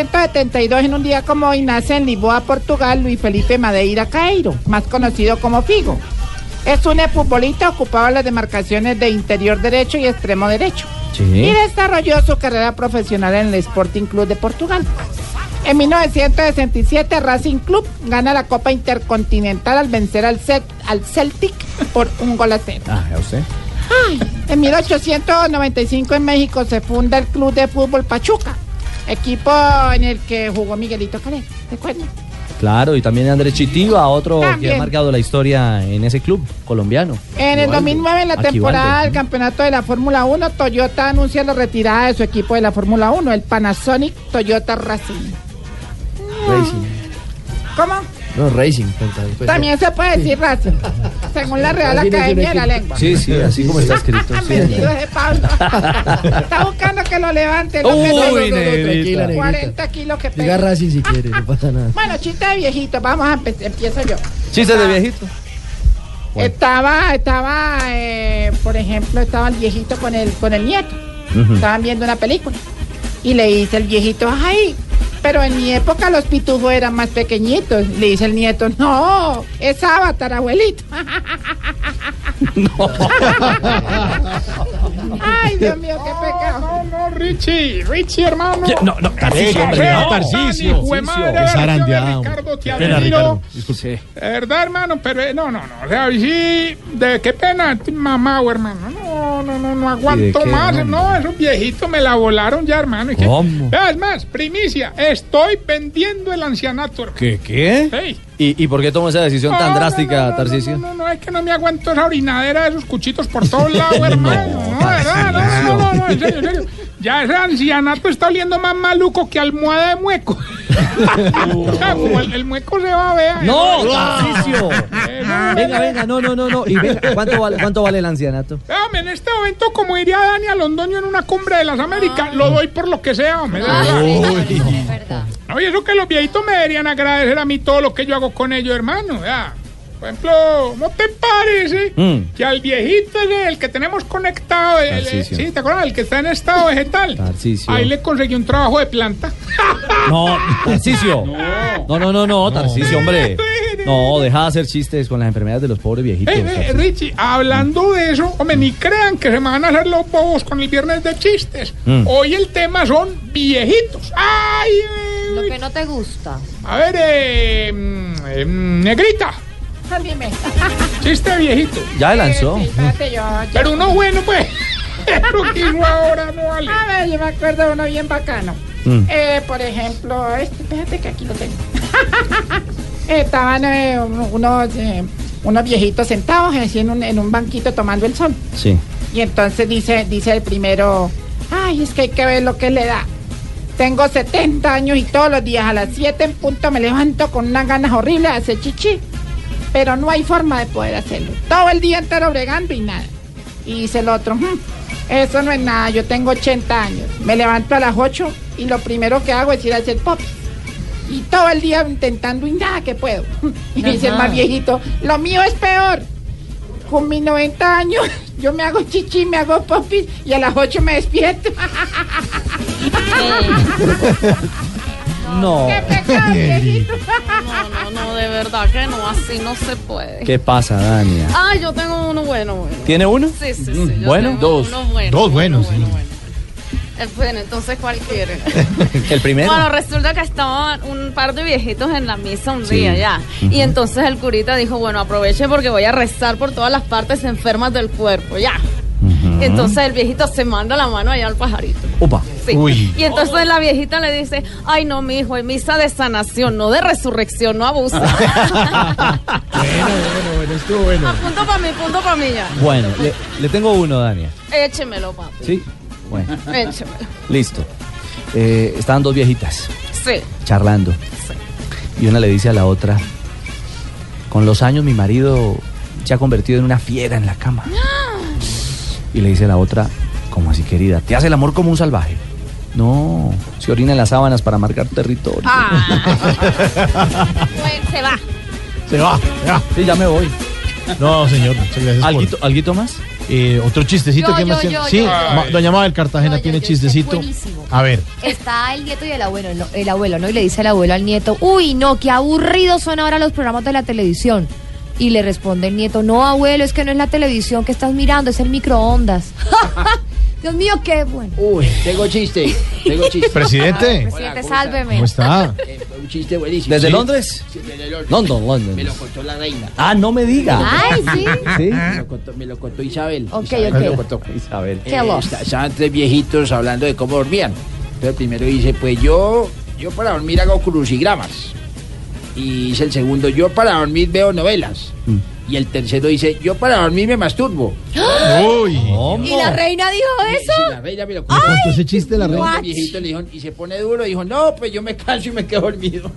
Speaker 10: 1972, en un día como hoy, nace en Lisboa, Portugal, Luis Felipe Madeira Cairo, más conocido como Figo. Es un futbolista ocupado en las demarcaciones de interior derecho y extremo derecho. Y
Speaker 13: Sí.
Speaker 10: desarrolló su carrera profesional en el Sporting Club de Portugal. En 1967, Racing Club gana la Copa Intercontinental al vencer al, Celt- al Celtic por un gol a cero.
Speaker 8: Ah, ya usted.
Speaker 10: Ay, en 1895 en México se funda el Club de Fútbol Pachuca, equipo en el que jugó Miguelito Canet, ¿de acuerdo?
Speaker 8: Claro, y también Andrés Chitiva, otro que
Speaker 10: También.
Speaker 8: ha marcado la historia en ese club colombiano.
Speaker 10: En el
Speaker 8: Ubaldo.
Speaker 10: 2009, en la
Speaker 8: Aquí
Speaker 10: temporada
Speaker 8: Ubaldo.
Speaker 10: del campeonato de la Fórmula 1, Toyota anuncia la retirada de su equipo de la Fórmula 1, el Panasonic Toyota Racing.
Speaker 17: Racing.
Speaker 10: ¿Cómo?
Speaker 17: No, Racing. pues, pues,
Speaker 10: También se puede decir Racing, según la Real
Speaker 17: Racing es un
Speaker 10: Academia de la
Speaker 17: equipo-
Speaker 10: Lengua.
Speaker 8: Sí, sí, así como está escrito. sí,
Speaker 10: Metido
Speaker 8: señor.
Speaker 10: ese Pablo. Está buscando que lo levante.
Speaker 17: Uy,
Speaker 10: meta-
Speaker 17: negrita. Tranquila, negrita.
Speaker 10: 40 kilos que
Speaker 17: Diga
Speaker 10: pega.
Speaker 17: Racing si quiere, no pasa nada.
Speaker 10: Bueno, chiste de viejito, vamos a empezar, empiezo yo.
Speaker 8: Chistes de viejito. Bueno.
Speaker 10: Estaba, estaba, eh, por ejemplo, estaba el viejito con el, con el nieto. Estaban viendo una película. Y le dice el viejito, ay,
Speaker 34: Pero en mi época los pitufos eran más pequeñitos. Le dice el nieto, no, es avatar, abuelito. [laughs] Ay, Dios mío, qué pecado. No, no, Richie, Richie, hermano.
Speaker 33: ¿Quién? No, no, Tarcisio, hombre,
Speaker 34: Feo,
Speaker 33: no, Tarcisio.
Speaker 34: Dani, jue madre,
Speaker 33: Tarcisio.
Speaker 34: a ver,
Speaker 33: Es arandeado.
Speaker 34: yo de Ricardo, te
Speaker 33: Espera,
Speaker 34: admiro.
Speaker 33: Ricardo,
Speaker 34: De verdad, hermano, pero eh, no, no, no. O sea, sí, de qué pena, t- mamá, o hermano. No, no, no, no
Speaker 33: ¿Y de
Speaker 34: aguanto
Speaker 33: qué,
Speaker 34: más.
Speaker 33: hombre?
Speaker 34: No, esos viejitos me la volaron ya, hermano. ¿Y qué?
Speaker 33: ¿Cómo?
Speaker 34: Vea, Es más, primicia, estoy vendiendo el ancianato, hermano.
Speaker 33: ¿Qué? ¿Qué?
Speaker 34: Ey.
Speaker 8: ¿Y, y por qué tomó esa decisión
Speaker 34: No,
Speaker 8: tan
Speaker 34: no,
Speaker 8: drástica, Tarcisio?
Speaker 34: No, no, es que no me aguanto esa orinadera de esos cuchitos por todos lados, hermano. No, de verdad, no, no, no, no, en serio, en serio. Ya ese ancianato está oliendo más maluco que almohada de mueco. [laughs] o sea, como el, el mueco se va a ver.
Speaker 8: ¡No,
Speaker 34: Tarcicio! [laughs]
Speaker 8: Tarcisio! Venga, venga, no, no, no, no. Y venga, ¿cuánto vale, cuánto vale el ancianato?
Speaker 34: Dame, en este momento, como iría Dani a Londoño en una cumbre de las Américas, lo doy por lo que sea, hombre. de verdad. No, y eso que los viejitos me deberían agradecer a mí todo lo que yo hago con ellos, hermano. ya. Por ejemplo, ¿no te parece
Speaker 33: Mm.
Speaker 34: que al viejito, ese, el que tenemos conectado, el- el-
Speaker 33: Tarcisio.
Speaker 34: sí, ¿te acuerdas? El que está en estado vegetal.
Speaker 8: Tarcisio.
Speaker 34: Ahí le conseguí un trabajo de planta.
Speaker 8: No, Tarcisio. [laughs] No, no, no, no, Tarcisio, [laughs] hombre. No, deja de hacer chistes con las enfermedades de los pobres viejitos.
Speaker 34: Eh, eh,
Speaker 8: Tarcisio.
Speaker 34: Richie, hablando de eso, hombre, ni crean que se me van a hacer los bobos con el viernes de chistes.
Speaker 8: Mm.
Speaker 34: Hoy el tema son viejitos. ¡Ay! Lo que no te gusta. A ver, eh, mm, eh, mm, negrita, [laughs]
Speaker 10: Dime.
Speaker 34: chiste viejito.
Speaker 8: Ya lanzó.
Speaker 10: Espérate, yo, yo-
Speaker 34: Pero uno bueno,
Speaker 10: [laughs]
Speaker 34: pues. Lo que hizo ahora no vale.
Speaker 10: A ver, yo me acuerdo de uno bien bacano.
Speaker 34: Mm.
Speaker 10: Eh, por ejemplo, este, espérate que aquí lo tengo. [laughs] Estaban eh, unos, eh, unos viejitos sentados así en un, en un banquito tomando el sol.
Speaker 8: Sí.
Speaker 10: Y entonces dice, dice el primero, ay, es que hay que ver lo que le da. Tengo 70 años y todos los días a las 7 en punto me levanto con unas ganas horribles de hacer chichi. Pero no hay forma de poder hacerlo. Todo el día entero bregando y nada. Y dice el otro, "Mm, eso no es nada, yo tengo 80 años. Me levanto a las 8 y lo primero que hago es ir a hacer pop. Y todo el día intentando y nada que puedo. [laughs] Y dice el
Speaker 34: Ajá.
Speaker 10: más viejito, lo mío es peor. Con mis 90 años, [laughs] yo me hago chichi, me hago popis y a las 8 me despierto. [laughs]
Speaker 8: No. [laughs]
Speaker 10: No, no, no, de verdad que no, así no se puede.
Speaker 8: ¿Qué pasa, Dania?
Speaker 10: Ah, yo tengo uno bueno, bueno.
Speaker 8: ¿Tiene uno? Mm,
Speaker 10: Sí, sí, sí. yo
Speaker 8: Bueno,
Speaker 10: tengo uno bueno.
Speaker 8: buenos.
Speaker 10: Eh, Bueno, entonces, ¿cuál quiere?
Speaker 8: El [laughs] primero.
Speaker 10: Bueno, resulta que estaban un par de viejitos en la misa un
Speaker 8: Sí.
Speaker 10: día ya.
Speaker 8: Ujú.
Speaker 10: Y entonces el curita dijo, bueno, aproveche porque voy a rezar por todas las partes enfermas del cuerpo, ya. Y entonces el viejito se manda la mano allá al pajarito.
Speaker 8: Upa.
Speaker 10: Sí. Y entonces la viejita le dice, ay no, mi hijo, es misa de sanación, no de resurrección,
Speaker 8: [laughs]
Speaker 10: no abusa.
Speaker 8: Bueno, bueno, estuvo bueno.
Speaker 10: [laughs] punto para mí, punto para mí ya.
Speaker 8: Bueno, le, le tengo uno, Dania.
Speaker 10: Échemelo, papá.
Speaker 8: ¿Sí? Bueno,
Speaker 10: Échemelo.
Speaker 8: listo. Eh, estaban dos viejitas
Speaker 10: Sí.
Speaker 8: charlando. Y una le dice a la otra, con los años mi marido se ha convertido en una fiera en la cama. Y le dice la otra, como así querida, te hace el amor como un salvaje. No, se orina en las sábanas para marcar territorio.
Speaker 18: Ah.
Speaker 33: Ah.
Speaker 10: Pues se va.
Speaker 8: Se va, se va. Sí, ya me voy.
Speaker 33: No, señor, muchas gracias. ¿Alguito,
Speaker 8: más?
Speaker 33: otro chistecito
Speaker 24: Yo,
Speaker 33: que
Speaker 24: yo,
Speaker 33: más tiene.
Speaker 24: yo,
Speaker 33: sí,
Speaker 24: yo.
Speaker 33: ma-
Speaker 24: Ay.
Speaker 33: doña Mabel Cartagena tiene chistecito.
Speaker 24: buenísimo.
Speaker 33: A ver.
Speaker 24: Está el nieto y el abuelo, no, el abuelo, ¿no? Y le dice el abuelo al nieto, uy, no, qué aburridos son ahora los programas de la televisión. Y le responde el nieto, no, abuelo, es que no es la televisión que estás mirando, es el microondas. [laughs] Dios mío, qué bueno.
Speaker 18: Uy, tengo chiste. Tengo
Speaker 33: [laughs]
Speaker 18: chiste.
Speaker 33: Presidente.
Speaker 24: Presidente, sálveme.
Speaker 33: ¿Cómo está?
Speaker 18: Eh, fue un chiste buenísimo.
Speaker 8: ¿Desde
Speaker 18: Sí.
Speaker 8: Londres?
Speaker 18: Sí, desde Londres.
Speaker 8: London, London.
Speaker 18: Me lo contó la reina.
Speaker 8: Ah, no me diga.
Speaker 18: Ay, sí.
Speaker 8: [laughs] Sí.
Speaker 18: Me lo contó, me lo contó Isabel.
Speaker 24: Ah. Ok,
Speaker 18: Isabel
Speaker 24: ok.
Speaker 18: Me lo contó.
Speaker 8: Isabel.
Speaker 18: Eh, Qué voz. esta- estaban tres viejitos hablando de cómo dormían. Entonces primero dice, pues yo, yo para dormir hago crucigramas. Y dice el segundo, yo para dormir veo novelas.
Speaker 33: Mm.
Speaker 18: Y el tercero dice, yo para dormir me masturbo.
Speaker 33: Uy.
Speaker 24: ¡Ah! ¿Y la reina dijo eso?
Speaker 18: La reina me lo
Speaker 33: ¿Le contó ese chiste la
Speaker 18: Y
Speaker 33: reina?
Speaker 18: el viejito le dijo, y se pone duro, dijo, no, pues yo me canso y me quedo dormido.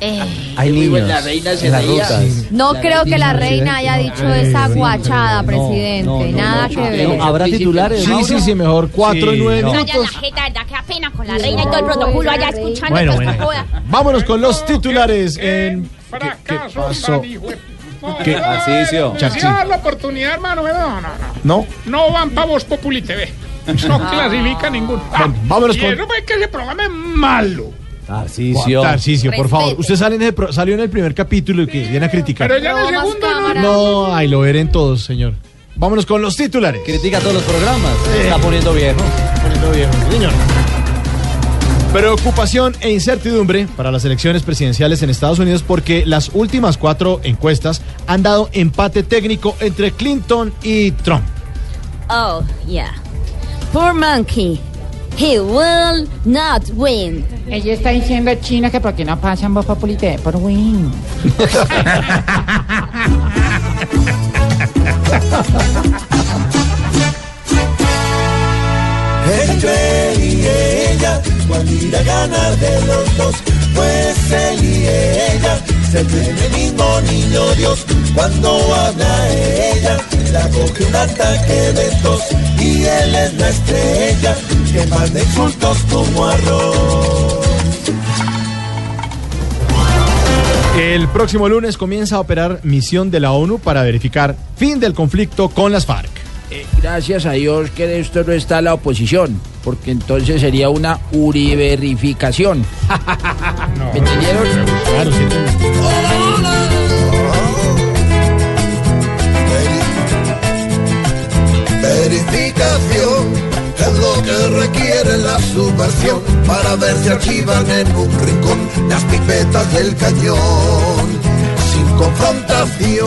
Speaker 24: Eh.
Speaker 8: Hay
Speaker 18: Muy
Speaker 8: niños
Speaker 18: buena, la reina se
Speaker 8: en las
Speaker 18: reía.
Speaker 8: rutas.
Speaker 24: No creo que la reina haya dicho esa guachada, presidente.
Speaker 8: no, no,
Speaker 24: Nada
Speaker 8: no,
Speaker 24: que
Speaker 8: no,
Speaker 24: ver.
Speaker 8: no, ¿Habrá titulares?
Speaker 33: Sí,
Speaker 8: Mauro?
Speaker 33: sí, sí, mejor cuatro y
Speaker 8: Sí,
Speaker 33: nueve
Speaker 8: no.
Speaker 33: minutos.
Speaker 10: jeta, da que pena con la reina y todo el protocolo allá escuchando
Speaker 33: pues- Bueno, bueno. Vámonos con los titulares en. ¿Qué, qué pasó? ¿Qué?
Speaker 34: Tarcisio. Si da la oportunidad, hermano, no, no, no.
Speaker 33: No.
Speaker 34: No van para Voz Populi TV. No clasifica ninguno. Ah,
Speaker 33: Bueno, vámonos
Speaker 34: y
Speaker 33: con-
Speaker 34: eso fue que ese programa es malo.
Speaker 33: Tarcicio. Tarcicio, por favor. Usted sale en el pro- salió en el primer capítulo y que viene a criticar.
Speaker 34: Pero ya en el No, más segundo no. cámaras.
Speaker 33: No, ahí lo veré en todos, señor. Vámonos con los titulares.
Speaker 8: Critica todos los programas. Se está poniendo viejo.
Speaker 33: poniendo viejo, señor. Preocupación e incertidumbre para las elecciones presidenciales en Estados Unidos porque las últimas cuatro encuestas han dado empate técnico entre Clinton y Trump.
Speaker 36: Oh, yeah. Poor monkey. He will not win.
Speaker 10: Ella está diciendo a China que porque no pasan vos populite por win.
Speaker 7: Entre él y ella, ¿cuál irá a ganar de los dos? Pues él y ella se creen el mismo niño Dios. Cuando habla ella, la coge un ataque de tos y él es la estrella que manda insultos como arroz.
Speaker 33: El próximo lunes comienza a operar misión de la ONU para verificar fin del conflicto con las FARC.
Speaker 18: Eh, Gracias a Dios que de esto no está la oposición, porque entonces sería una uriberificación. ¿Me entendieron?
Speaker 7: Verificación es lo que requiere la subversión para ver si archivan en un rincón las pipetas del cañón sin confrontación.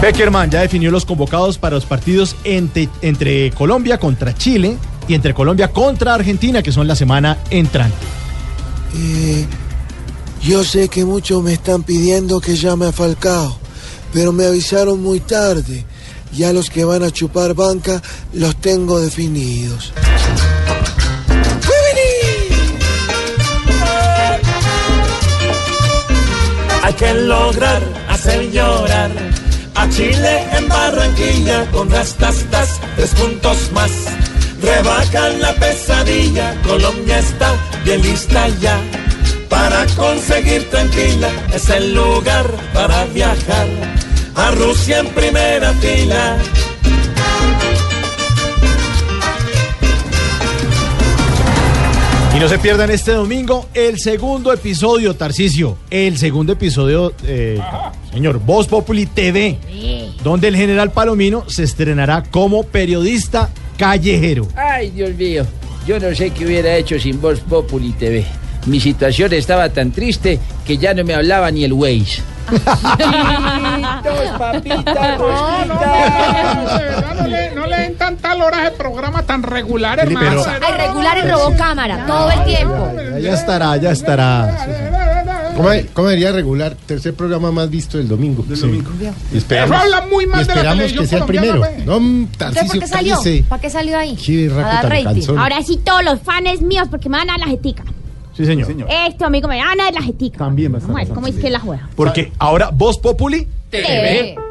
Speaker 33: Peckerman ya definió los convocados para los partidos ente- entre Colombia contra Chile y entre Colombia contra Argentina, que son la semana entrante.
Speaker 37: Eh, yo sé que muchos me están pidiendo que llame a Falcao, pero me avisaron muy tarde. Ya los que van a chupar banca los tengo definidos.
Speaker 7: Hay que lograr hacer llorar a Chile en Barranquilla con las tastas tres puntos más. Rebajan la pesadilla, Colombia está bien lista ya. Para conseguir tranquila es el lugar para viajar a Rusia en primera fila.
Speaker 33: Y no se pierdan este domingo el segundo episodio, Tarcisio. El segundo episodio, eh, señor, Voz Populi TV, donde el general Palomino se estrenará como periodista callejero.
Speaker 18: Ay, Dios mío, yo no sé qué hubiera hecho sin Voz Populi TV. Mi situación estaba tan triste que ya no me hablaba ni el Waze.
Speaker 34: Papitos, papitas, no, no, no, de verdad, no, le, no le den tantas horas de programa tan regular,
Speaker 33: Sí,
Speaker 34: hermano.
Speaker 33: pero-
Speaker 24: Ay, regular y robó cámara todo el tiempo.
Speaker 38: Ya estará, ya estará. ¿Cómo, cómo diría regular? Tercer programa más visto del domingo. Del domingo. Y esperamos,
Speaker 34: Eso habla muy mal
Speaker 38: y
Speaker 34: de la
Speaker 38: esperamos que
Speaker 34: televisión
Speaker 38: sea el primero.
Speaker 34: colombiana,
Speaker 38: No, mm,
Speaker 24: ¿Usted por
Speaker 38: Tarcisio,
Speaker 24: qué salió?
Speaker 38: cállese.
Speaker 24: ¿Para qué salió ahí?
Speaker 38: Qué berraco
Speaker 24: A dar
Speaker 38: tan
Speaker 24: rating.
Speaker 38: cansón.
Speaker 24: Ahora
Speaker 36: Ahora sí, todos los fans míos, porque me van a dar la jetica.
Speaker 33: Sí, señor.
Speaker 36: Este amigo me van a dar la jetica. También va a ¿Cómo es que la juega?
Speaker 33: Porque ahora Voz Populi
Speaker 36: TV.